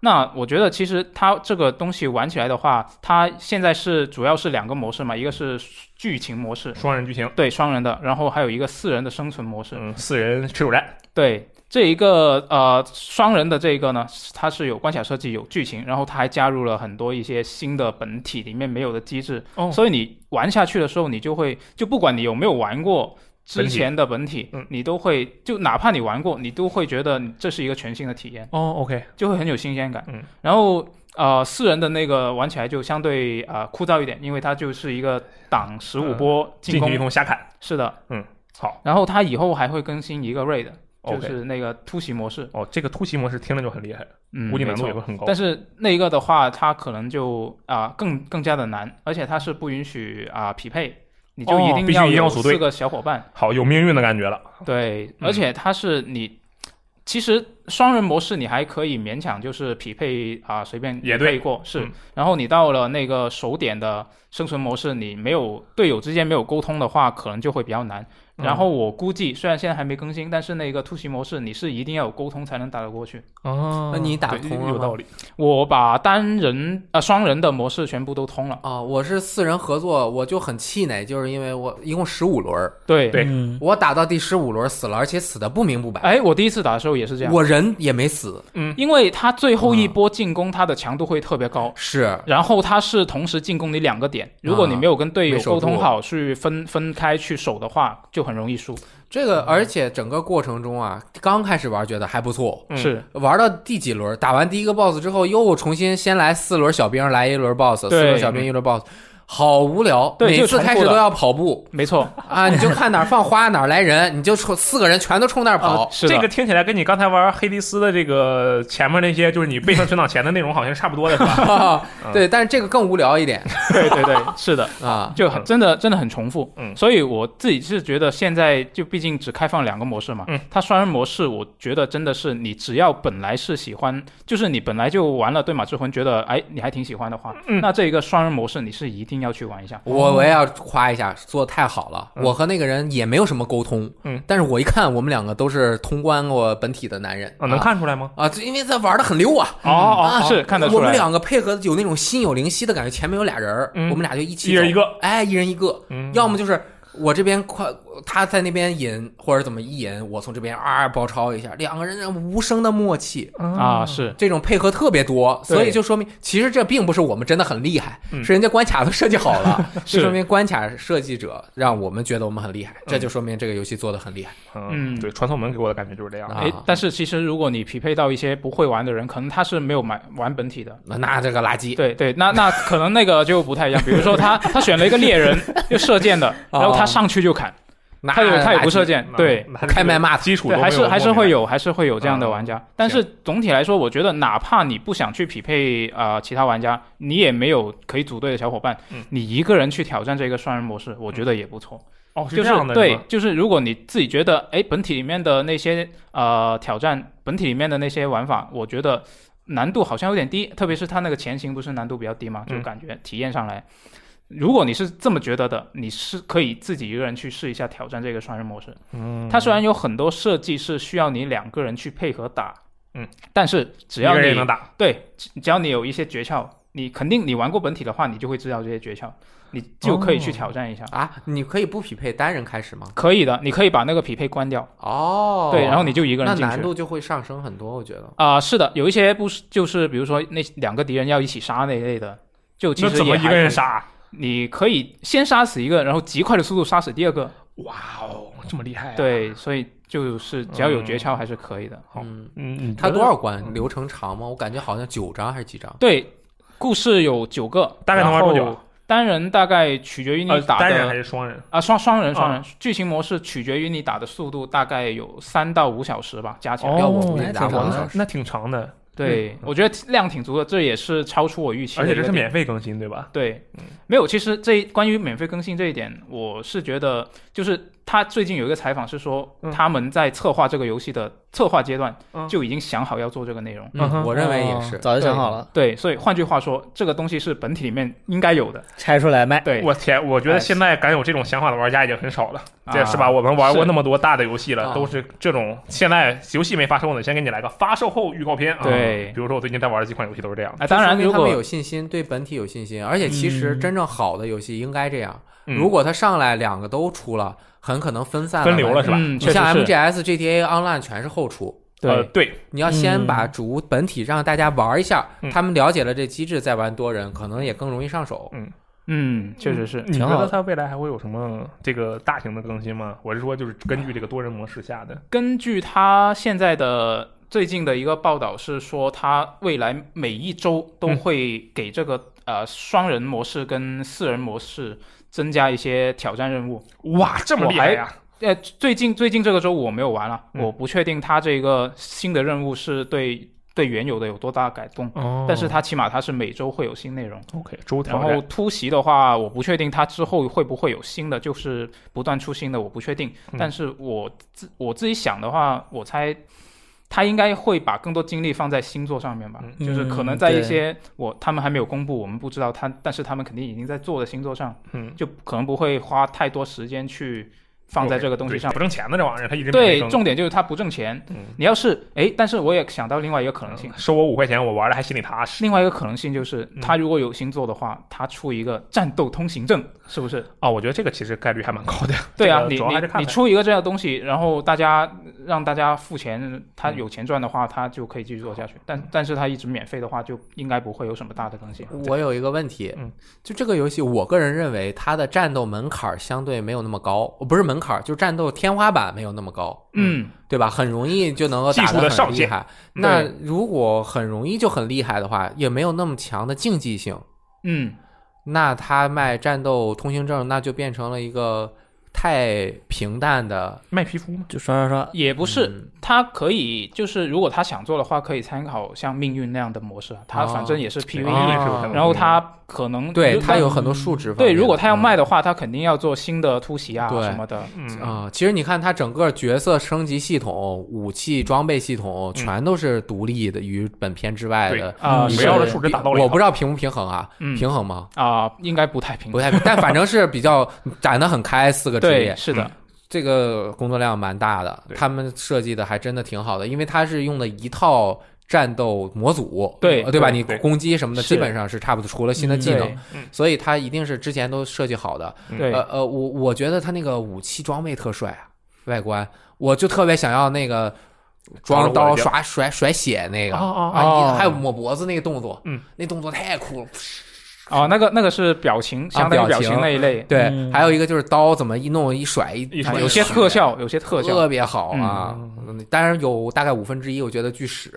那我觉得其实它这个东西玩起来的话，它现在是主要是两个模式嘛，一个是剧情模式，
双人剧情，
对双人的，然后还有一个四人的生存模式。
嗯，四人持久战，
对，这一个呃双人的这一个呢，是它是有关卡设计、有剧情，然后它还加入了很多一些新的本体里面没有的机制，
哦
所以你玩下去的时候，你就会就不管你有没有玩过。之前的本体，
本体嗯
你都会就哪怕你玩过，你都会觉得你这是一个全新的体验，
哦，OK，
就会很有新鲜感。
嗯，
然后呃，四人的那个玩起来就相对呃枯燥一点，因为它就是一个挡十五波进
进
攻
去一通瞎砍，
是的，
嗯，好。
然后它以后还会更新一个 raid，就
OK
是那个突袭模式，
哦，这个突袭模式听着就很厉害，
嗯，
估计难
没
度
错
也会很高。
但是那一个的话，它可能就啊、更更加的难，而且它是不允许啊、匹配，你就
哦
一
必
定
须
要
一定要
有
组队
四个小伙伴，
好，有命运的感觉了。
对，
嗯
而且它是你。其实双人模式你还可以勉强就是匹配啊、随便
也
匹
对
配过是
嗯，
然后你到了那个首点的生存模式，你没有队友之间没有沟通的话，可能就会比较难。
嗯
然后我估计虽然现在还没更新，但是那个突袭模式你是一定要有沟通才能打得过去。
哦
那你打通了
有
吗
道理。
我把单人啊、呃双人的模式全部都通了。
啊，我是四人合作，我就很气馁，就是因为我一共十五轮儿，
对
对
嗯
我打到第十五轮死了，而且死的不明不白，
哎，我第一次打的时候也是这样，
我人也没死，
嗯，
因为它最后一波进攻它的强度会特别高。
是
然后它是同时进攻你两个点，
啊
如果你没有跟队友
没守住
沟通好，去分分开去守的话，就很容易输。
这个，而且整个过程中啊，刚开始玩觉得还不错，
嗯
是，
玩到第几轮，打完第一个 boss 之后，又重新先来四轮小兵，来一轮 boss，四
对
轮小兵一轮 boss，好无聊，
对
每
就
次
重复
开始
的
都要跑步
没错，
啊，你就看哪儿放花哪儿来人，你就冲四个人全都冲那儿跑。
啊是的
这个听起来跟你刚才玩黑迪斯的这个前面那些，就是你背上存档前的内容，好像是差不多的，是 吧？
啊 嗯
对，但是这个更无聊一点
对对对，是的，
啊。
就很
嗯
真的真的很重复。
嗯
所以我自己是觉得现在就毕竟只开放两个模式嘛，
嗯
它双人模式我觉得真的是你只要本来是喜欢，就是你本来就玩了《对马之魂》，觉得哎你还挺喜欢的话，
嗯
那这一个双人模式你是一定要去玩一下。
我我也要夸一下，做的太好了。
嗯
我和那个人也没有什么沟通，
嗯，
但是我一看，我们两个都是通关过本体的男人，
啊，能看出来吗？
啊，就因为他玩的很溜啊，
哦哦，
啊
是看得出
我
来
们两个配合有那种心有灵犀的感觉，前面有俩人儿，
嗯
我们俩就一起
一人一
走，
个，
哎，一人一个，
嗯，
要么就是我这边快，他在那边引或者怎么一引，我从这边啊包抄一下，两个人无声的默契，
哦
啊，是
这种配合特别多，
对
所以就说明其实这并不是我们真的很厉害，
嗯
是人家关卡都设计好 了，
是
就说明关卡设计者让我们觉得我们很厉害，这就说明这个游戏做的很厉害。
嗯，
嗯
对，传送门给我的感觉就是这样。
啊
哎，但是其实如果你匹配到一些不会玩的人，可能他是没有买玩本体的。
那那这个垃圾，
对对，那那可能那个就不太一样。比如说他他选了一个 猎人，就射箭的，然后他上去就砍，
那
他也他
啊
也不射
垃圾
箭，对，
那，那
开麦骂他
基础
对，
都
还
没
是
有
还是
摸明
会
白
有还是会有这样的玩家，
嗯
但是总体来说，我觉得哪怕你不想去匹配呃其他玩家，你也没有可以组队的小伙伴，
嗯
你一个人去挑战这个双人模式，我觉得也不错。
哦，是
就
这样的，
对
吧，
就是如果你自己觉得哎本体里面的那些呃挑战，本体里面的那些玩法，我觉得难度好像有点低，特别是它那个前行不是难度比较低嘛，就
嗯
感觉体验上来。如果你是这么觉得的，你是可以自己一个人去试一下挑战这个双人模式。
嗯，
它虽然有很多设计是需要你两个人去配合打，
嗯，
但是
只
只要你
能打，
对，只只要你有一些诀窍，你肯定你玩过本体的话，你就会知道这些诀窍，你就可以去
哦
挑战一下。
啊！你可以不匹配单人开始吗？
可以的，你可以把那个匹配关掉，
哦，
对，然后你就一个
那
人进
难
去。
度就会上升很多，我觉得。
啊、是的，有一些不是就是比如说那两个敌人要一起杀那一类的，就其
那
实
怎么
也
一
还
个人
可以？
杀？
你可以先杀死一个，然后极快的速度杀死第二个。
哇哦，这么厉害啊！
对，所以就是只要有诀窍还是可以的。
好
嗯，
嗯，嗯，
它多少关？
嗯
流程长吗？我感觉好像九章还是几章？
对，故事有九个，
大概能玩多久
然后单人大概取决于
呃
你打
单人
的、
还是双人？
啊双双人
啊
双人、剧情模式取决于你打的速度，大概有三到五小时吧，加起来。
哦
要我们
那
也
挺
打
长
不
的
哇
了多
那
少时
那挺长的，
对、我觉得量挺足的，这也是超出我预期的
而
一个
且
点。
这是免费更新，对吧？
对
嗯，
没有。其实这关于免费更新这一点，我是觉得，就是他最近有一个采访是说，
嗯
他们在策划这个游戏的策划阶段
嗯
就已经想好要做这个内容。
嗯哼
嗯，我认为也是
哦。早就想好了，
对，所以换句话说，这个东西是本体里面应该有的。
拆出来卖。
对，
我天，我觉得
哎
现在敢有这种想法的玩家已经很少了，
啊
这是吧？我们玩过
是
那么多大的游戏了，
啊
都是这种。现在游戏没发售呢，先给你来个发售后预告片啊。
对
比如说我最近在玩的几款游戏都是这样的。
啊，当然
就说明
如
他们
果
有信心，对本体有信心，而且其实
嗯
真正好的游戏应该这样。
嗯
如果它上来两个都出了，很可能分散
分流了是吧
嗯，
你
确实
像
是
MGS、GTA Online 全是后出，
呃，
对。
对，
你要先
嗯
把主本体让大家玩一下，
嗯
他们了解了这机制再玩多人，可能也更容易上手。
嗯，确实是
你觉
挺好
得
的
它未来还会有什么这个大型的更新吗？我是说，就是根据这个多人模式下的。
根据他现在的最近的一个报道是说，他未来每一周
嗯
都会给这个、呃双人模式跟四人模式增加一些挑战任务。
哇，这么厉害呀！
呃，最近最近这个周我没有玩了，
嗯
我不确定他这个新的任务是对对原有的有多大改动，
哦
但是它起码它是每周会有新内容。
OK 周
然
挑
后
战
突袭的话，我不确定它之后会不会有新的，就是不断出新的，我不确定
嗯。
但是我自我自己想的话，我猜他应该会把更多精力放在星座上面吧，
嗯
就是可能在一些我他们还没有公布，我们不知道他，但是他们肯定已经在做的星座上，
嗯，
就可能不会花太多时间去放在这个东西
对
上
不。挣钱的这玩意儿，它一直
对
没，挣
重点就是它不挣钱
嗯。
你要是哎，但是我也想到另外一个可能性，
收我五块钱，我玩的还心里踏实
另外一个可能性就是
嗯，
他如果有星座的话，他出一个战斗通行证，是不是？
啊。我觉得这个其实概率还蛮高的。
对啊
这，个
你
主要还是
你
看
你
呗
出一个这样的东西，然后大家让大家付钱，他有钱赚的话，他就可以继续做下去。但但是他一直免费的话，就应该不会有什么大的更新。
我有一个问题
嗯，
就这个游戏，我个人认为它的战斗门槛相对没有那么高，哦不是门槛，就是战斗天花板没有那么高，
嗯，
对吧？很容易就能够打
技术
得
的
很
上
厉
限
害。
嗯
那如果很容易就很厉害的话，也没有那么强的竞技性。
嗯，
那他卖战斗通行证，那就变成了一个太平淡的，
卖皮肤吗？
就刷刷刷，
也不是，
嗯
他可以就是如果他想做的话，可以参考像命运那样的模式，他
哦
反正也是 PVE，、
命运
啊
是嗯不是
然后他可能
对
就
他有很多数值方面
嗯
嗯
对，
的。
如果他要卖
的
的话，他肯定要做新的突袭啊
对
什么的。
嗯
啊、其实你看他整个角色升级系统、武器装备系统，
嗯
全都是独立的于本片之外的。
啊，
嗯
是
围绕着数值打到了一
我不知
道
道平不平衡啊，
嗯
平衡吗？
啊、应该不太平
不太，但反正是比较嗯展得很开，四个职业
对，。是的，
这个工作量蛮大的，
对
他们设计的还真的挺好的，因为它是用的一套战斗模组，
对
呃对吧？
对
你
对
攻击什么的
是
基本上是差不多，除了新的技能
对，
所以它一定是之前都设计好的。
嗯
对、
呃呃，我我觉得它那个武器装备特帅啊，外观，我就特别想要那个。装
装着
刀
我的
耍甩甩血那个
哦哦
啊，
哦
还有抹脖子那个动作，
嗯，
那动作太酷了。
哦，那个那个是表情，相当于
表
表
情
情那一类。啊
对，
嗯
还有一个就是刀怎么一弄一甩一，
一甩
哎
有些
血
特效，有些特效
特别好啊。
嗯
当然有大概五分之一，我觉得 巨屎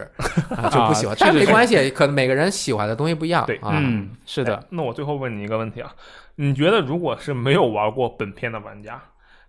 啊就不喜欢，
确
但
实
没
是
关系，可能每个人喜欢的东西不一样。
对
啊，
嗯，是的
哎，那我最后问你一个问题啊，你觉得如果是没有玩过本片的玩家，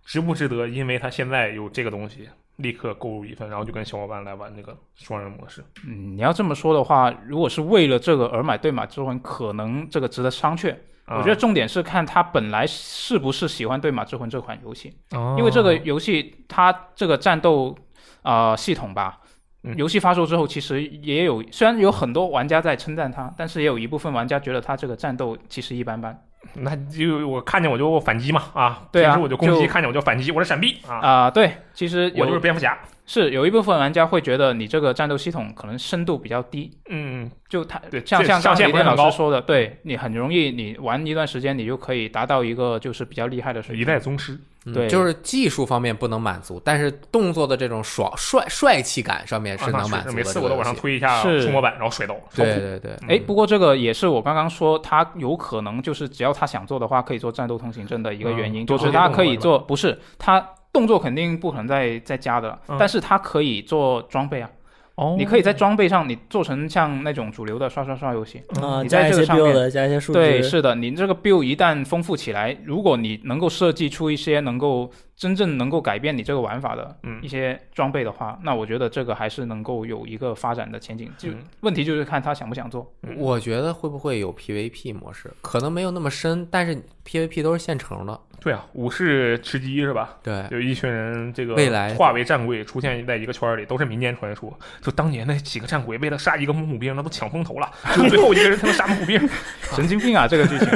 值不值得？因为他现在有这个东西，立刻购入一份，然后就跟小伙伴来玩这个双人模式。
嗯，你要这么说的话，如果是为了这个而买对马之魂，可能这个值得商榷。
啊
我觉得重点是看他本来是不是喜欢对马之魂这款游戏，
哦
因为这个游戏它这个战斗啊、呃系统吧
嗯。
游戏发售之后，其实也有，虽然有很多玩家在称赞它，但是也有一部分玩家觉得它这个战斗其实一般般
那就我看见我就反击嘛啊，
对啊
平时我就攻击，
就
看见我就反击，我是闪避啊，
啊、对，其实
我
有
就是蝙蝠侠。
是有一部分玩家会觉得你这个战斗系统可能深度比较低，
嗯，
就他
对
像
这
像
上
刚
限
才
不
李
是很
天老
高
师说的，对你很容易，你玩一段时间，你就可以达到一个就是比较厉害的水
一
平。
代宗师。
嗯
对
就是技术方面不能满足，但是动作的这种爽帅帅气感上面是
啊那
能满足的。
每次我都往上
这个游
推
戏，
一下
是
触摸板，然后甩到。
对
手
对对，
哎，不过这个也是我刚刚说，他有可能就是只要他想做的话，可以做战斗通行证的一个原因，
嗯
就
多
是
做
他
运动
可以
玩吧
做，不是他动作肯定不可能再再加的，
嗯
但是他可以做装备啊，
哦
你可以在装备上你做成像那种主流的刷刷刷游戏，
啊，
嗯你
加
在
一
这
些
个上面
build，加一些数
对，
值，
是的，你这个 build 一旦丰富起来，如果你能够设计出一些能够真正能够改变你这个玩法的
嗯
一些装备的话，那我觉得这个还是能够有一个发展的前景。就、
嗯
问题就是看他想不 想做。
嗯
我觉得会不会有 PVP 模式？可能没有那么深，但是 PVP 都是现成的。
对啊，武士吃鸡是吧？
对，
就一群人这个
哎未来
化为战鬼，出现在一个圈儿里，都是民间传说。就当年那几个战鬼为了杀一个蒙古兵，那都抢风头了，就最后一个人才能杀蒙古兵，
神经病啊，这个 剧情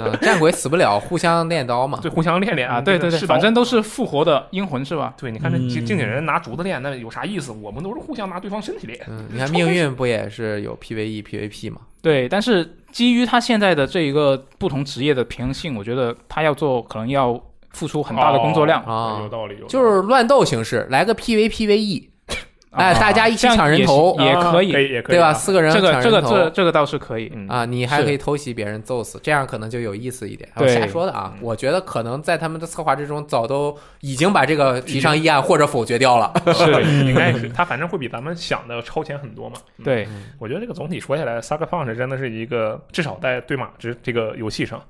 嗯，战鬼死不了，互相练刀嘛。
对，互相练练
嗯
啊，对对对，反
反正。
正都是复活的阴魂是吧？
对，你看那
嗯
经经纪人拿竹子练，那有啥意思？我们都是互相拿对方身体练。
嗯，你看命 运不也是有 E PVE、PVP 嘛？
对，但是基于他现在的这一个不同职业的平衡性，我觉得他要做可能要付出很大的工作
哦
量。
啊
有道理，有道理
就是乱斗形式，来个 PV PVE，
啊
哎，大家一起
这样
抢人
也是
头，
也可以
啊可以，也可以
对吧？
啊
四个人
这
抢
个这
人
个
头
这个这个倒是可以。
嗯
啊，你还
是
可以偷袭别人揍死，这样可能就有意思一点。啊我
对
瞎说的啊，我觉得可能在他们的策划之中，早都已经把这个提上议案或者否决掉了。
是应该是他，反正会比咱们想的超前很多嘛。嗯，
对，
我觉得这个总体说下来，Sucker Punch 真的是一个至少在对马之这个游戏上。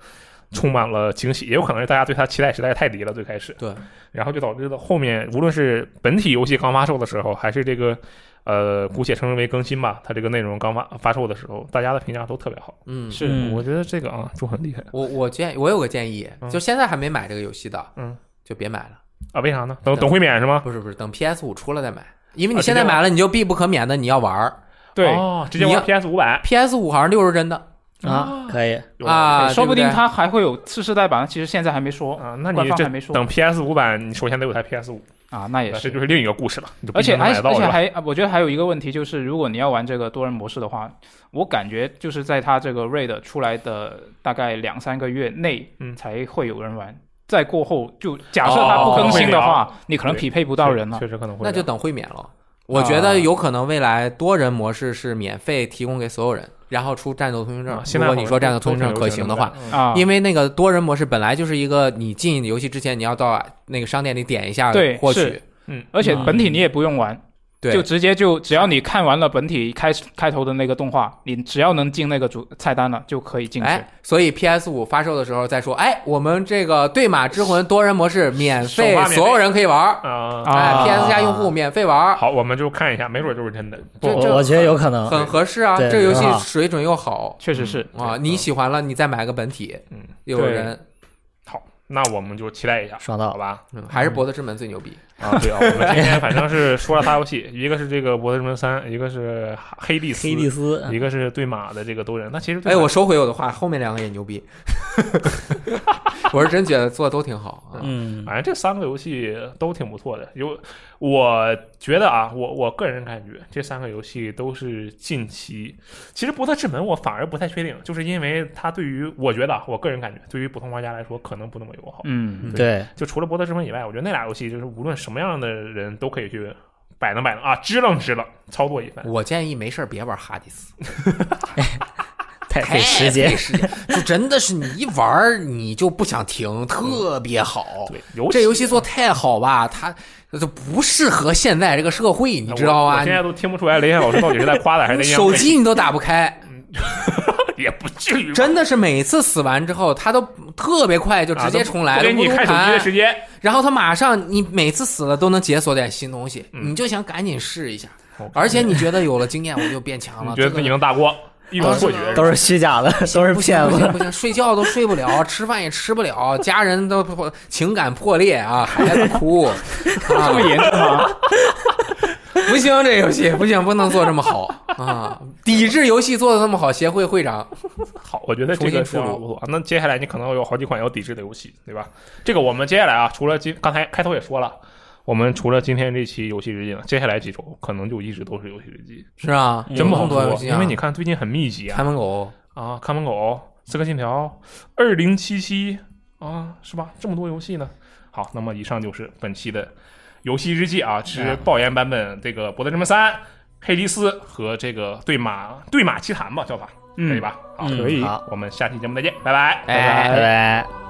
充满了惊喜，也有可能是大家对它期待实在是太低了，最开始，
对，
然后就导致到后面，无论是本体游戏刚发售的时候，还是这个，呃，姑且称之为更新吧，它这个内容刚发发售的时候，大家的评价都特别好。
嗯，
是
嗯
我觉得这个啊，就很厉害
我我建我有个建议，
嗯
就现在还没买这个游戏的，
嗯，
就别买了。
啊，为啥呢？等等会免是吗？
不是不是，等 PS 五出了再买，因为你
啊
现在买了，你就必不可免的你要玩儿。
对，
哦，直接玩
你
PS 五百
PS 五好像六十帧的
啊，可以，
啊，
说不定
对对
它还会有次世代版，其实现在还没说
啊，那
官
你
方
这
还没说
等 PS 五百，你首先得有台 PS 五，
啊，那也
这
是。
就是另一个故事了。你就不
而
一定
且
能
还
买到
而且
是吧？
还，啊我觉得还有一个问题就是，如果你要玩这个多人模式的话，我感觉就是在它这个 raid 出来的大概两三个月内
嗯
才会有人玩，再过后就假设它不更新的
哦
话，你可能
对
匹配不到人了
确。实可能会这
那
样。
就等会免了。我觉
啊
得有可能未来多人模式是免费提供给所有人，然后出战斗通行证
啊。现
如
在
果你
好像
说战斗
都
通行证
都
可
挺
行
流
的
行
话，，
啊，
因
为
为那个多人模式本来就是一个你进游戏之前你要到那个商店里点一下
对
获取
是而且本体你也不用玩，
对
就直接就只要你看完了本体开开头的那个动画，你只要能进那个主菜单了，就可以进去。
哎，所以 PS 五发售的时候再说，哎，我们这个对马之魂多人模式免费
首发免，费
所有人可以玩儿，
啊、
啊
哎，PS 加用户免费玩儿，
好，我们就看一下，没准就是真的。
这
不，
这
我我觉得有可能。
很合适啊，
对
这个游戏
很好
水准又好
确实是，
啊，你喜欢了你再买个本体，
嗯，
有人
好，那我们就期待一下，
爽到了
好吧？
嗯还是《博德之门》最牛逼，
啊，对啊，我们今天反正是说了仨游戏，一个是这个《博德之门三》，一个是黑帝斯，
黑蒂斯，
一个是对马的这个多人。那其实对
哎，
马
我收回我的话，后面两个也牛逼， 我是真觉得做的都挺好啊，
嗯，
反正这三个游戏都挺不错的。有，我觉得啊，我我个人感觉这三个游戏都是近期。其实《博德之门》我反而不太确定，就是因为它对于我觉得啊，我个人感觉对于普通玩家来说可能不那么友好。
嗯，
对，
就除了《博德之门》以外，我觉得那俩游戏就是无论什么样的人都可以去摆弄摆弄啊，支棱支棱，操作一番。
我建议没事儿别玩哈迪斯。
太
太
哎
费时间
费。时间，就真的是你一玩儿你就不想停，特别好。
嗯对，尤其
这游戏做太好吧，它就不适合现在这个社会，你知道
我
吗
我现？在都听不出来雷老师到底是在夸咱还是在
你
阴阳
手
怪气
机你都打不开，
也不至于吧。
真的是每次死完之后，它都特别快就直接重来，
啊
都
都不给
不啊
你看
中
手机的
弹
时。间。
然后它马上，你每次死了都能解锁点新东西，
嗯
你就想赶紧试一下。
好看
而且你觉得有了经验，我就变强了
你。觉得
这
自己
个啊
能大过，一种错觉
都是虚假的，都是
不行
骗
不
子。
行不行，睡觉都睡不了， 吃饭也吃不了，家人都情感破裂啊，孩子 哭，啊、
这么严重吗？
不行，这游戏不行，不能做这么好 啊！抵制游戏做的这么好，协会会长
好，我觉得这
重新
个
出
想法不
炉
错。那接下来你可能有好几款要抵制的游戏，对吧？这个我们接下来啊，除了今刚才开头也说了，我们除了今天这期游戏日记呢，接下来几周可能就一直都是游戏日记，
是啊，
嗯真不
有
好
这么多游
说。
戏啊，
因为你看最近很密集
看
啊，
门狗，
啊，看门狗、刺客信条、二零七七啊，是吧？这么多游戏呢。好，那么以上就是本期的游戏日记啊，是爆言版本这个《博德之门三》、黑迪斯和这个对马对马奇谭吧，叫法可以吧？好，
嗯
可以
好，
我们下期节目再见，拜拜，
哎
拜拜。